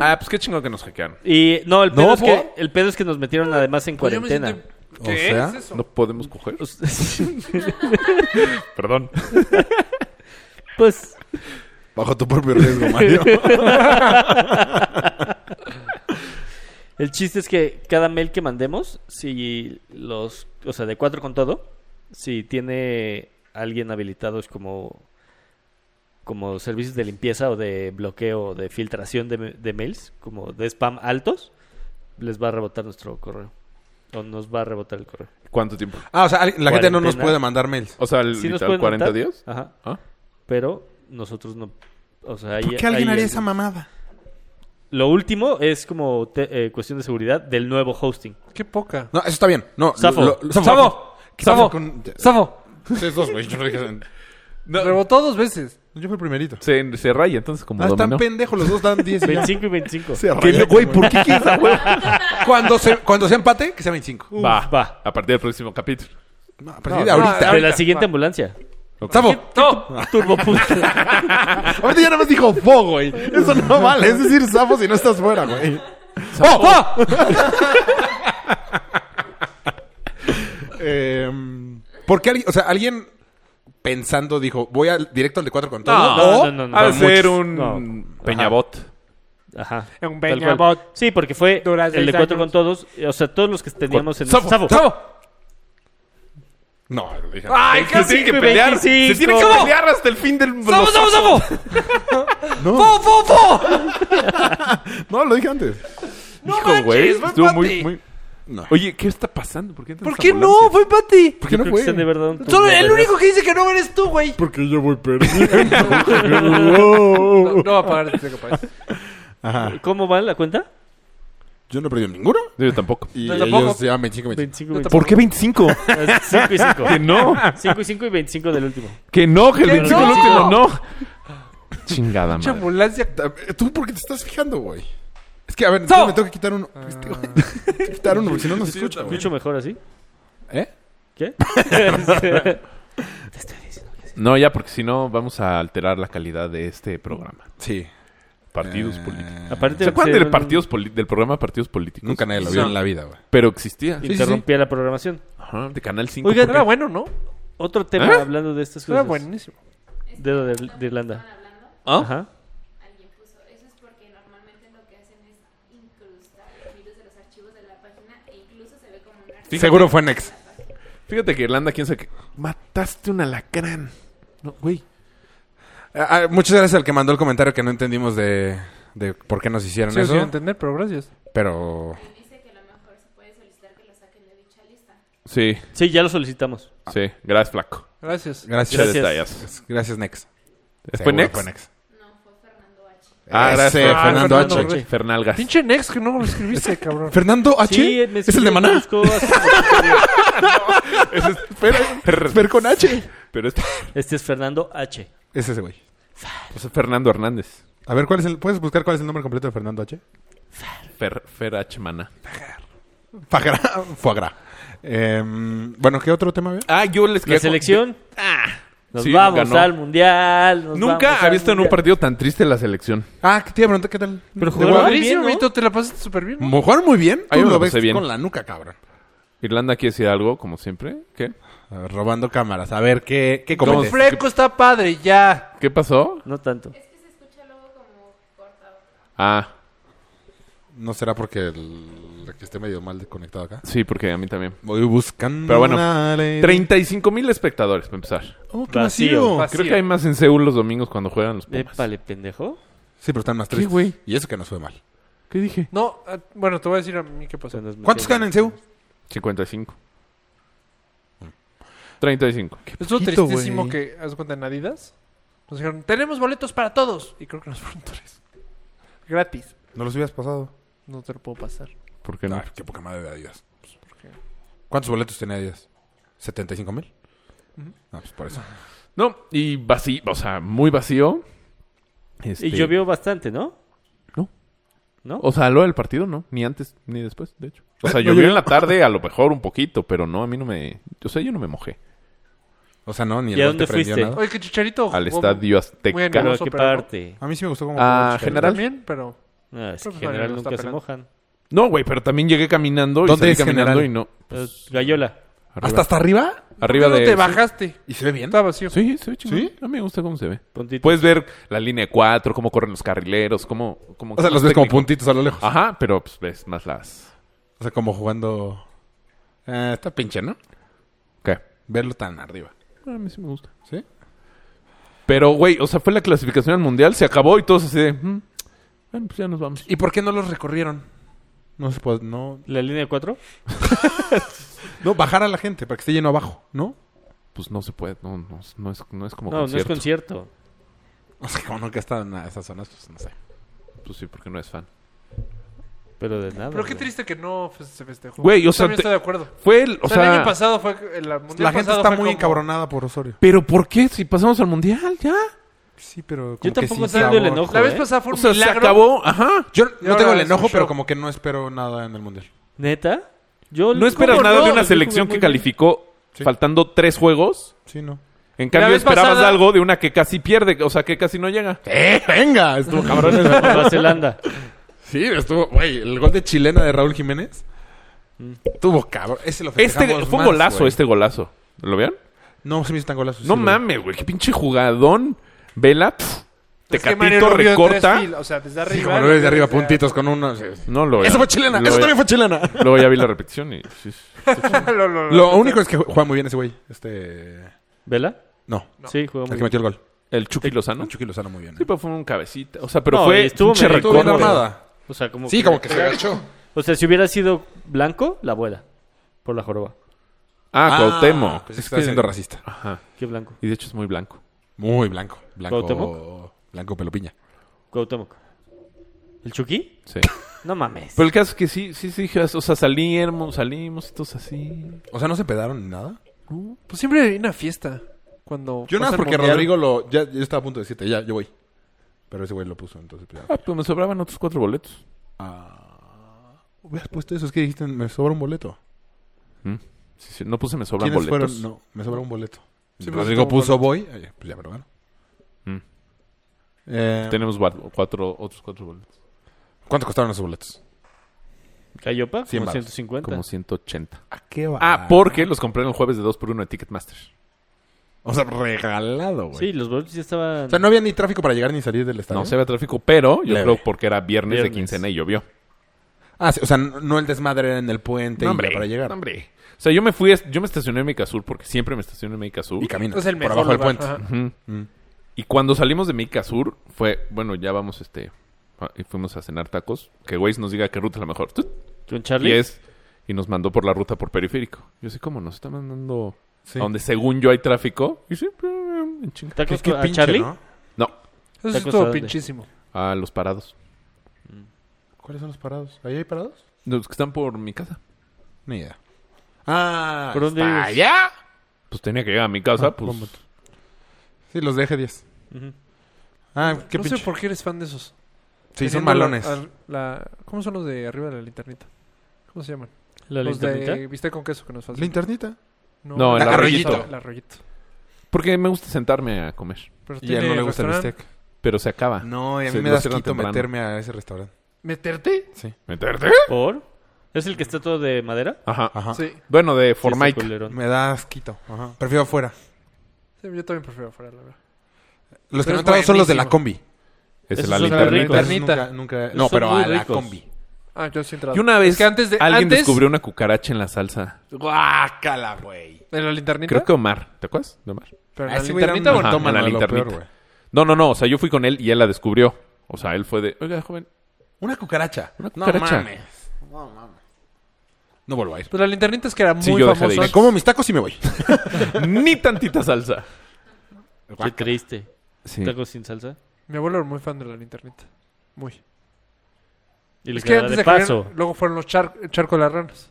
[SPEAKER 3] Ah, pues qué chingón que nos hackearon.
[SPEAKER 2] Y no, el pedo,
[SPEAKER 1] No,
[SPEAKER 2] es que,
[SPEAKER 1] ¿por?
[SPEAKER 2] el pedo es que nos metieron además en
[SPEAKER 4] Pues yo me
[SPEAKER 2] cuarentena.
[SPEAKER 4] siento-
[SPEAKER 1] O
[SPEAKER 4] ¿Qué
[SPEAKER 1] sea,
[SPEAKER 4] es eso?
[SPEAKER 3] No podemos coger.
[SPEAKER 2] Pues-
[SPEAKER 3] Perdón.
[SPEAKER 2] pues
[SPEAKER 1] Bajo tu propio riesgo, Mario.
[SPEAKER 2] el chiste es que cada mail que mandemos, si los, o sea, de cuatro con todo, si tiene alguien habilitados como como servicios de limpieza o de bloqueo o de filtración de, de mails, como de spam altos, les va a rebotar nuestro correo. O nos va a rebotar el correo.
[SPEAKER 3] ¿Cuánto tiempo?
[SPEAKER 1] Ah, o sea, la gente no nos
[SPEAKER 2] Cuarentena.
[SPEAKER 1] puede mandar mails.
[SPEAKER 3] O sea, el,
[SPEAKER 2] Sí nos
[SPEAKER 3] literal,
[SPEAKER 2] pueden
[SPEAKER 3] 40
[SPEAKER 2] notar.
[SPEAKER 3] días.
[SPEAKER 2] Ajá.
[SPEAKER 3] Ah.
[SPEAKER 2] Pero nosotros no. O sea,
[SPEAKER 1] ¿Por
[SPEAKER 2] hay-
[SPEAKER 1] qué alguien
[SPEAKER 2] hay
[SPEAKER 1] haría esa
[SPEAKER 2] algunos-
[SPEAKER 1] mamada?
[SPEAKER 2] Lo último es como te- eh, cuestión de seguridad del nuevo hosting.
[SPEAKER 4] Qué poca.
[SPEAKER 1] No, eso está bien. No,
[SPEAKER 2] Zafo.
[SPEAKER 4] ¡Safo!
[SPEAKER 1] ¿Qué
[SPEAKER 4] ¡Safo!
[SPEAKER 1] pasa con-
[SPEAKER 4] ¡Safo!
[SPEAKER 1] Ustedes dos, güey. Yo no dije-
[SPEAKER 4] Rebotó dos veces.
[SPEAKER 1] Yo fui el primerito.
[SPEAKER 3] Se, se raya, entonces como
[SPEAKER 1] Ah, están
[SPEAKER 3] dominó.
[SPEAKER 1] pendejos. Los dos dan 10 y ya.
[SPEAKER 2] 25 y 25.
[SPEAKER 1] Se
[SPEAKER 3] ¿Qué,
[SPEAKER 1] raya,
[SPEAKER 3] güey, ¿por qué quieres a huevo?
[SPEAKER 1] Cuando se, cuando se empate, que sea 25.
[SPEAKER 2] Uf,
[SPEAKER 3] Va,
[SPEAKER 2] va.
[SPEAKER 3] va. A partir del próximo capítulo.
[SPEAKER 1] Uh. No, a partir de
[SPEAKER 4] No, no,
[SPEAKER 1] ahorita.
[SPEAKER 4] no,
[SPEAKER 2] De
[SPEAKER 4] ahorita,
[SPEAKER 2] la siguiente
[SPEAKER 4] va.
[SPEAKER 2] ambulancia.
[SPEAKER 1] ¡Zafo!
[SPEAKER 4] ¡No!
[SPEAKER 2] Turbopunta.
[SPEAKER 1] Ahorita ya nada más dijo fo, güey. Eso no vale. Es decir, zafo si no estás fuera, güey. ¡Oh, Eh, ¿Por qué alguien, o sea, alguien pensando dijo, voy al directo al de 4 con todo?
[SPEAKER 2] no,
[SPEAKER 1] o
[SPEAKER 2] no, no, no.
[SPEAKER 3] Ha de
[SPEAKER 2] No,
[SPEAKER 3] ser
[SPEAKER 2] muchos.
[SPEAKER 3] un
[SPEAKER 2] No.
[SPEAKER 3] peñabot.
[SPEAKER 2] Ajá. Tal
[SPEAKER 4] Un
[SPEAKER 2] cual.
[SPEAKER 4] Peña Bot.
[SPEAKER 2] Sí, porque fue
[SPEAKER 4] Dura
[SPEAKER 2] el de
[SPEAKER 4] seis
[SPEAKER 2] cuatro
[SPEAKER 4] años.
[SPEAKER 2] con todos. eh, O sea, todos los que teníamos en.
[SPEAKER 1] Zafo,
[SPEAKER 2] Zafo.
[SPEAKER 1] zafo. No, lo dije.
[SPEAKER 4] ¡Ay,
[SPEAKER 3] Se
[SPEAKER 4] casi!
[SPEAKER 3] tiene que pelear.
[SPEAKER 2] 25.
[SPEAKER 3] Se tiene que
[SPEAKER 4] ¿Cómo?
[SPEAKER 3] pelear hasta el fin del
[SPEAKER 4] ¡Safo, safo, safo!
[SPEAKER 1] No.
[SPEAKER 4] ¡Fo, fo, fo!
[SPEAKER 1] No, lo dije antes.
[SPEAKER 4] ¡No
[SPEAKER 3] Hijo, güey.
[SPEAKER 4] manches! ¡Fue
[SPEAKER 3] Estuvo muy,
[SPEAKER 4] empate!
[SPEAKER 3] muy...
[SPEAKER 1] No.
[SPEAKER 3] Oye, ¿qué está pasando? ¿Por qué,
[SPEAKER 4] ¿Por qué no? ¡Fue empate!
[SPEAKER 1] ¿por
[SPEAKER 2] Yo
[SPEAKER 1] qué no
[SPEAKER 2] creo que
[SPEAKER 1] fue?
[SPEAKER 2] se de verdad un
[SPEAKER 4] Solo
[SPEAKER 2] turbo
[SPEAKER 4] el
[SPEAKER 2] vergas.
[SPEAKER 4] único que dice que no eres tú, güey.
[SPEAKER 1] Porque yo voy perdiendo.
[SPEAKER 4] No, no va a pagar este capaz.
[SPEAKER 1] Ajá.
[SPEAKER 2] ¿Cómo va la cuenta?
[SPEAKER 1] Yo no he perdido ninguno.
[SPEAKER 3] Yo tampoco.
[SPEAKER 1] Y
[SPEAKER 4] Yo tampoco.
[SPEAKER 1] ellos llevan 25, 25.
[SPEAKER 2] 25 y 25.
[SPEAKER 3] ¿Por qué 25?
[SPEAKER 2] 5 y 5.
[SPEAKER 3] que no.
[SPEAKER 2] 5 y 5 y 25 del último.
[SPEAKER 3] Que no, que el
[SPEAKER 4] ¡Que
[SPEAKER 3] 25
[SPEAKER 4] no!
[SPEAKER 3] no, que no, no. Chingada
[SPEAKER 4] Mucha
[SPEAKER 3] madre.
[SPEAKER 4] ambulancia.
[SPEAKER 1] ¿Tú por qué te estás fijando, güey? Es que, a ver, entonces
[SPEAKER 4] ¡Zafo!
[SPEAKER 1] me tengo que quitar uno. Este, güey,
[SPEAKER 4] Ah,
[SPEAKER 1] tengo que quitar uno, porque si no, no se escucha, güey.
[SPEAKER 2] Mucho mejor así.
[SPEAKER 1] ¿Eh?
[SPEAKER 2] ¿Qué? Te estoy diciendo.
[SPEAKER 3] No, ya, porque si no vamos a alterar la calidad de este programa.
[SPEAKER 1] Sí.
[SPEAKER 3] Partidos
[SPEAKER 1] Eh,
[SPEAKER 3] políticos.
[SPEAKER 2] Aparte
[SPEAKER 3] ¿Se acuerdan
[SPEAKER 2] sí,
[SPEAKER 3] del,
[SPEAKER 2] no-
[SPEAKER 3] partidos poli- del programa Partidos Políticos?
[SPEAKER 1] Nunca nadie lo vio
[SPEAKER 4] No.
[SPEAKER 1] en la vida, güey.
[SPEAKER 3] Pero existía.
[SPEAKER 1] sí, sí.
[SPEAKER 2] Interrumpía la programación.
[SPEAKER 3] Ajá, de Canal 5.
[SPEAKER 2] Oigan,
[SPEAKER 4] Era bueno, ¿no?
[SPEAKER 2] Otro tema
[SPEAKER 3] ¿Eh?
[SPEAKER 2] hablando de estas
[SPEAKER 4] Era
[SPEAKER 2] cosas.
[SPEAKER 4] buenísimo.
[SPEAKER 2] Dedo de, de Irlanda.
[SPEAKER 3] ¿Ah?
[SPEAKER 2] Ajá.
[SPEAKER 6] alguien puso. Eso es porque normalmente lo que hacen es incrustar el virus de los archivos de la página e incluso se ve como un archivo.
[SPEAKER 1] Seguro fue Nex.
[SPEAKER 3] Fíjate que Irlanda, quién sabe qué. Mataste un alacrán. No, güey.
[SPEAKER 1] Ah, ah, muchas gracias al que mandó el comentario que no entendimos de, de por qué nos hicieron
[SPEAKER 4] Sí,
[SPEAKER 1] eso.
[SPEAKER 4] sin entender, pero gracias.
[SPEAKER 1] pero.
[SPEAKER 6] Dice que a lo mejor se puede solicitar que lo saquen de dicha lista.
[SPEAKER 3] Sí,
[SPEAKER 2] Sí, ya lo solicitamos.
[SPEAKER 3] sí. Gracias, flaco.
[SPEAKER 4] Gracias.
[SPEAKER 1] Gracias.
[SPEAKER 3] Gracias.
[SPEAKER 2] Gracias.
[SPEAKER 1] Gracias, gracias Nex.
[SPEAKER 3] ¿Fue
[SPEAKER 1] Seguro
[SPEAKER 3] Nex?
[SPEAKER 1] Fue Nex.
[SPEAKER 6] No, fue Fernando H.
[SPEAKER 3] Ah,
[SPEAKER 1] Ese,
[SPEAKER 3] gracias. Ah,
[SPEAKER 1] Fernando,
[SPEAKER 4] Fernando
[SPEAKER 1] H.
[SPEAKER 4] H.
[SPEAKER 3] Fernalgas.
[SPEAKER 4] Pinche Nex que no lo escribiste, cabrón.
[SPEAKER 1] ¿Fernando
[SPEAKER 3] ¿Ah,
[SPEAKER 1] H?
[SPEAKER 2] Sí, me
[SPEAKER 1] ¿Es el de Maná?
[SPEAKER 2] buscó hace-
[SPEAKER 3] Ese es Fer- Fer-
[SPEAKER 1] este, Fer con H.
[SPEAKER 3] Pero es,
[SPEAKER 2] Este es Fernando H.
[SPEAKER 1] Es ese güey.
[SPEAKER 3] es pues, Fernando Hernández.
[SPEAKER 1] A ver, ¿cuál es el, ¿puedes buscar cuál es el nombre completo de Fernando H?
[SPEAKER 3] Fer, Fer H. Mana.
[SPEAKER 1] Fagra. Fuagra. Em, bueno, ¿qué otro tema había?
[SPEAKER 3] Ah, yo les
[SPEAKER 2] La selección. Nos
[SPEAKER 3] Ah, Sí,
[SPEAKER 2] vamos
[SPEAKER 3] ganó.
[SPEAKER 2] al mundial. nos vamos
[SPEAKER 3] Nunca
[SPEAKER 2] al
[SPEAKER 3] había visto en un
[SPEAKER 2] mundial.
[SPEAKER 3] partido tan triste la selección.
[SPEAKER 1] Ah, que te iba a preguntar, ¿qué tal?
[SPEAKER 2] Pero
[SPEAKER 1] De
[SPEAKER 2] jugaron
[SPEAKER 1] Guadalajara.
[SPEAKER 2] bien,
[SPEAKER 4] Padrísimo,
[SPEAKER 2] ¿no?
[SPEAKER 4] Vito, te la pasaste súper bien. ¿no?
[SPEAKER 1] Mo- Jugaron muy bien.
[SPEAKER 3] Ahí
[SPEAKER 1] Tú
[SPEAKER 3] me
[SPEAKER 1] lo
[SPEAKER 3] la
[SPEAKER 1] ves
[SPEAKER 3] pasé bien.
[SPEAKER 1] con la nuca, cabrón.
[SPEAKER 3] Irlanda quiere decir algo, como siempre. ¿Qué?
[SPEAKER 1] A ver, robando cámaras. A ver, ¿qué, qué
[SPEAKER 3] Don
[SPEAKER 1] comentes?
[SPEAKER 4] Freco pues, está padre, ya.
[SPEAKER 3] ¿Qué pasó?
[SPEAKER 2] No tanto.
[SPEAKER 3] Ah,
[SPEAKER 1] ¿No será porque el, el que esté medio mal conectado acá?
[SPEAKER 3] sí, porque a mí también.
[SPEAKER 1] Voy buscando.
[SPEAKER 3] Pero bueno,
[SPEAKER 1] una lady.
[SPEAKER 2] Eh,
[SPEAKER 3] 35 mil espectadores, para empezar.
[SPEAKER 1] Oh, qué
[SPEAKER 2] Vacío.
[SPEAKER 1] vacío.
[SPEAKER 4] Vacío.
[SPEAKER 3] Creo que hay más en Seúl los domingos cuando juegan los Pumas.
[SPEAKER 2] Épale, pendejo.
[SPEAKER 1] Sí, pero están más
[SPEAKER 3] ¿Qué,
[SPEAKER 1] tristes.
[SPEAKER 3] güey?
[SPEAKER 1] Y eso que nos fue mal.
[SPEAKER 3] ¿Qué dije?
[SPEAKER 4] No, ah, bueno, te voy a decir a mí qué
[SPEAKER 3] Pues,
[SPEAKER 4] pasó.
[SPEAKER 2] Se nos
[SPEAKER 1] ¿Cuántos
[SPEAKER 2] metió.
[SPEAKER 1] quedan en CEU?
[SPEAKER 3] 55. 35.
[SPEAKER 4] Estuvo
[SPEAKER 1] Poquito,
[SPEAKER 4] tristísimo
[SPEAKER 1] güey.
[SPEAKER 4] que, haz de cuenta, en Adidas, nos dijeron, tenemos boletos para todos. Y creo que nos fueron tres. Gratis.
[SPEAKER 1] No los hubieras pasado.
[SPEAKER 4] No te lo puedo pasar.
[SPEAKER 3] ¿Por qué no?
[SPEAKER 1] Ah, qué poca madre de Adidas.
[SPEAKER 4] Porque
[SPEAKER 1] ¿Cuántos boletos tenía Adidas? ¿75 mil?
[SPEAKER 4] Ujú.
[SPEAKER 1] Ah, pues por eso.
[SPEAKER 3] No, y vacío, o sea, muy vacío. Este,
[SPEAKER 2] Y llovió bastante, ¿no?
[SPEAKER 3] No.
[SPEAKER 2] ¿No?
[SPEAKER 3] O sea, lo del partido no, ni antes ni después, de hecho. O
[SPEAKER 1] No
[SPEAKER 3] sea, llovió
[SPEAKER 1] llovió.
[SPEAKER 3] en la tarde a lo mejor un poquito, pero no, a mí no me... Yo sé, yo no me mojé.
[SPEAKER 1] O sea, no, ni el
[SPEAKER 2] ¿Y a
[SPEAKER 1] gol te
[SPEAKER 2] dónde
[SPEAKER 1] prendió
[SPEAKER 2] fuiste?
[SPEAKER 1] nada.
[SPEAKER 4] Oye, que Chicharito.
[SPEAKER 3] Al
[SPEAKER 4] jugó
[SPEAKER 3] estadio Azteca.
[SPEAKER 2] Pero
[SPEAKER 4] Bueno.
[SPEAKER 2] ¿a qué
[SPEAKER 4] pero no.
[SPEAKER 2] parte?
[SPEAKER 1] A mí sí me gustó como...
[SPEAKER 3] Ah,
[SPEAKER 1] jugó Chicharito.
[SPEAKER 3] general.
[SPEAKER 4] También, pero.
[SPEAKER 2] No, es que
[SPEAKER 4] Creo
[SPEAKER 2] en
[SPEAKER 4] que Mario
[SPEAKER 2] general
[SPEAKER 4] lo
[SPEAKER 2] nunca
[SPEAKER 4] está
[SPEAKER 2] se
[SPEAKER 4] pelando.
[SPEAKER 2] mojan.
[SPEAKER 3] No, güey, pero también llegué caminando.
[SPEAKER 1] ¿Dónde
[SPEAKER 3] y
[SPEAKER 1] es
[SPEAKER 3] salí caminando
[SPEAKER 1] general?
[SPEAKER 3] y no.
[SPEAKER 2] Pues, Gallola.
[SPEAKER 3] Arriba,
[SPEAKER 1] ¿Hasta hasta arriba?
[SPEAKER 3] arriba
[SPEAKER 4] ¿Por qué
[SPEAKER 3] de...
[SPEAKER 4] no te bajaste?
[SPEAKER 1] ¿Y se ve bien?
[SPEAKER 4] Está vacío.
[SPEAKER 3] Sí, se ve chingón.
[SPEAKER 1] ¿Sí?
[SPEAKER 3] A mí me gusta cómo se ve.
[SPEAKER 2] Puntito.
[SPEAKER 3] Puedes ver la línea 4, cómo corren los carrileros, cómo... cómo
[SPEAKER 1] O sea, los ves como puntitos a lo
[SPEAKER 2] Ah.
[SPEAKER 1] lejos.
[SPEAKER 3] Ajá, pero pues, ves más las...
[SPEAKER 1] O sea, como jugando... Eh, está pinche, ¿no?
[SPEAKER 3] ¿Qué?
[SPEAKER 1] Verlo tan arriba.
[SPEAKER 3] A mí sí me gusta.
[SPEAKER 1] ¿Sí?
[SPEAKER 3] Pero, güey, o sea, fue la clasificación al mundial, se acabó y todos así de. "Mm, bueno, pues ya nos vamos.
[SPEAKER 1] ¿Y por qué no los recorrieron? No se puede... No...
[SPEAKER 2] ¿La línea 4?
[SPEAKER 1] No, bajar a la gente para que esté lleno abajo, ¿no?
[SPEAKER 3] Pues no se puede, no, no, no es, no es como
[SPEAKER 2] No, no es concierto.
[SPEAKER 1] O sea, como no que están en esas zonas, pues no sé.
[SPEAKER 3] Pues sí, porque no es fan.
[SPEAKER 2] Pero de nada.
[SPEAKER 4] Pero qué
[SPEAKER 2] güey.
[SPEAKER 4] triste que no fe- se festejó.
[SPEAKER 3] Güey, o
[SPEAKER 4] Yo
[SPEAKER 3] sea,
[SPEAKER 4] también
[SPEAKER 3] te-
[SPEAKER 4] estoy de acuerdo.
[SPEAKER 3] Fue el, o,
[SPEAKER 4] O sea,
[SPEAKER 3] sea,
[SPEAKER 4] el año pasado fue. El, la
[SPEAKER 1] La gente está muy encabronada por Osorio.
[SPEAKER 3] Pero ¿por qué? Si pasamos al mundial, ya.
[SPEAKER 1] Sí, pero...
[SPEAKER 2] Yo
[SPEAKER 1] que
[SPEAKER 2] tampoco
[SPEAKER 1] sí,
[SPEAKER 2] entiendo el
[SPEAKER 1] sabor.
[SPEAKER 2] enojo.
[SPEAKER 4] La vez
[SPEAKER 2] ¿eh?
[SPEAKER 4] pasada fue
[SPEAKER 3] O
[SPEAKER 4] un
[SPEAKER 3] sea, se
[SPEAKER 4] milagro.
[SPEAKER 3] acabó, ajá.
[SPEAKER 1] Yo
[SPEAKER 4] Y
[SPEAKER 1] no tengo el
[SPEAKER 4] ahora es un
[SPEAKER 1] enojo, pero
[SPEAKER 4] show.
[SPEAKER 1] como que no espero nada en el Mundial.
[SPEAKER 2] ¿Neta? Yo
[SPEAKER 3] No esperas nada de una selección que
[SPEAKER 2] califica
[SPEAKER 3] calificó
[SPEAKER 1] Sí.
[SPEAKER 3] faltando tres juegos.
[SPEAKER 1] Sí, no.
[SPEAKER 3] En cambio,
[SPEAKER 4] vez
[SPEAKER 3] esperabas
[SPEAKER 4] pasada-
[SPEAKER 3] algo de una que casi pierde, o sea, que casi no llega.
[SPEAKER 1] ¡Eh, venga! Estuvo cabrón. eso.
[SPEAKER 2] Nueva Zelanda.
[SPEAKER 1] sí, estuvo... Güey, el gol de chilena de Raúl Jiménez. Mm. Estuvo cabrón. Ese lo
[SPEAKER 3] Este
[SPEAKER 1] festejamos
[SPEAKER 3] fue un
[SPEAKER 1] más,
[SPEAKER 3] golazo,
[SPEAKER 1] güey.
[SPEAKER 3] este golazo. ¿Lo vieron?
[SPEAKER 1] No, se me hizo tan golazo. sí
[SPEAKER 3] No
[SPEAKER 1] lo vi.
[SPEAKER 3] mames, güey. Qué pinche jugadón. Vela. pf,
[SPEAKER 4] Es que
[SPEAKER 3] Tecatito
[SPEAKER 4] Mario Rubio en tres
[SPEAKER 3] recorta.
[SPEAKER 4] fil- O sea, desde arriba.
[SPEAKER 1] Sí, como lo ves de arriba,
[SPEAKER 4] o sea,
[SPEAKER 1] puntitos con uno. sí.
[SPEAKER 3] No lo
[SPEAKER 1] Eso fue chilena.
[SPEAKER 3] lo
[SPEAKER 1] Eso
[SPEAKER 3] ya-
[SPEAKER 1] también fue chilena.
[SPEAKER 3] Luego ya vi la repetición y. sí, sí.
[SPEAKER 4] lo- lo- lo-
[SPEAKER 1] Lo único es que juega muy bien ese güey. Este...
[SPEAKER 2] ¿Vela?
[SPEAKER 1] No.
[SPEAKER 2] Sí, jugó
[SPEAKER 1] El
[SPEAKER 2] muy
[SPEAKER 1] que metió el gol.
[SPEAKER 3] El Chucky Lozano.
[SPEAKER 1] Chucky Lozano muy bien. ¿eh?
[SPEAKER 3] Sí, pero fue un cabecita. O sea, pero
[SPEAKER 2] No,
[SPEAKER 3] fue.
[SPEAKER 2] y estuvo
[SPEAKER 3] pinche
[SPEAKER 2] medio-
[SPEAKER 1] Estuvo bien
[SPEAKER 3] recorte.
[SPEAKER 1] armada.
[SPEAKER 2] bien. O sea, como
[SPEAKER 1] Sí, como que se agachó.
[SPEAKER 2] O sea, si hubiera sido blanco, la abuela. Por la joroba.
[SPEAKER 3] Ah, Cuauhtémoc.
[SPEAKER 1] Pues está siendo racista.
[SPEAKER 3] Ajá.
[SPEAKER 2] ¿Qué blanco?
[SPEAKER 3] Y de hecho es muy blanco.
[SPEAKER 1] Muy blanco. Blanco...
[SPEAKER 2] ¿Cuauhtémoc?
[SPEAKER 1] Blanco pelopiña.
[SPEAKER 2] Cuauhtémoc. ¿El Chucky?
[SPEAKER 3] Sí.
[SPEAKER 2] No mames.
[SPEAKER 3] Pero el caso es que sí, sí, sí. O sea, salimos, salimos, y todos así.
[SPEAKER 1] O sea, ¿no se pedaron ni nada?
[SPEAKER 4] Pues siempre hay una fiesta. Cuando.
[SPEAKER 1] Yo nada más
[SPEAKER 4] pasa el
[SPEAKER 1] porque
[SPEAKER 4] mundial.
[SPEAKER 1] Rodrigo lo... Ya, yo estaba a punto de decirte, ya, yo voy. Pero ese güey lo puso, entonces... pues, ya.
[SPEAKER 3] Ah, pues me sobraban otros cuatro boletos.
[SPEAKER 1] Ah, hubieras puesto eso, es que dijiste, me sobra un boleto.
[SPEAKER 3] Mm. Sí, sí, No puse me sobran
[SPEAKER 1] ¿Quiénes
[SPEAKER 3] boletos.
[SPEAKER 1] fueron? No, me sobra un boleto.
[SPEAKER 4] Sí, me
[SPEAKER 1] Rodrigo
[SPEAKER 4] sobra un
[SPEAKER 1] puso voy, eh, pues ya me lo gano.
[SPEAKER 3] Mm.
[SPEAKER 1] Eh,
[SPEAKER 3] Tenemos cuatro, cuatro- otros cuatro boletos.
[SPEAKER 1] ¿Cuánto costaron esos boletos?
[SPEAKER 2] ¿Cayopa?
[SPEAKER 1] Cien
[SPEAKER 2] Como
[SPEAKER 1] varos.
[SPEAKER 2] 150.
[SPEAKER 3] Como 180.
[SPEAKER 1] ¿A qué va?
[SPEAKER 3] Ah, porque los compré en el jueves de 2 por 1 de Ticketmaster.
[SPEAKER 1] O sea, regalado, güey.
[SPEAKER 2] Sí, los boletos ya estaban...
[SPEAKER 1] O sea, no había ni tráfico para llegar ni salir del estadio.
[SPEAKER 3] No se ve tráfico, pero yo
[SPEAKER 1] Leve.
[SPEAKER 3] creo porque era viernes, de
[SPEAKER 2] Viernes.
[SPEAKER 3] quincena y llovió.
[SPEAKER 1] Ah, sí, o sea, no no el desmadre era en el puente y
[SPEAKER 3] No,
[SPEAKER 1] ya para llegar.
[SPEAKER 3] no, hombre. O sea, yo me fui, a- yo me estacioné en Mica Sur porque siempre me estacioné en Mica Sur.
[SPEAKER 1] Y caminas
[SPEAKER 4] Es Pues el
[SPEAKER 1] por
[SPEAKER 4] mejor
[SPEAKER 1] abajo del
[SPEAKER 4] lugar,
[SPEAKER 1] puente.
[SPEAKER 4] ajá.
[SPEAKER 3] Ujú.
[SPEAKER 1] Mm.
[SPEAKER 3] Y cuando salimos de Mica Sur fue, bueno, ya vamos este a- y fuimos a cenar tacos, que Waze nos diga qué ruta es la mejor. Tut.
[SPEAKER 2] ¿Con
[SPEAKER 3] Y
[SPEAKER 2] Charlie?
[SPEAKER 3] es y nos mandó por la ruta por periférico. Yo sé cómo nos está mandando
[SPEAKER 1] Sí.
[SPEAKER 3] a donde según yo hay tráfico. Y sí, en chinga.
[SPEAKER 2] ¿Tacos
[SPEAKER 1] Es que
[SPEAKER 2] a
[SPEAKER 1] pinche,
[SPEAKER 2] Charlie?
[SPEAKER 1] ¿no?
[SPEAKER 3] No,
[SPEAKER 4] Eso
[SPEAKER 2] ¿Te
[SPEAKER 4] sí
[SPEAKER 2] acuerdas
[SPEAKER 4] estuvo
[SPEAKER 2] dónde?
[SPEAKER 4] pinchísimo.
[SPEAKER 3] a los parados.
[SPEAKER 1] ¿Cuáles son los parados? ¿Ahí hay parados?
[SPEAKER 3] Los que están por mi casa.
[SPEAKER 1] Ni idea. Ah,
[SPEAKER 2] ¿Por dónde
[SPEAKER 1] está
[SPEAKER 2] vives?
[SPEAKER 1] allá.
[SPEAKER 3] Pues tenía que llegar a mi casa,
[SPEAKER 1] Ah,
[SPEAKER 3] pues.
[SPEAKER 1] vamos. Sí, los de G10.
[SPEAKER 2] Ujú.
[SPEAKER 1] Ah, qué
[SPEAKER 4] no
[SPEAKER 1] pinche.
[SPEAKER 4] sé por qué eres fan de esos.
[SPEAKER 1] Sí, son
[SPEAKER 4] Teniendo la-
[SPEAKER 1] malones.
[SPEAKER 4] ar- la- ¿Cómo son los de arriba de la linternita? ¿Cómo se llaman?
[SPEAKER 2] ¿La
[SPEAKER 4] los
[SPEAKER 2] linternita?
[SPEAKER 4] Pues de bistec con queso que nos falta.
[SPEAKER 1] La internita.
[SPEAKER 3] No,
[SPEAKER 1] el arroyito.
[SPEAKER 4] El arroyito.
[SPEAKER 3] Porque me gusta sentarme a comer.
[SPEAKER 4] Pero
[SPEAKER 1] Y a él no
[SPEAKER 4] tiene
[SPEAKER 1] le gusta el
[SPEAKER 4] restaurante.
[SPEAKER 1] bistec.
[SPEAKER 3] Pero se acaba.
[SPEAKER 1] No, y a mí
[SPEAKER 3] Ah. Sí,
[SPEAKER 1] me
[SPEAKER 3] lo
[SPEAKER 1] da
[SPEAKER 3] cierran
[SPEAKER 1] asquito
[SPEAKER 3] temprano.
[SPEAKER 1] meterme a ese restaurante.
[SPEAKER 4] ¿Meterte?
[SPEAKER 1] Sí.
[SPEAKER 3] ¿Meterte?
[SPEAKER 2] ¿Por? ¿Es el que está todo de madera?
[SPEAKER 3] Ajá.
[SPEAKER 2] Ah.
[SPEAKER 1] Ajá.
[SPEAKER 4] Sí.
[SPEAKER 3] Bueno, de
[SPEAKER 2] Sí, pues, está
[SPEAKER 3] Formite.
[SPEAKER 2] culerón.
[SPEAKER 1] Me da asquito. Ajá. Prefiero afuera.
[SPEAKER 4] Sí, Yo también prefiero afuera, la verdad.
[SPEAKER 1] Los que
[SPEAKER 4] Pero
[SPEAKER 1] no
[SPEAKER 4] es
[SPEAKER 1] entraron son los de
[SPEAKER 4] buenísimo.
[SPEAKER 1] la combi.
[SPEAKER 3] es
[SPEAKER 2] Esos
[SPEAKER 3] el
[SPEAKER 2] son
[SPEAKER 3] alita
[SPEAKER 2] los
[SPEAKER 3] rico.
[SPEAKER 2] ricos.
[SPEAKER 1] Nunca, nunca... No,
[SPEAKER 2] Son
[SPEAKER 1] pero
[SPEAKER 2] muy
[SPEAKER 1] a la
[SPEAKER 2] ricos.
[SPEAKER 1] combi.
[SPEAKER 4] Ah, yo sí he entrado.
[SPEAKER 3] Y una vez
[SPEAKER 4] Es que antes de.
[SPEAKER 3] alguien
[SPEAKER 4] antes,
[SPEAKER 3] descubrió una cucaracha en la salsa.
[SPEAKER 1] Guácala, güey.
[SPEAKER 4] En la linternita.
[SPEAKER 3] Creo que Omar. ¿Te acuerdas de Omar?
[SPEAKER 4] Pero en
[SPEAKER 1] A
[SPEAKER 4] la
[SPEAKER 1] ese güey era un
[SPEAKER 4] linternita, bueno.
[SPEAKER 3] Ajá, en
[SPEAKER 1] mitómano,
[SPEAKER 3] la
[SPEAKER 1] de lo
[SPEAKER 3] linternita.
[SPEAKER 1] peor, güey.
[SPEAKER 3] No, no, no. O sea, yo fui con él y él la descubrió. O sea, él fue de... Oiga, joven.
[SPEAKER 1] Una cucaracha.
[SPEAKER 3] Una cucaracha.
[SPEAKER 1] No mames. No mames. No vuelvo a ir.
[SPEAKER 4] Pues la linternita es que era muy
[SPEAKER 3] Sí, yo dejé de
[SPEAKER 4] famoso.
[SPEAKER 3] ir.
[SPEAKER 1] Me como mis tacos y me voy.
[SPEAKER 3] Ni tantita salsa.
[SPEAKER 2] Qué triste.
[SPEAKER 3] Sí.
[SPEAKER 2] ¿Tacos sin salsa?
[SPEAKER 4] Mi abuelo era muy fan de la linternita. Muy.
[SPEAKER 2] Y le
[SPEAKER 4] es que
[SPEAKER 2] quedaba
[SPEAKER 4] antes
[SPEAKER 2] de
[SPEAKER 4] de Javier,
[SPEAKER 2] paso.
[SPEAKER 4] luego fueron los char- el charco de las ranas.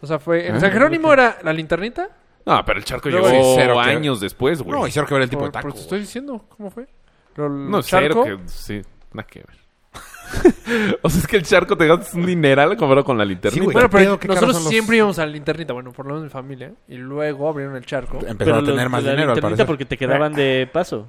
[SPEAKER 4] O sea, fue. En
[SPEAKER 3] Ah,
[SPEAKER 4] San Jerónimo era la linternita.
[SPEAKER 3] No, pero el charco
[SPEAKER 1] Luego
[SPEAKER 3] llegó
[SPEAKER 1] sí, cero que-
[SPEAKER 3] años después, güey.
[SPEAKER 1] No, y cero que ver el tipo
[SPEAKER 4] por,
[SPEAKER 1] de taco.
[SPEAKER 4] por- te estoy diciendo, ¿cómo fue? Pero el
[SPEAKER 3] No,
[SPEAKER 4] charco.
[SPEAKER 3] cero que... Sí, nada que ver. o sea, es que el charco te gastas un dineral comparado con la linterna.
[SPEAKER 1] Sí, güey.
[SPEAKER 4] Bueno,
[SPEAKER 1] ¿Qué
[SPEAKER 4] pero
[SPEAKER 1] pedo? ¿Qué caros
[SPEAKER 4] nosotros
[SPEAKER 1] son los-
[SPEAKER 4] siempre íbamos a la linternita, bueno, por lo menos mi familia. Y luego abrieron el charco.
[SPEAKER 1] güey.
[SPEAKER 2] Pero
[SPEAKER 1] Empezaron a
[SPEAKER 2] los
[SPEAKER 1] tener
[SPEAKER 2] de
[SPEAKER 1] más
[SPEAKER 2] la
[SPEAKER 1] dinero, al
[SPEAKER 2] linternita
[SPEAKER 1] parecer.
[SPEAKER 2] porque te quedaban de paso.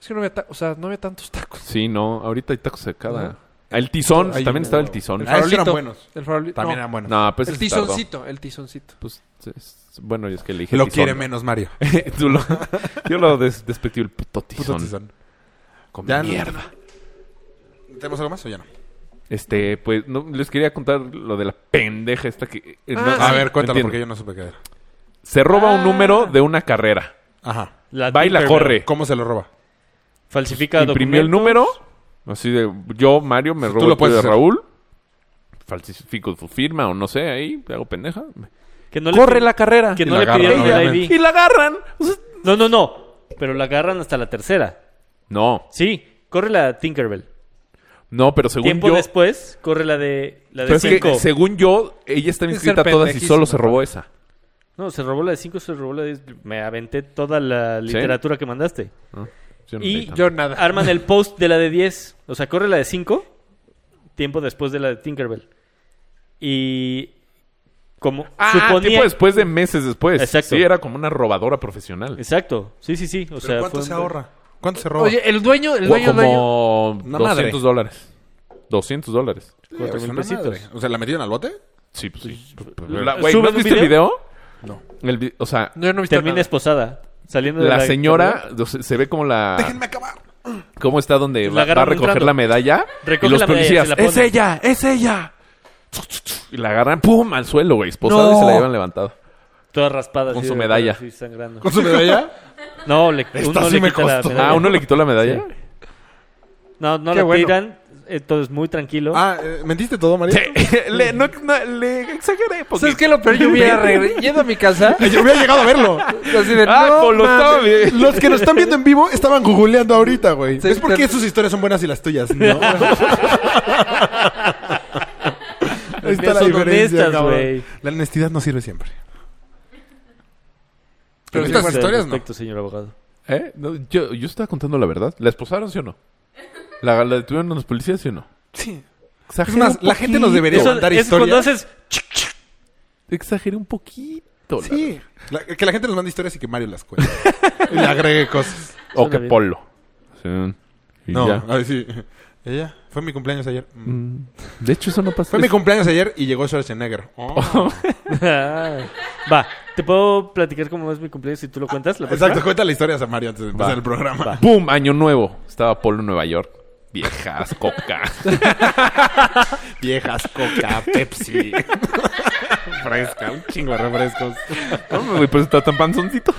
[SPEAKER 4] Es que no había, ta- o sea, no había tantos tacos.
[SPEAKER 3] sí, no, ahorita hay tacos de cada... El tizón,
[SPEAKER 1] Hay
[SPEAKER 3] también
[SPEAKER 1] un-
[SPEAKER 3] estaba el tizón.
[SPEAKER 1] Ah, esos eran
[SPEAKER 4] farolito.
[SPEAKER 1] buenos.
[SPEAKER 4] El farolito.
[SPEAKER 1] También
[SPEAKER 4] no,
[SPEAKER 1] eran buenos.
[SPEAKER 3] No, pues
[SPEAKER 4] el
[SPEAKER 3] se tardó.
[SPEAKER 4] tizoncito, el tizoncito.
[SPEAKER 3] Pues, es- bueno, es que le dije
[SPEAKER 1] Lo
[SPEAKER 3] tizón.
[SPEAKER 1] quiere menos Mario.
[SPEAKER 3] Tú lo- yo lo des- despectivo, el puto tizón.
[SPEAKER 1] Puto tizón.
[SPEAKER 3] Come
[SPEAKER 1] Ya no-
[SPEAKER 3] mierda.
[SPEAKER 1] ¿Tenemos algo más o ya no?
[SPEAKER 3] Este, pues, no, les quería contar lo de la pendeja esta que... eh, no-
[SPEAKER 4] Ah,
[SPEAKER 1] A
[SPEAKER 4] sí.
[SPEAKER 1] ver, cuéntalo
[SPEAKER 3] Entiendo.
[SPEAKER 1] porque yo no supe qué era.
[SPEAKER 3] Se roba un
[SPEAKER 4] Ah.
[SPEAKER 3] número de una carrera.
[SPEAKER 1] Ajá.
[SPEAKER 2] La
[SPEAKER 3] Va y la
[SPEAKER 2] Tinkerbell.
[SPEAKER 3] corre.
[SPEAKER 1] ¿Cómo se lo roba?
[SPEAKER 2] Falsifica
[SPEAKER 3] Imprimió el
[SPEAKER 2] documentos.
[SPEAKER 3] número. Así de, yo, Mario, me
[SPEAKER 1] Tú
[SPEAKER 3] robo
[SPEAKER 1] lo
[SPEAKER 3] el tuyo
[SPEAKER 1] puedes
[SPEAKER 3] de
[SPEAKER 1] hacer.
[SPEAKER 3] Raúl. Falsifico su firma o no sé, ahí hago pendeja.
[SPEAKER 2] Que no le
[SPEAKER 3] corre
[SPEAKER 2] pid-
[SPEAKER 3] la carrera.
[SPEAKER 2] Que
[SPEAKER 1] Y
[SPEAKER 2] no
[SPEAKER 1] la
[SPEAKER 2] le
[SPEAKER 1] agarran,
[SPEAKER 2] pidieron el
[SPEAKER 1] obviamente.
[SPEAKER 2] ID.
[SPEAKER 3] Y la agarran. O sea,
[SPEAKER 2] No, no, no. Pero la agarran hasta la tercera.
[SPEAKER 3] No,
[SPEAKER 2] Sí, corre la Tinkerbell.
[SPEAKER 3] no, pero según
[SPEAKER 2] Tiempo
[SPEAKER 3] yo...
[SPEAKER 2] después, corre la de la
[SPEAKER 3] pero
[SPEAKER 2] de
[SPEAKER 3] es que
[SPEAKER 2] 5.
[SPEAKER 3] según yo, ella estaba
[SPEAKER 4] Es ser
[SPEAKER 3] inscrita a todas y solo se
[SPEAKER 4] pendejísima,
[SPEAKER 3] robó esa.
[SPEAKER 2] No, se robó la de 5, se robó la de... Me aventé toda la literatura que mandaste.
[SPEAKER 3] ¿no? Ah, Yo no
[SPEAKER 2] Y
[SPEAKER 3] leí tanto.
[SPEAKER 4] Yo nada.
[SPEAKER 2] Arman el post de la de 10. O sea, corre la de 5, tiempo después de la de Tinkerbell. Y como
[SPEAKER 3] Ah,
[SPEAKER 2] suponía...
[SPEAKER 3] tiempo después de meses después.
[SPEAKER 2] Exacto.
[SPEAKER 3] Sí, era como una robadora profesional.
[SPEAKER 2] Exacto, sí, sí, sí. O sea,
[SPEAKER 1] ¿Pero cuánto
[SPEAKER 2] fue un-
[SPEAKER 1] se ahorra? ¿Cuánto se roba?
[SPEAKER 4] Oye, el dueño, el
[SPEAKER 3] O
[SPEAKER 4] dueño, el dueño.
[SPEAKER 3] como
[SPEAKER 1] Una
[SPEAKER 3] 200
[SPEAKER 1] madre.
[SPEAKER 3] dólares. 200 dólares.
[SPEAKER 1] Eh,
[SPEAKER 2] cuatro
[SPEAKER 1] es
[SPEAKER 2] mil
[SPEAKER 1] una madre.
[SPEAKER 2] pesitos.
[SPEAKER 1] O sea, ¿la metieron al bote?
[SPEAKER 3] Sí, pues sí.
[SPEAKER 2] la-
[SPEAKER 3] La- güey, ¿No
[SPEAKER 2] ¿subes un
[SPEAKER 3] has visto el
[SPEAKER 2] video?
[SPEAKER 3] video?
[SPEAKER 1] No.
[SPEAKER 3] El vi- o sea,
[SPEAKER 4] No, yo no he visto
[SPEAKER 2] Termina
[SPEAKER 4] nada.
[SPEAKER 2] esposada. Saliendo de la...
[SPEAKER 3] la señora o sea, se ve como la
[SPEAKER 1] ¡Déjenme acabar!
[SPEAKER 3] cómo está donde
[SPEAKER 2] La
[SPEAKER 3] va, va a
[SPEAKER 2] agarran
[SPEAKER 3] recoger
[SPEAKER 2] entrando.
[SPEAKER 3] la medalla
[SPEAKER 2] Recoge
[SPEAKER 3] y los
[SPEAKER 2] la medalla,
[SPEAKER 3] policías,
[SPEAKER 2] se la
[SPEAKER 3] "Es
[SPEAKER 2] ponen".
[SPEAKER 3] ella, es ella. Y la agarran pum al suelo, güey, esposada y se la llevan levantada.
[SPEAKER 2] Toda raspada.
[SPEAKER 3] Con
[SPEAKER 2] así
[SPEAKER 3] su
[SPEAKER 2] de-
[SPEAKER 3] medalla.
[SPEAKER 2] así sangrando.
[SPEAKER 1] ¿Con su medalla?
[SPEAKER 2] No, le,
[SPEAKER 1] Esta
[SPEAKER 2] uno
[SPEAKER 1] sí
[SPEAKER 2] le
[SPEAKER 1] me
[SPEAKER 2] quita la
[SPEAKER 1] costó.
[SPEAKER 2] medalla.
[SPEAKER 3] Ah, uno le quitó la medalla.
[SPEAKER 2] No, no
[SPEAKER 4] Qué
[SPEAKER 2] lo
[SPEAKER 4] bueno.
[SPEAKER 2] tiran. Entonces, muy tranquilo.
[SPEAKER 1] ah, eh, ¿mentiste todo, Mario?
[SPEAKER 3] Sí. le, no, no, le exageré porque
[SPEAKER 4] ¿Sabes qué? Lo peor, yo hubiera regre- yendo a mi casa.
[SPEAKER 1] Yo hubiera llegado a verlo.
[SPEAKER 4] Así de,
[SPEAKER 3] Ah,
[SPEAKER 4] no,
[SPEAKER 3] con los
[SPEAKER 4] mames.
[SPEAKER 3] sables.
[SPEAKER 1] Los que nos están viendo en vivo estaban googleando ahorita, güey.
[SPEAKER 4] Sí,
[SPEAKER 1] es porque
[SPEAKER 4] pero-
[SPEAKER 1] sus historias son buenas y las tuyas, ¿no? Ahí está
[SPEAKER 2] mías
[SPEAKER 1] la
[SPEAKER 2] son
[SPEAKER 1] diferencia,
[SPEAKER 2] honestas,
[SPEAKER 1] cabrón.
[SPEAKER 2] güey.
[SPEAKER 1] La honestidad no sirve siempre.
[SPEAKER 2] ¿Qué
[SPEAKER 1] Pero estas
[SPEAKER 2] dice al
[SPEAKER 1] historias no.
[SPEAKER 2] respecto, señor abogado.
[SPEAKER 3] ¿Eh? No, yo, yo estaba contando la verdad. ¿La esposaron, sí o no? ¿La, la detuvieron los policías, sí o no?
[SPEAKER 1] Sí. Es
[SPEAKER 3] Exageré
[SPEAKER 1] más,
[SPEAKER 3] un
[SPEAKER 1] la gente nos
[SPEAKER 3] poquito.
[SPEAKER 1] debería
[SPEAKER 2] Eso,
[SPEAKER 1] mandar
[SPEAKER 2] eso es cuando
[SPEAKER 1] historias.
[SPEAKER 2] haces...
[SPEAKER 3] Exageré un poquito. la verdad.
[SPEAKER 1] Sí. La- que la gente nos manda historias y que Mario las cuente. y le agregue cosas.
[SPEAKER 3] O
[SPEAKER 2] Suena
[SPEAKER 3] que
[SPEAKER 2] bien.
[SPEAKER 3] polo. Sí. Y
[SPEAKER 1] No,
[SPEAKER 3] ya.
[SPEAKER 1] ay, sí. Ella. Fue mi cumpleaños ayer. Mm.
[SPEAKER 3] Mm. De hecho, eso no pasa.
[SPEAKER 1] Fue mi cumpleaños ayer y llegó Schwarzenegger.
[SPEAKER 3] Oh,
[SPEAKER 2] Ah. Va, ¿te puedo platicar cómo es mi cumpleaños si tú lo cuentas? la próxima?
[SPEAKER 1] Ah, Exacto, cuenta la historia a Mario antes de empezar
[SPEAKER 3] Va.
[SPEAKER 1] el programa.
[SPEAKER 3] ¡Pum! Año nuevo. Estaba polo en Nueva York. Viejas, coca.
[SPEAKER 1] Viejas, coca, Pepsi. Fresca, un chingo de refrescos.
[SPEAKER 3] No me voy, pero está tan panzoncito.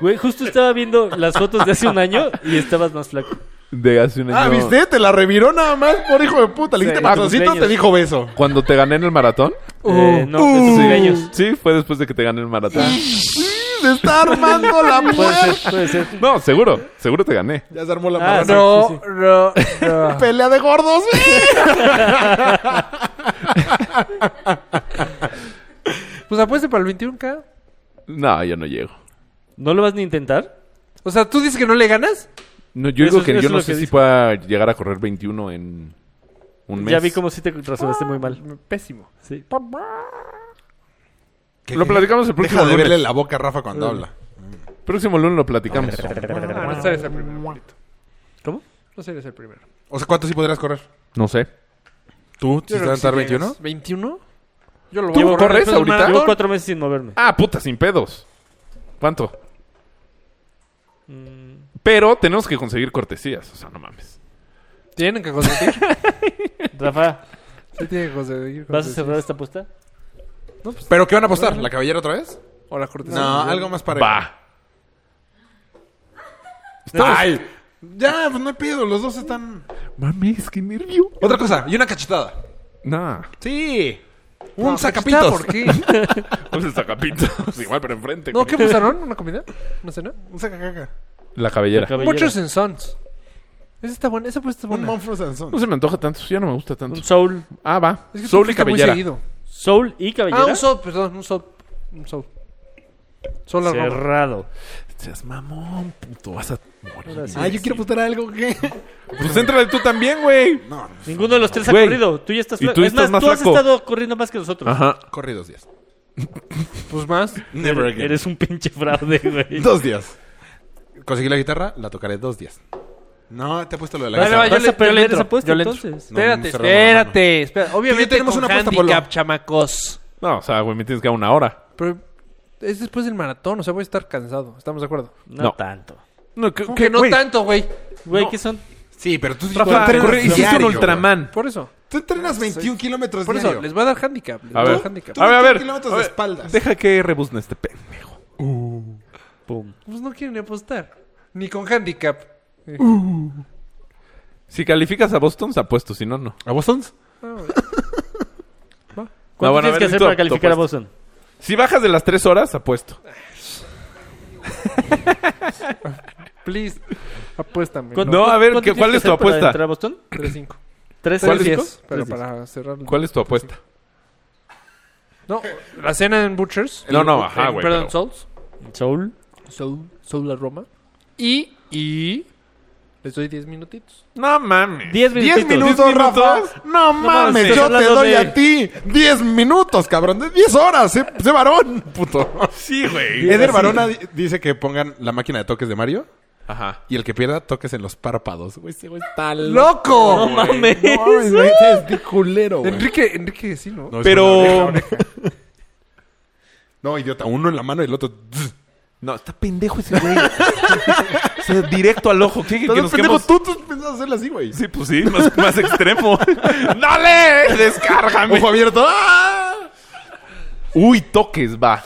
[SPEAKER 2] Güey, justo estaba viendo las fotos de hace un año y estabas más flaco.
[SPEAKER 3] De hace un año.
[SPEAKER 1] Ah, ¿viste? Te la reviró nada más por hijo de puta. Le dijiste
[SPEAKER 2] Sí.
[SPEAKER 1] patroncito, te
[SPEAKER 2] Cumpleaños.
[SPEAKER 1] dijo beso.
[SPEAKER 3] Cuando te gané en el maratón.
[SPEAKER 2] Eh, no, de tus cumpleaños.
[SPEAKER 3] Sí, fue después de que te gané el maratón.
[SPEAKER 1] Se está armando la
[SPEAKER 2] Puede
[SPEAKER 1] muerte.
[SPEAKER 2] ser, puede ser.
[SPEAKER 3] No, seguro. Seguro te gané.
[SPEAKER 1] Ya se armó la
[SPEAKER 2] Ah,
[SPEAKER 1] marrana.
[SPEAKER 2] no.
[SPEAKER 4] No,
[SPEAKER 2] Sí, Ah. sí.
[SPEAKER 4] no, no.
[SPEAKER 1] Pelea de gordos.
[SPEAKER 4] Pues apueste para el 21K.
[SPEAKER 3] No, yo no llego.
[SPEAKER 2] ¿No lo vas ni a intentar?
[SPEAKER 4] O sea, ¿tú dices que no le ganas?
[SPEAKER 3] No, yo
[SPEAKER 2] Eso
[SPEAKER 3] digo
[SPEAKER 2] es-
[SPEAKER 3] que
[SPEAKER 2] eso
[SPEAKER 3] yo
[SPEAKER 2] es
[SPEAKER 3] no
[SPEAKER 2] lo
[SPEAKER 3] sé
[SPEAKER 2] que
[SPEAKER 3] si
[SPEAKER 2] dice.
[SPEAKER 3] pueda llegar a correr 21 en un mes.
[SPEAKER 2] Ya vi cómo sí te razonaste muy mal.
[SPEAKER 4] Pésimo.
[SPEAKER 2] Sí.
[SPEAKER 3] Lo platicamos el próximo
[SPEAKER 1] Deja de
[SPEAKER 3] lunes.
[SPEAKER 1] verle la boca a Rafa cuando habla.
[SPEAKER 3] Próximo lunes lo platicamos.
[SPEAKER 4] Ah, no serías el primero. Polito.
[SPEAKER 2] ¿Cómo?
[SPEAKER 4] No serías el primero.
[SPEAKER 1] O sea, ¿cuánto sí podrías correr?
[SPEAKER 3] No sé.
[SPEAKER 1] ¿Tú? ¿Sí te
[SPEAKER 4] Yo creo
[SPEAKER 1] van a
[SPEAKER 4] que
[SPEAKER 1] dar
[SPEAKER 4] sí
[SPEAKER 1] 21?
[SPEAKER 4] llegas. ¿21? Yo lo
[SPEAKER 3] ¿Tú
[SPEAKER 4] voy a correr
[SPEAKER 3] corres
[SPEAKER 4] después de un
[SPEAKER 3] ahorita?
[SPEAKER 4] maratón.
[SPEAKER 2] Llevo cuatro meses sin moverme.
[SPEAKER 3] Ah, puta, sin pedos. ¿Cuánto?
[SPEAKER 2] Mm,
[SPEAKER 3] Pero tenemos que conseguir cortesías. O sea, no mames.
[SPEAKER 4] Tienen que consentir.
[SPEAKER 2] Rafa,
[SPEAKER 4] Sí, tienen que consentir.
[SPEAKER 2] ¿vas a cerrar esta apuesta?
[SPEAKER 1] ¿Pero qué van a apostar? ¿La cabellera otra vez?
[SPEAKER 4] O la cortesía.
[SPEAKER 1] No, algo más para...
[SPEAKER 3] Va.
[SPEAKER 1] ¡Ay! Ya, pues no hay pedo. Los dos están...
[SPEAKER 3] Mames, qué nervio.
[SPEAKER 1] Otra cosa. Y una cachetada.
[SPEAKER 3] Nah.
[SPEAKER 1] Sí. Un
[SPEAKER 4] No,
[SPEAKER 1] sacapitos.
[SPEAKER 4] ¿Por qué?
[SPEAKER 3] Pues el sacapito. Igual, pero enfrente.
[SPEAKER 4] ¿No?
[SPEAKER 3] güey.
[SPEAKER 4] ¿Qué pasaron? ¿Una comida? ¿Una cena?
[SPEAKER 1] Un sacacaca.
[SPEAKER 3] La cabellera.
[SPEAKER 2] Cabellera.
[SPEAKER 4] Muchos en Sons. Esa está buena, esa pues está
[SPEAKER 1] Un
[SPEAKER 4] buena.
[SPEAKER 1] Mumford and Sons.
[SPEAKER 3] No se me antoja tanto, ya no me gusta tanto.
[SPEAKER 2] Un soul.
[SPEAKER 3] Ah, va.
[SPEAKER 4] Es que tú
[SPEAKER 3] Soul y
[SPEAKER 4] fuiste muy
[SPEAKER 3] cabellera.
[SPEAKER 4] seguido.
[SPEAKER 2] Soul y cabellera.
[SPEAKER 4] Ah, un soul, perdón, un soul. Un soul. Soul arroba.
[SPEAKER 2] Cerrado.
[SPEAKER 3] Seas mamón, puto, vas a morir.
[SPEAKER 1] Ah, yo quiero putar algo, ¿qué?
[SPEAKER 3] Pues entrale tú también, güey.
[SPEAKER 1] No, no,
[SPEAKER 2] Ninguno de los tres ha
[SPEAKER 3] Güey.
[SPEAKER 2] corrido. Tú ya estás
[SPEAKER 3] Y
[SPEAKER 2] flaco.
[SPEAKER 3] tú
[SPEAKER 2] Es más,
[SPEAKER 3] estás más
[SPEAKER 2] tú has
[SPEAKER 3] flaco.
[SPEAKER 2] estado corriendo más que nosotros.
[SPEAKER 3] Ajá.
[SPEAKER 1] corrí dos días.
[SPEAKER 4] Pues más.
[SPEAKER 1] Never again.
[SPEAKER 2] Eres un pinche fraude, güey.
[SPEAKER 1] Dos días. Conseguí la guitarra, la tocaré dos días. No, te he puesto lo de la
[SPEAKER 4] Vale,
[SPEAKER 1] guitarra.
[SPEAKER 4] vale, yo
[SPEAKER 2] Vas
[SPEAKER 4] le-
[SPEAKER 2] a perder
[SPEAKER 4] yo le entro,
[SPEAKER 2] esa apuesta
[SPEAKER 4] yo le entro.
[SPEAKER 2] entonces.
[SPEAKER 1] No,
[SPEAKER 4] Espérate,
[SPEAKER 1] un cerrado de la
[SPEAKER 4] espérate, espérate. Obviamente
[SPEAKER 1] tenemos
[SPEAKER 4] tenemos con
[SPEAKER 1] una
[SPEAKER 4] una
[SPEAKER 1] apuesta,
[SPEAKER 4] handicap,
[SPEAKER 1] Polo.
[SPEAKER 4] chamacos.
[SPEAKER 3] No, o sea, güey, me tienes que dar una hora.
[SPEAKER 4] Pero es después del maratón, o sea, voy a estar cansado. ¿Estamos de acuerdo?
[SPEAKER 2] No,
[SPEAKER 3] No.
[SPEAKER 2] tanto.
[SPEAKER 3] No,
[SPEAKER 4] ¿Cómo que no tanto, güey.
[SPEAKER 2] Güey,
[SPEAKER 3] No.
[SPEAKER 2] ¿qué son?
[SPEAKER 1] Sí, pero tú, tú
[SPEAKER 3] Rafa,
[SPEAKER 1] entrenas
[SPEAKER 3] corre- hiciste un
[SPEAKER 1] diario,
[SPEAKER 3] Ultraman.
[SPEAKER 4] Por eso.
[SPEAKER 1] güey. Tú entrenas 21 kilómetros
[SPEAKER 4] Por
[SPEAKER 1] diario.
[SPEAKER 4] eso, les voy a dar handicap. Les
[SPEAKER 3] A
[SPEAKER 4] voy a
[SPEAKER 3] ver.
[SPEAKER 4] dar handicap.
[SPEAKER 1] Tú
[SPEAKER 2] Ah.
[SPEAKER 3] A ver, a ver,
[SPEAKER 1] 21 kilómetros
[SPEAKER 3] a
[SPEAKER 1] de
[SPEAKER 3] ver.
[SPEAKER 1] espaldas.
[SPEAKER 3] Deja que rebuzne este pendejo.
[SPEAKER 2] Pum.
[SPEAKER 4] Pues no quieren ni apostar. Ni con handicap.
[SPEAKER 3] Si calificas a Boston, se apuesto, si no, no.
[SPEAKER 1] ¿A Boston?
[SPEAKER 2] ¿Cuánto
[SPEAKER 3] bueno, a
[SPEAKER 2] tienes
[SPEAKER 3] ver,
[SPEAKER 2] que hacer
[SPEAKER 3] tú-
[SPEAKER 2] para
[SPEAKER 3] tú
[SPEAKER 2] calificar a
[SPEAKER 3] apuesta.
[SPEAKER 2] Boston?
[SPEAKER 3] Si bajas de las tres horas, apuesto.
[SPEAKER 4] Please. Apuéstame.
[SPEAKER 2] ¿Cuánto-
[SPEAKER 3] No, a ver,
[SPEAKER 2] cuánto
[SPEAKER 3] ¿qué-
[SPEAKER 2] tienes
[SPEAKER 3] cuál
[SPEAKER 2] que
[SPEAKER 3] es tu
[SPEAKER 2] hacer para
[SPEAKER 3] apuesta?
[SPEAKER 2] entrar a Boston?
[SPEAKER 4] 3-5.
[SPEAKER 2] ¿Tres
[SPEAKER 3] ¿Cuál
[SPEAKER 2] diez.
[SPEAKER 3] es?
[SPEAKER 4] Pero
[SPEAKER 2] Tres diez.
[SPEAKER 4] para cerrar.
[SPEAKER 3] ¿Cuál es tu apuesta?
[SPEAKER 4] No, la cena en Butchers.
[SPEAKER 3] No, no,
[SPEAKER 4] En-
[SPEAKER 3] ajá, güey.
[SPEAKER 4] Perdón,
[SPEAKER 3] pero-
[SPEAKER 4] Souls.
[SPEAKER 2] Soul.
[SPEAKER 4] Soul. Soul la Roma. Y. Y. Les doy 10 minutitos.
[SPEAKER 3] No mames.
[SPEAKER 2] Diez
[SPEAKER 1] 10
[SPEAKER 2] minutitos.
[SPEAKER 1] minutos,
[SPEAKER 3] ¿Diez minutos?
[SPEAKER 1] Rafa. No mames,
[SPEAKER 2] estás
[SPEAKER 1] yo te
[SPEAKER 2] hablando
[SPEAKER 1] doy
[SPEAKER 2] de-
[SPEAKER 1] a ti 10 minutos, cabrón. De 10 horas, sé, sé varón, puto.
[SPEAKER 3] Sí, güey.
[SPEAKER 1] Eder Barona di- dice que pongan la máquina de toques de Mario
[SPEAKER 3] Ajá.
[SPEAKER 1] y el que pierda toques en los párpados. Güey, ese güey está
[SPEAKER 4] ¡Loco!
[SPEAKER 2] No mames.
[SPEAKER 1] No mames, güey, ese es de culero, güey.
[SPEAKER 4] Enrique, Enrique, sí,
[SPEAKER 1] No,
[SPEAKER 4] ¿no?
[SPEAKER 1] es una
[SPEAKER 3] Pero.
[SPEAKER 1] oreja. No, idiota, uno en la mano y el otro.
[SPEAKER 3] No, está pendejo ese güey. o sea, directo al ojo. ¿Qué, que
[SPEAKER 1] Pero
[SPEAKER 3] nos
[SPEAKER 1] pendejo,
[SPEAKER 3] quedemos-
[SPEAKER 1] tú, tú pensabas hacerle así, güey.
[SPEAKER 3] Sí, pues sí, más, más extremo. ¡Dale! ¡Descárgame!
[SPEAKER 1] Ojo abierto. ¡Ah!
[SPEAKER 3] Uy, toques, va.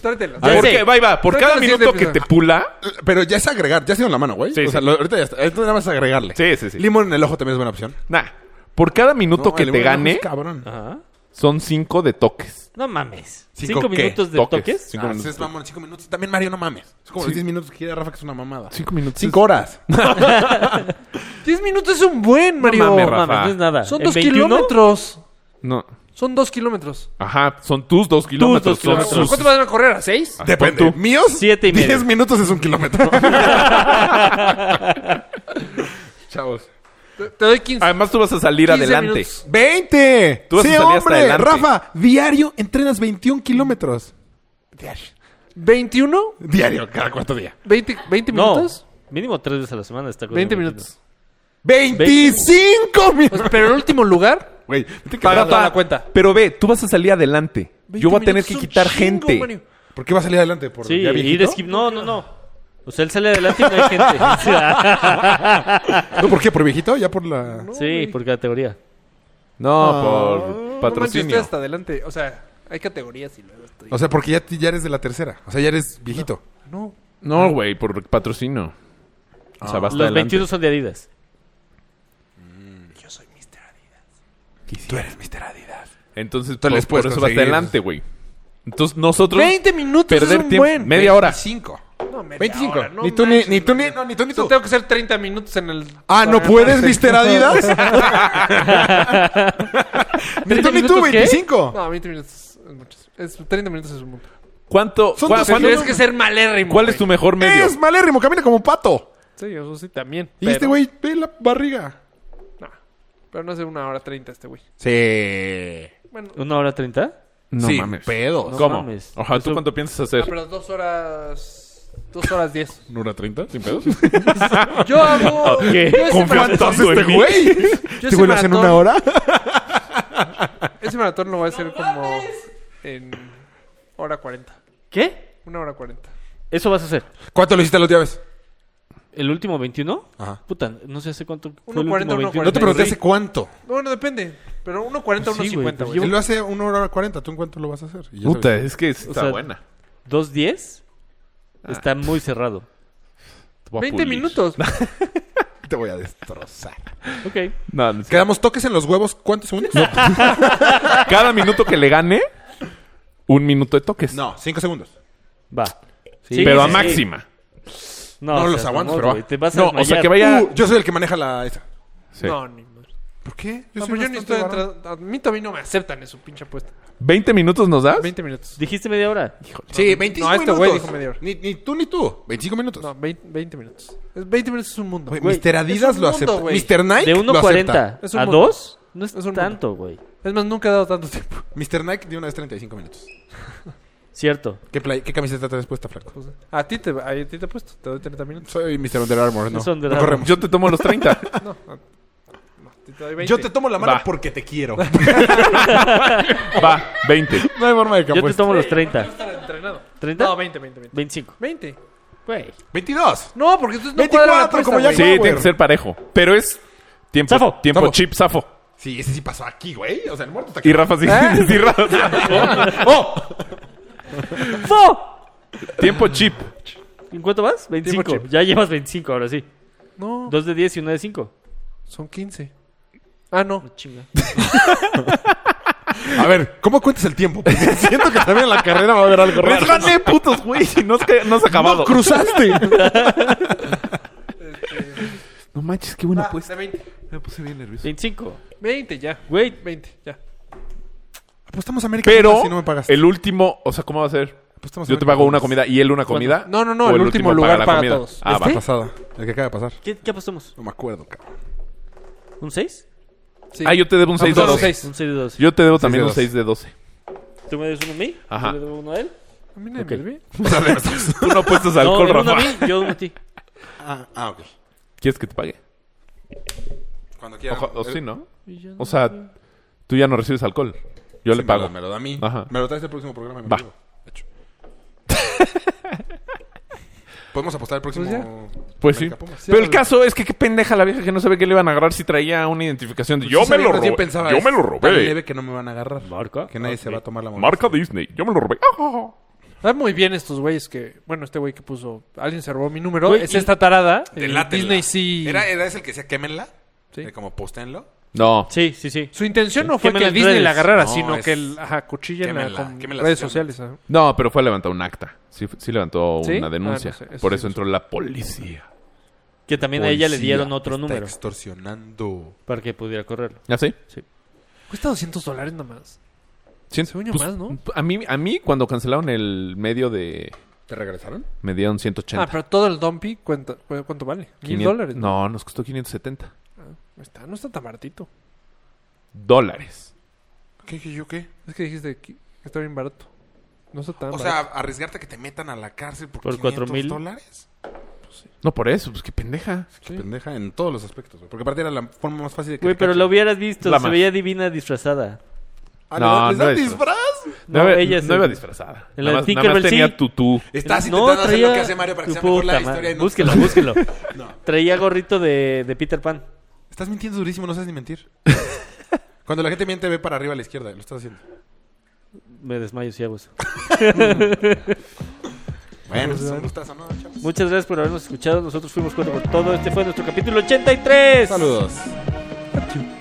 [SPEAKER 4] Tráetela.
[SPEAKER 3] A ver,
[SPEAKER 2] sé.
[SPEAKER 3] ¿qué? va, y va. Por
[SPEAKER 4] Saca
[SPEAKER 3] cada
[SPEAKER 4] la siguiente
[SPEAKER 3] minuto que te
[SPEAKER 4] episodio.
[SPEAKER 3] pula.
[SPEAKER 1] Pero ya es agregar, ya ha sido en la mano, güey.
[SPEAKER 3] Sí,
[SPEAKER 1] o sea,
[SPEAKER 3] sí.
[SPEAKER 1] lo- ahorita ya está. Entonces nada más agregarle.
[SPEAKER 3] Sí, sí, sí.
[SPEAKER 1] Limón en el ojo también es buena opción.
[SPEAKER 3] Nah. Por cada minuto
[SPEAKER 1] No,
[SPEAKER 3] que
[SPEAKER 1] el
[SPEAKER 3] te
[SPEAKER 1] limón en el ojo es
[SPEAKER 3] gane,
[SPEAKER 1] Cabrón.
[SPEAKER 2] Ajá.
[SPEAKER 3] son cinco de toques.
[SPEAKER 2] No mames.
[SPEAKER 1] ¿Cinco
[SPEAKER 2] ¿Cinco,
[SPEAKER 1] qué?
[SPEAKER 2] minutos de
[SPEAKER 3] Toques.
[SPEAKER 2] toques?
[SPEAKER 3] Cinco
[SPEAKER 1] Ah,
[SPEAKER 3] minutos.
[SPEAKER 1] entonces, vamos, cinco minutos. También Mario, no mames. Es como los 10 minutos que quiere Rafa, que es una mamada.
[SPEAKER 3] Cinco minutos.
[SPEAKER 1] Cinco horas.
[SPEAKER 4] 10 minutos es un buen, Mario.
[SPEAKER 3] mames,
[SPEAKER 2] No
[SPEAKER 3] Rafa.
[SPEAKER 2] mames, no es nada.
[SPEAKER 4] Son
[SPEAKER 2] ¿En
[SPEAKER 4] dos
[SPEAKER 2] 21?
[SPEAKER 4] kilómetros.
[SPEAKER 3] No.
[SPEAKER 4] Son dos kilómetros.
[SPEAKER 3] Ajá, son tus dos kilómetros. Ah.
[SPEAKER 2] dos kilómetros.
[SPEAKER 3] Son sus...
[SPEAKER 4] ¿Cuánto van a correr? ¿A seis?
[SPEAKER 1] Depende.
[SPEAKER 3] Pon tú.
[SPEAKER 1] ¿Míos?
[SPEAKER 2] Siete y medio.
[SPEAKER 1] 10 minutos es un kilómetro.
[SPEAKER 3] Chavos.
[SPEAKER 4] Te te doy 15.
[SPEAKER 3] Además, tú vas a salir
[SPEAKER 4] 15
[SPEAKER 3] adelante.
[SPEAKER 4] minutos.
[SPEAKER 1] ¡20!
[SPEAKER 3] Tú vas a
[SPEAKER 1] ¡Sí,
[SPEAKER 3] salir hasta
[SPEAKER 1] hombre!
[SPEAKER 3] adelante.
[SPEAKER 1] Rafa, diario entrenas 21 kilómetros. Diario.
[SPEAKER 4] ¿21?
[SPEAKER 1] Diario, cada cuánto día.
[SPEAKER 4] ¿20, 20
[SPEAKER 2] No.
[SPEAKER 4] minutos?
[SPEAKER 2] Mínimo tres veces a la semana está corriendo
[SPEAKER 4] 20
[SPEAKER 2] el
[SPEAKER 4] minutos.
[SPEAKER 1] ¡25
[SPEAKER 4] O
[SPEAKER 1] minutos!
[SPEAKER 4] sea, pero el último lugar,
[SPEAKER 1] Güey, vete que-
[SPEAKER 4] paga toda
[SPEAKER 3] Rafa,
[SPEAKER 4] la cuenta.
[SPEAKER 3] Pero ve, tú vas a salir adelante.
[SPEAKER 4] 20
[SPEAKER 3] Yo voy a tener
[SPEAKER 4] minutos
[SPEAKER 3] que
[SPEAKER 4] es un
[SPEAKER 3] quitar
[SPEAKER 4] chingo,
[SPEAKER 3] gente.
[SPEAKER 4] Mario.
[SPEAKER 1] ¿Por qué va a salir adelante? ¿Por
[SPEAKER 2] Sí,
[SPEAKER 1] ya viejito?
[SPEAKER 2] ir skip. No, no, no. O sea, él sale adelante y no hay gente. O sea,
[SPEAKER 1] ¿No, ¿Por qué? ¿Por viejito? Ya por la...
[SPEAKER 2] sí, por categoría.
[SPEAKER 3] No, por
[SPEAKER 4] No manches, estoy
[SPEAKER 3] patrocinio.
[SPEAKER 4] hasta adelante. O sea, hay categorías y luego estoy.
[SPEAKER 1] O sea, porque ya, ya eres de la tercera. O sea, ya eres viejito.
[SPEAKER 4] no.
[SPEAKER 3] No, güey, por patrocinio. O sea, vas
[SPEAKER 2] Los
[SPEAKER 3] adelante.
[SPEAKER 2] 21 son de Adidas.
[SPEAKER 1] Tú eres Mr. Adidas.
[SPEAKER 3] Entonces,
[SPEAKER 1] Tú
[SPEAKER 3] por,
[SPEAKER 1] les puedes
[SPEAKER 3] por eso vas
[SPEAKER 1] conseguir.
[SPEAKER 3] adelante, güey. Entonces, nosotros
[SPEAKER 4] 20 minutos es
[SPEAKER 3] perder
[SPEAKER 4] un
[SPEAKER 3] tiempo.
[SPEAKER 4] buen.
[SPEAKER 3] Media hora.
[SPEAKER 1] 25.
[SPEAKER 4] No, media
[SPEAKER 1] 25.
[SPEAKER 4] hora, no
[SPEAKER 1] ni tú, ni,
[SPEAKER 4] manches,
[SPEAKER 1] ni tú, ni,
[SPEAKER 4] Mario.
[SPEAKER 1] no, ni tú, ni
[SPEAKER 4] O sea,
[SPEAKER 1] tú.
[SPEAKER 4] tengo que hacer 30 minutos en el.
[SPEAKER 1] Ah, ¿no
[SPEAKER 4] para
[SPEAKER 1] puedes,
[SPEAKER 4] ganarse.
[SPEAKER 1] Mr. Adidas? ni tú, ni tú,
[SPEAKER 2] ¿Minutos qué?
[SPEAKER 1] 25.
[SPEAKER 4] No, 20 minutos es muchos. Es- 30 minutos es un mundo.
[SPEAKER 3] ¿Cuánto?
[SPEAKER 1] Son
[SPEAKER 3] cua-
[SPEAKER 1] doce
[SPEAKER 3] cuándo-
[SPEAKER 4] Tienes que ser malérrimo.
[SPEAKER 3] ¿Cuál es tu
[SPEAKER 4] güey.
[SPEAKER 3] mejor medio?
[SPEAKER 1] Es malérrimo, camina como pato.
[SPEAKER 4] Sí, eso sí también.
[SPEAKER 1] Y este güey, ve la barriga.
[SPEAKER 4] No, pero no hace una hora 30 este güey.
[SPEAKER 1] Sí.
[SPEAKER 4] Bueno,
[SPEAKER 2] ¿Una hora treinta?
[SPEAKER 3] No
[SPEAKER 1] Sin
[SPEAKER 3] mames.
[SPEAKER 1] pedos.
[SPEAKER 2] No.
[SPEAKER 3] ¿Cómo?
[SPEAKER 2] mames.
[SPEAKER 3] Ojalá, ¿tú
[SPEAKER 2] Eso-
[SPEAKER 3] cuánto piensas
[SPEAKER 4] ah,
[SPEAKER 3] hacer?
[SPEAKER 4] pero dos horas. Dos horas 10.
[SPEAKER 1] ¿Una hora treinta? ¿Sin pedos?
[SPEAKER 4] Yo hago.
[SPEAKER 2] ¿Qué?
[SPEAKER 4] Yo ese maratón-
[SPEAKER 1] ¿Cuánto hace este güey?
[SPEAKER 4] Yo
[SPEAKER 1] ¿Este
[SPEAKER 4] ese
[SPEAKER 1] güey lo hace en
[SPEAKER 4] maratón-
[SPEAKER 1] una hora?
[SPEAKER 4] Ese maratón lo voy a hacer como. En. Hora 40.
[SPEAKER 2] ¿Qué?
[SPEAKER 4] Una hora 40.
[SPEAKER 2] ¿Eso vas a hacer?
[SPEAKER 1] ¿Cuánto lo hiciste la última vez?
[SPEAKER 2] ¿El último 21?
[SPEAKER 1] Ajá.
[SPEAKER 2] Puta, no sé hace cuánto fue
[SPEAKER 4] Uno
[SPEAKER 2] el
[SPEAKER 4] cuarenta,
[SPEAKER 2] último
[SPEAKER 4] uno
[SPEAKER 2] 21.
[SPEAKER 1] No te pregunté hace cuánto.
[SPEAKER 4] Bueno, depende. Pero 1.40,
[SPEAKER 2] Sí, güey,
[SPEAKER 4] 1.50,
[SPEAKER 2] pero
[SPEAKER 4] güey.
[SPEAKER 2] yo-
[SPEAKER 1] Él lo hace una hora cuarenta. ¿Tú en cuánto lo vas a hacer? Y ya
[SPEAKER 3] Puta,
[SPEAKER 1] sabes.
[SPEAKER 3] es que está
[SPEAKER 2] sea,
[SPEAKER 3] buena.
[SPEAKER 2] 2.10
[SPEAKER 4] Ah.
[SPEAKER 2] está muy cerrado.
[SPEAKER 3] Te voy a
[SPEAKER 4] 20
[SPEAKER 3] pulir.
[SPEAKER 4] minutos.
[SPEAKER 1] Te voy a destrozar.
[SPEAKER 2] Ok.
[SPEAKER 3] No, no,
[SPEAKER 1] Quedamos toques en los huevos. ¿Cuántos segundos?
[SPEAKER 3] cada minuto que le gane, un minuto de toques.
[SPEAKER 1] No, cinco segundos.
[SPEAKER 2] Va. Sí,
[SPEAKER 3] pero
[SPEAKER 2] sí,
[SPEAKER 3] a
[SPEAKER 2] sí.
[SPEAKER 3] máxima.
[SPEAKER 1] No,
[SPEAKER 2] seas
[SPEAKER 1] los aguanto,
[SPEAKER 2] mamón,
[SPEAKER 1] pero va.
[SPEAKER 2] güey, Te vas a
[SPEAKER 3] No, o sea,
[SPEAKER 2] desmayar.
[SPEAKER 3] que vaya...
[SPEAKER 1] Uh, yo soy el que maneja la esa.
[SPEAKER 3] Sí.
[SPEAKER 4] No, ni más.
[SPEAKER 1] ¿Por qué?
[SPEAKER 4] No,
[SPEAKER 1] soy
[SPEAKER 4] pero yo ni
[SPEAKER 1] bastante
[SPEAKER 4] estoy
[SPEAKER 1] varón.
[SPEAKER 4] entrando. A mí todavía no me aceptan en su pinche apuesta.
[SPEAKER 3] ¿20 minutos nos das?
[SPEAKER 4] 20 minutos.
[SPEAKER 2] Dijiste media hora.
[SPEAKER 1] Sí, 25
[SPEAKER 4] No, este
[SPEAKER 1] minutos.
[SPEAKER 4] güey dijo media hora.
[SPEAKER 1] Ni, ni tú ni tú. 25 minutos.
[SPEAKER 4] No, 20, 20 minutos. Es- 20 minutos es un mundo.
[SPEAKER 1] Güey,
[SPEAKER 4] Güey,
[SPEAKER 1] Mr. Adidas
[SPEAKER 4] es un
[SPEAKER 1] lo
[SPEAKER 4] mundo,
[SPEAKER 1] acepta.
[SPEAKER 4] güey.
[SPEAKER 1] Mr. Nike
[SPEAKER 2] De
[SPEAKER 1] lo acepta.
[SPEAKER 2] 1.40
[SPEAKER 4] Es un
[SPEAKER 2] a
[SPEAKER 4] mundo.
[SPEAKER 2] 2 no es,
[SPEAKER 4] Es un
[SPEAKER 2] tanto, güey.
[SPEAKER 4] Es más, nunca he dado tanto tiempo.
[SPEAKER 1] Mr. Nike dio una vez 35 minutos.
[SPEAKER 2] Cierto.
[SPEAKER 1] ¿Qué, play- qué camiseta te has puesto, Flaco?
[SPEAKER 4] A ti te, a ti te he puesto. Te doy 30 minutos.
[SPEAKER 1] Soy Mr. Under Armour, no.
[SPEAKER 2] Es Under
[SPEAKER 1] No
[SPEAKER 2] Armour.
[SPEAKER 1] corremos.
[SPEAKER 3] Yo te tomo los 30.
[SPEAKER 4] No, a- no, te doy 20.
[SPEAKER 1] Yo te tomo la mano
[SPEAKER 3] Va.
[SPEAKER 1] porque te quiero.
[SPEAKER 3] Va, 20.
[SPEAKER 1] no hay forma de que
[SPEAKER 2] Yo te
[SPEAKER 1] apueste.
[SPEAKER 2] tomo los 30.
[SPEAKER 4] Estar entrenado.
[SPEAKER 2] ¿30?
[SPEAKER 4] No, 20, 20, 20.
[SPEAKER 2] 25.
[SPEAKER 4] 20.
[SPEAKER 2] Güey.
[SPEAKER 1] 22.
[SPEAKER 4] No, porque entonces no
[SPEAKER 1] 24,
[SPEAKER 4] cuadra la apuesta,
[SPEAKER 1] como ya
[SPEAKER 4] güey.
[SPEAKER 3] Sí,
[SPEAKER 1] Power.
[SPEAKER 3] tiene que ser parejo. Pero es tiempo,
[SPEAKER 2] Zafo.
[SPEAKER 3] tiempo
[SPEAKER 1] Zafo.
[SPEAKER 3] chip, zafo.
[SPEAKER 1] Sí, ese sí pasó aquí, güey. O sea, el muerto está aquí.
[SPEAKER 3] Y Rafa sí. sí, Rafa, zafo.
[SPEAKER 2] ¡Fo!
[SPEAKER 3] ¡Oh! Tiempo chip.
[SPEAKER 2] ¿En cuánto vas? 25.
[SPEAKER 4] chip.
[SPEAKER 2] Ya llevas 25 ahora sí.
[SPEAKER 4] No,
[SPEAKER 2] Dos de 10 y una de 5.
[SPEAKER 4] son 15. Ah, no.
[SPEAKER 2] Chinga.
[SPEAKER 1] A ver, ¿cómo cuentas el tiempo? Porque siento que también en la carrera va a haber algo
[SPEAKER 3] Les
[SPEAKER 1] raro.
[SPEAKER 3] gané, putos, güey. Si no, has ca- no has acabado.
[SPEAKER 1] ¡No cruzaste!
[SPEAKER 3] No manches, qué buena
[SPEAKER 4] Ah,
[SPEAKER 3] apuesta.
[SPEAKER 4] de 20.
[SPEAKER 3] Me puse bien nervioso.
[SPEAKER 2] 25.
[SPEAKER 4] 20 ya.
[SPEAKER 2] Güey.
[SPEAKER 4] 20 ya.
[SPEAKER 1] Apostamos a América
[SPEAKER 3] Pero
[SPEAKER 1] Chivas si no me pagas.
[SPEAKER 3] el último, o sea, ¿cómo va a ser?
[SPEAKER 1] Apostamos
[SPEAKER 3] Yo te
[SPEAKER 1] América
[SPEAKER 3] pago una
[SPEAKER 1] Chivas.
[SPEAKER 3] comida y él una comida.
[SPEAKER 4] No, no, no,
[SPEAKER 3] ¿O
[SPEAKER 4] el último lugar
[SPEAKER 3] la
[SPEAKER 4] paga
[SPEAKER 3] comida?
[SPEAKER 4] todos.
[SPEAKER 3] Ah, va.
[SPEAKER 1] La pasada, el que acaba de pasar.
[SPEAKER 2] ¿Qué, qué apostamos?
[SPEAKER 1] ¿Este? No me acuerdo, cabrón.
[SPEAKER 2] ¿Un 6?
[SPEAKER 4] Sí.
[SPEAKER 3] Ah, yo te debo un
[SPEAKER 4] Vamos
[SPEAKER 3] 6
[SPEAKER 4] a
[SPEAKER 3] de
[SPEAKER 4] los
[SPEAKER 3] 12.
[SPEAKER 4] seis.
[SPEAKER 2] Un 6 de 12.
[SPEAKER 3] Yo te debo
[SPEAKER 1] Seis
[SPEAKER 3] también
[SPEAKER 1] de
[SPEAKER 3] un
[SPEAKER 1] doce.
[SPEAKER 3] 6 de 12.
[SPEAKER 2] ¿Tú me des uno a mí?
[SPEAKER 3] Ajá.
[SPEAKER 2] Yo le debo uno a él.
[SPEAKER 4] A mí nadie
[SPEAKER 2] Ok.
[SPEAKER 4] me lo ve.
[SPEAKER 1] O sea, de nosotros.
[SPEAKER 3] Tú no apuestas alcohol,
[SPEAKER 2] no, él uno a
[SPEAKER 3] Rafa.
[SPEAKER 2] mí, yo uno a ti.
[SPEAKER 1] ah, ah, ok.
[SPEAKER 3] ¿Quieres que te pague?
[SPEAKER 1] Cuando
[SPEAKER 3] O,
[SPEAKER 1] quieras.
[SPEAKER 3] o sí,
[SPEAKER 1] Eh,
[SPEAKER 3] ¿no?
[SPEAKER 2] Y yo no.
[SPEAKER 3] O sea, tú ya no recibes alcohol. Yo
[SPEAKER 1] sí,
[SPEAKER 3] le pago.
[SPEAKER 1] Me lo, me lo da a mí.
[SPEAKER 3] Ajá.
[SPEAKER 1] Me lo traes el próximo programa. y me
[SPEAKER 3] Va.
[SPEAKER 1] lo llevo. Hecho. Podemos apostar el próximo.
[SPEAKER 3] Pues sí.
[SPEAKER 1] América Pumas.
[SPEAKER 4] Sí,
[SPEAKER 3] Pero el
[SPEAKER 4] vale.
[SPEAKER 3] caso es que qué pendeja la vieja que no sabe que le iban a agarrar si traía una identificación de
[SPEAKER 1] Pues
[SPEAKER 3] yo
[SPEAKER 1] sí
[SPEAKER 3] me
[SPEAKER 1] sabía,
[SPEAKER 3] lo
[SPEAKER 1] más bien
[SPEAKER 3] robé.
[SPEAKER 1] pensaba,
[SPEAKER 3] Yo
[SPEAKER 1] es
[SPEAKER 3] me lo
[SPEAKER 1] Tan
[SPEAKER 3] robé. Ah,
[SPEAKER 1] leve que no me van a agarrar.
[SPEAKER 2] Marca.
[SPEAKER 1] Que nadie
[SPEAKER 2] Ok.
[SPEAKER 1] se va a tomar la mano.
[SPEAKER 3] Marca Disney. Yo me lo robé. Ah.
[SPEAKER 4] Va muy bien estos güeyes que... Bueno, este güey que puso... Alguien se robó mi número.
[SPEAKER 2] Güey,
[SPEAKER 4] es
[SPEAKER 2] y-
[SPEAKER 4] esta tarada. Eh,
[SPEAKER 1] Delátela.
[SPEAKER 4] Disney sí...
[SPEAKER 1] Era, era ese el que decía quémenla.
[SPEAKER 4] Sí.
[SPEAKER 1] Eh, Como postenlo.
[SPEAKER 3] No.
[SPEAKER 2] Sí, sí, sí.
[SPEAKER 4] Su intención no
[SPEAKER 2] Sí,
[SPEAKER 4] fue
[SPEAKER 2] quémela
[SPEAKER 4] que
[SPEAKER 2] en
[SPEAKER 4] Disney
[SPEAKER 2] redes.
[SPEAKER 4] la agarrara,
[SPEAKER 1] No,
[SPEAKER 4] sino
[SPEAKER 1] es-
[SPEAKER 4] que el, ajá, cuchilla en la
[SPEAKER 1] Quémela,
[SPEAKER 4] con
[SPEAKER 1] quémela
[SPEAKER 4] redes
[SPEAKER 1] sus
[SPEAKER 4] sociales. ajá.
[SPEAKER 3] No, pero fue a levantar un acta. Sí, sí levantó
[SPEAKER 4] ¿Sí?
[SPEAKER 3] una denuncia.
[SPEAKER 4] Ah, no sé, eso
[SPEAKER 3] Por eso
[SPEAKER 4] sí no sé.
[SPEAKER 3] entró la policía.
[SPEAKER 2] Que también a ella le
[SPEAKER 1] Policía
[SPEAKER 2] dieron otro
[SPEAKER 1] está
[SPEAKER 2] número
[SPEAKER 1] extorsionando.
[SPEAKER 2] para que pudiera correrlo.
[SPEAKER 3] ¿Ah, sí?
[SPEAKER 4] Cuesta 200 dólares nada más.
[SPEAKER 3] Sí. Pues,
[SPEAKER 4] Según yo más, ¿no?
[SPEAKER 3] A mí, a mí, cuando cancelaron el medio de...
[SPEAKER 1] ¿Te regresaron?
[SPEAKER 3] Me dieron 180.
[SPEAKER 4] Ah, pero todo el dumpy, cuenta, cu- ¿cuánto vale? ¿Mil
[SPEAKER 3] 500
[SPEAKER 4] dólares?
[SPEAKER 3] No, nos costó 570.
[SPEAKER 4] No está, no está tan baratito.
[SPEAKER 3] Dólares.
[SPEAKER 1] ¿Qué dije yo qué?
[SPEAKER 4] Es que dijiste que que está bien barato. No está tan
[SPEAKER 1] O sea,
[SPEAKER 4] barato.
[SPEAKER 1] arriesgarte a que te metan a la cárcel por,
[SPEAKER 2] Por
[SPEAKER 1] 500
[SPEAKER 2] 4,000.
[SPEAKER 1] dólares.
[SPEAKER 3] No, por eso. Pues qué pendeja.
[SPEAKER 1] Qué Pendeja en todos los aspectos. güey. Porque aparte era la forma más fácil de que.
[SPEAKER 2] Güey,
[SPEAKER 1] te
[SPEAKER 2] pero
[SPEAKER 1] cachen.
[SPEAKER 2] lo hubieras visto.
[SPEAKER 3] La
[SPEAKER 2] se
[SPEAKER 3] más.
[SPEAKER 2] veía divina disfrazada.
[SPEAKER 1] Ah,
[SPEAKER 3] No,
[SPEAKER 1] ¿les
[SPEAKER 3] no
[SPEAKER 1] dan
[SPEAKER 3] es-
[SPEAKER 1] disfraz?
[SPEAKER 2] No,
[SPEAKER 3] iba-
[SPEAKER 2] ella sí.
[SPEAKER 3] no iba disfrazada.
[SPEAKER 2] En la
[SPEAKER 3] nada más,
[SPEAKER 2] de
[SPEAKER 3] nada más
[SPEAKER 2] Tinkerbell
[SPEAKER 3] tenía
[SPEAKER 2] sí.
[SPEAKER 3] tutú.
[SPEAKER 1] Estás
[SPEAKER 2] No,
[SPEAKER 1] intentando hacer lo
[SPEAKER 2] traía-
[SPEAKER 1] que hace Mario para que sea
[SPEAKER 2] Puta
[SPEAKER 1] mejor la
[SPEAKER 2] madre.
[SPEAKER 1] historia. y no-
[SPEAKER 2] Búsquelo, búsquelo.
[SPEAKER 1] No.
[SPEAKER 2] Traía gorrito de, de Peter Pan.
[SPEAKER 1] Estás mintiendo durísimo, no sabes ni mentir. Cuando la gente miente, ve para arriba a la izquierda. Lo estás haciendo.
[SPEAKER 2] Me desmayo si hago eso.
[SPEAKER 1] Bueno, es Pues, un gustazo, ¿no, chavos?
[SPEAKER 2] Muchas gracias por habernos escuchado. Nosotros fuimos cuatro por todo. Este fue nuestro capítulo 83.
[SPEAKER 1] Saludos.
[SPEAKER 4] Achú.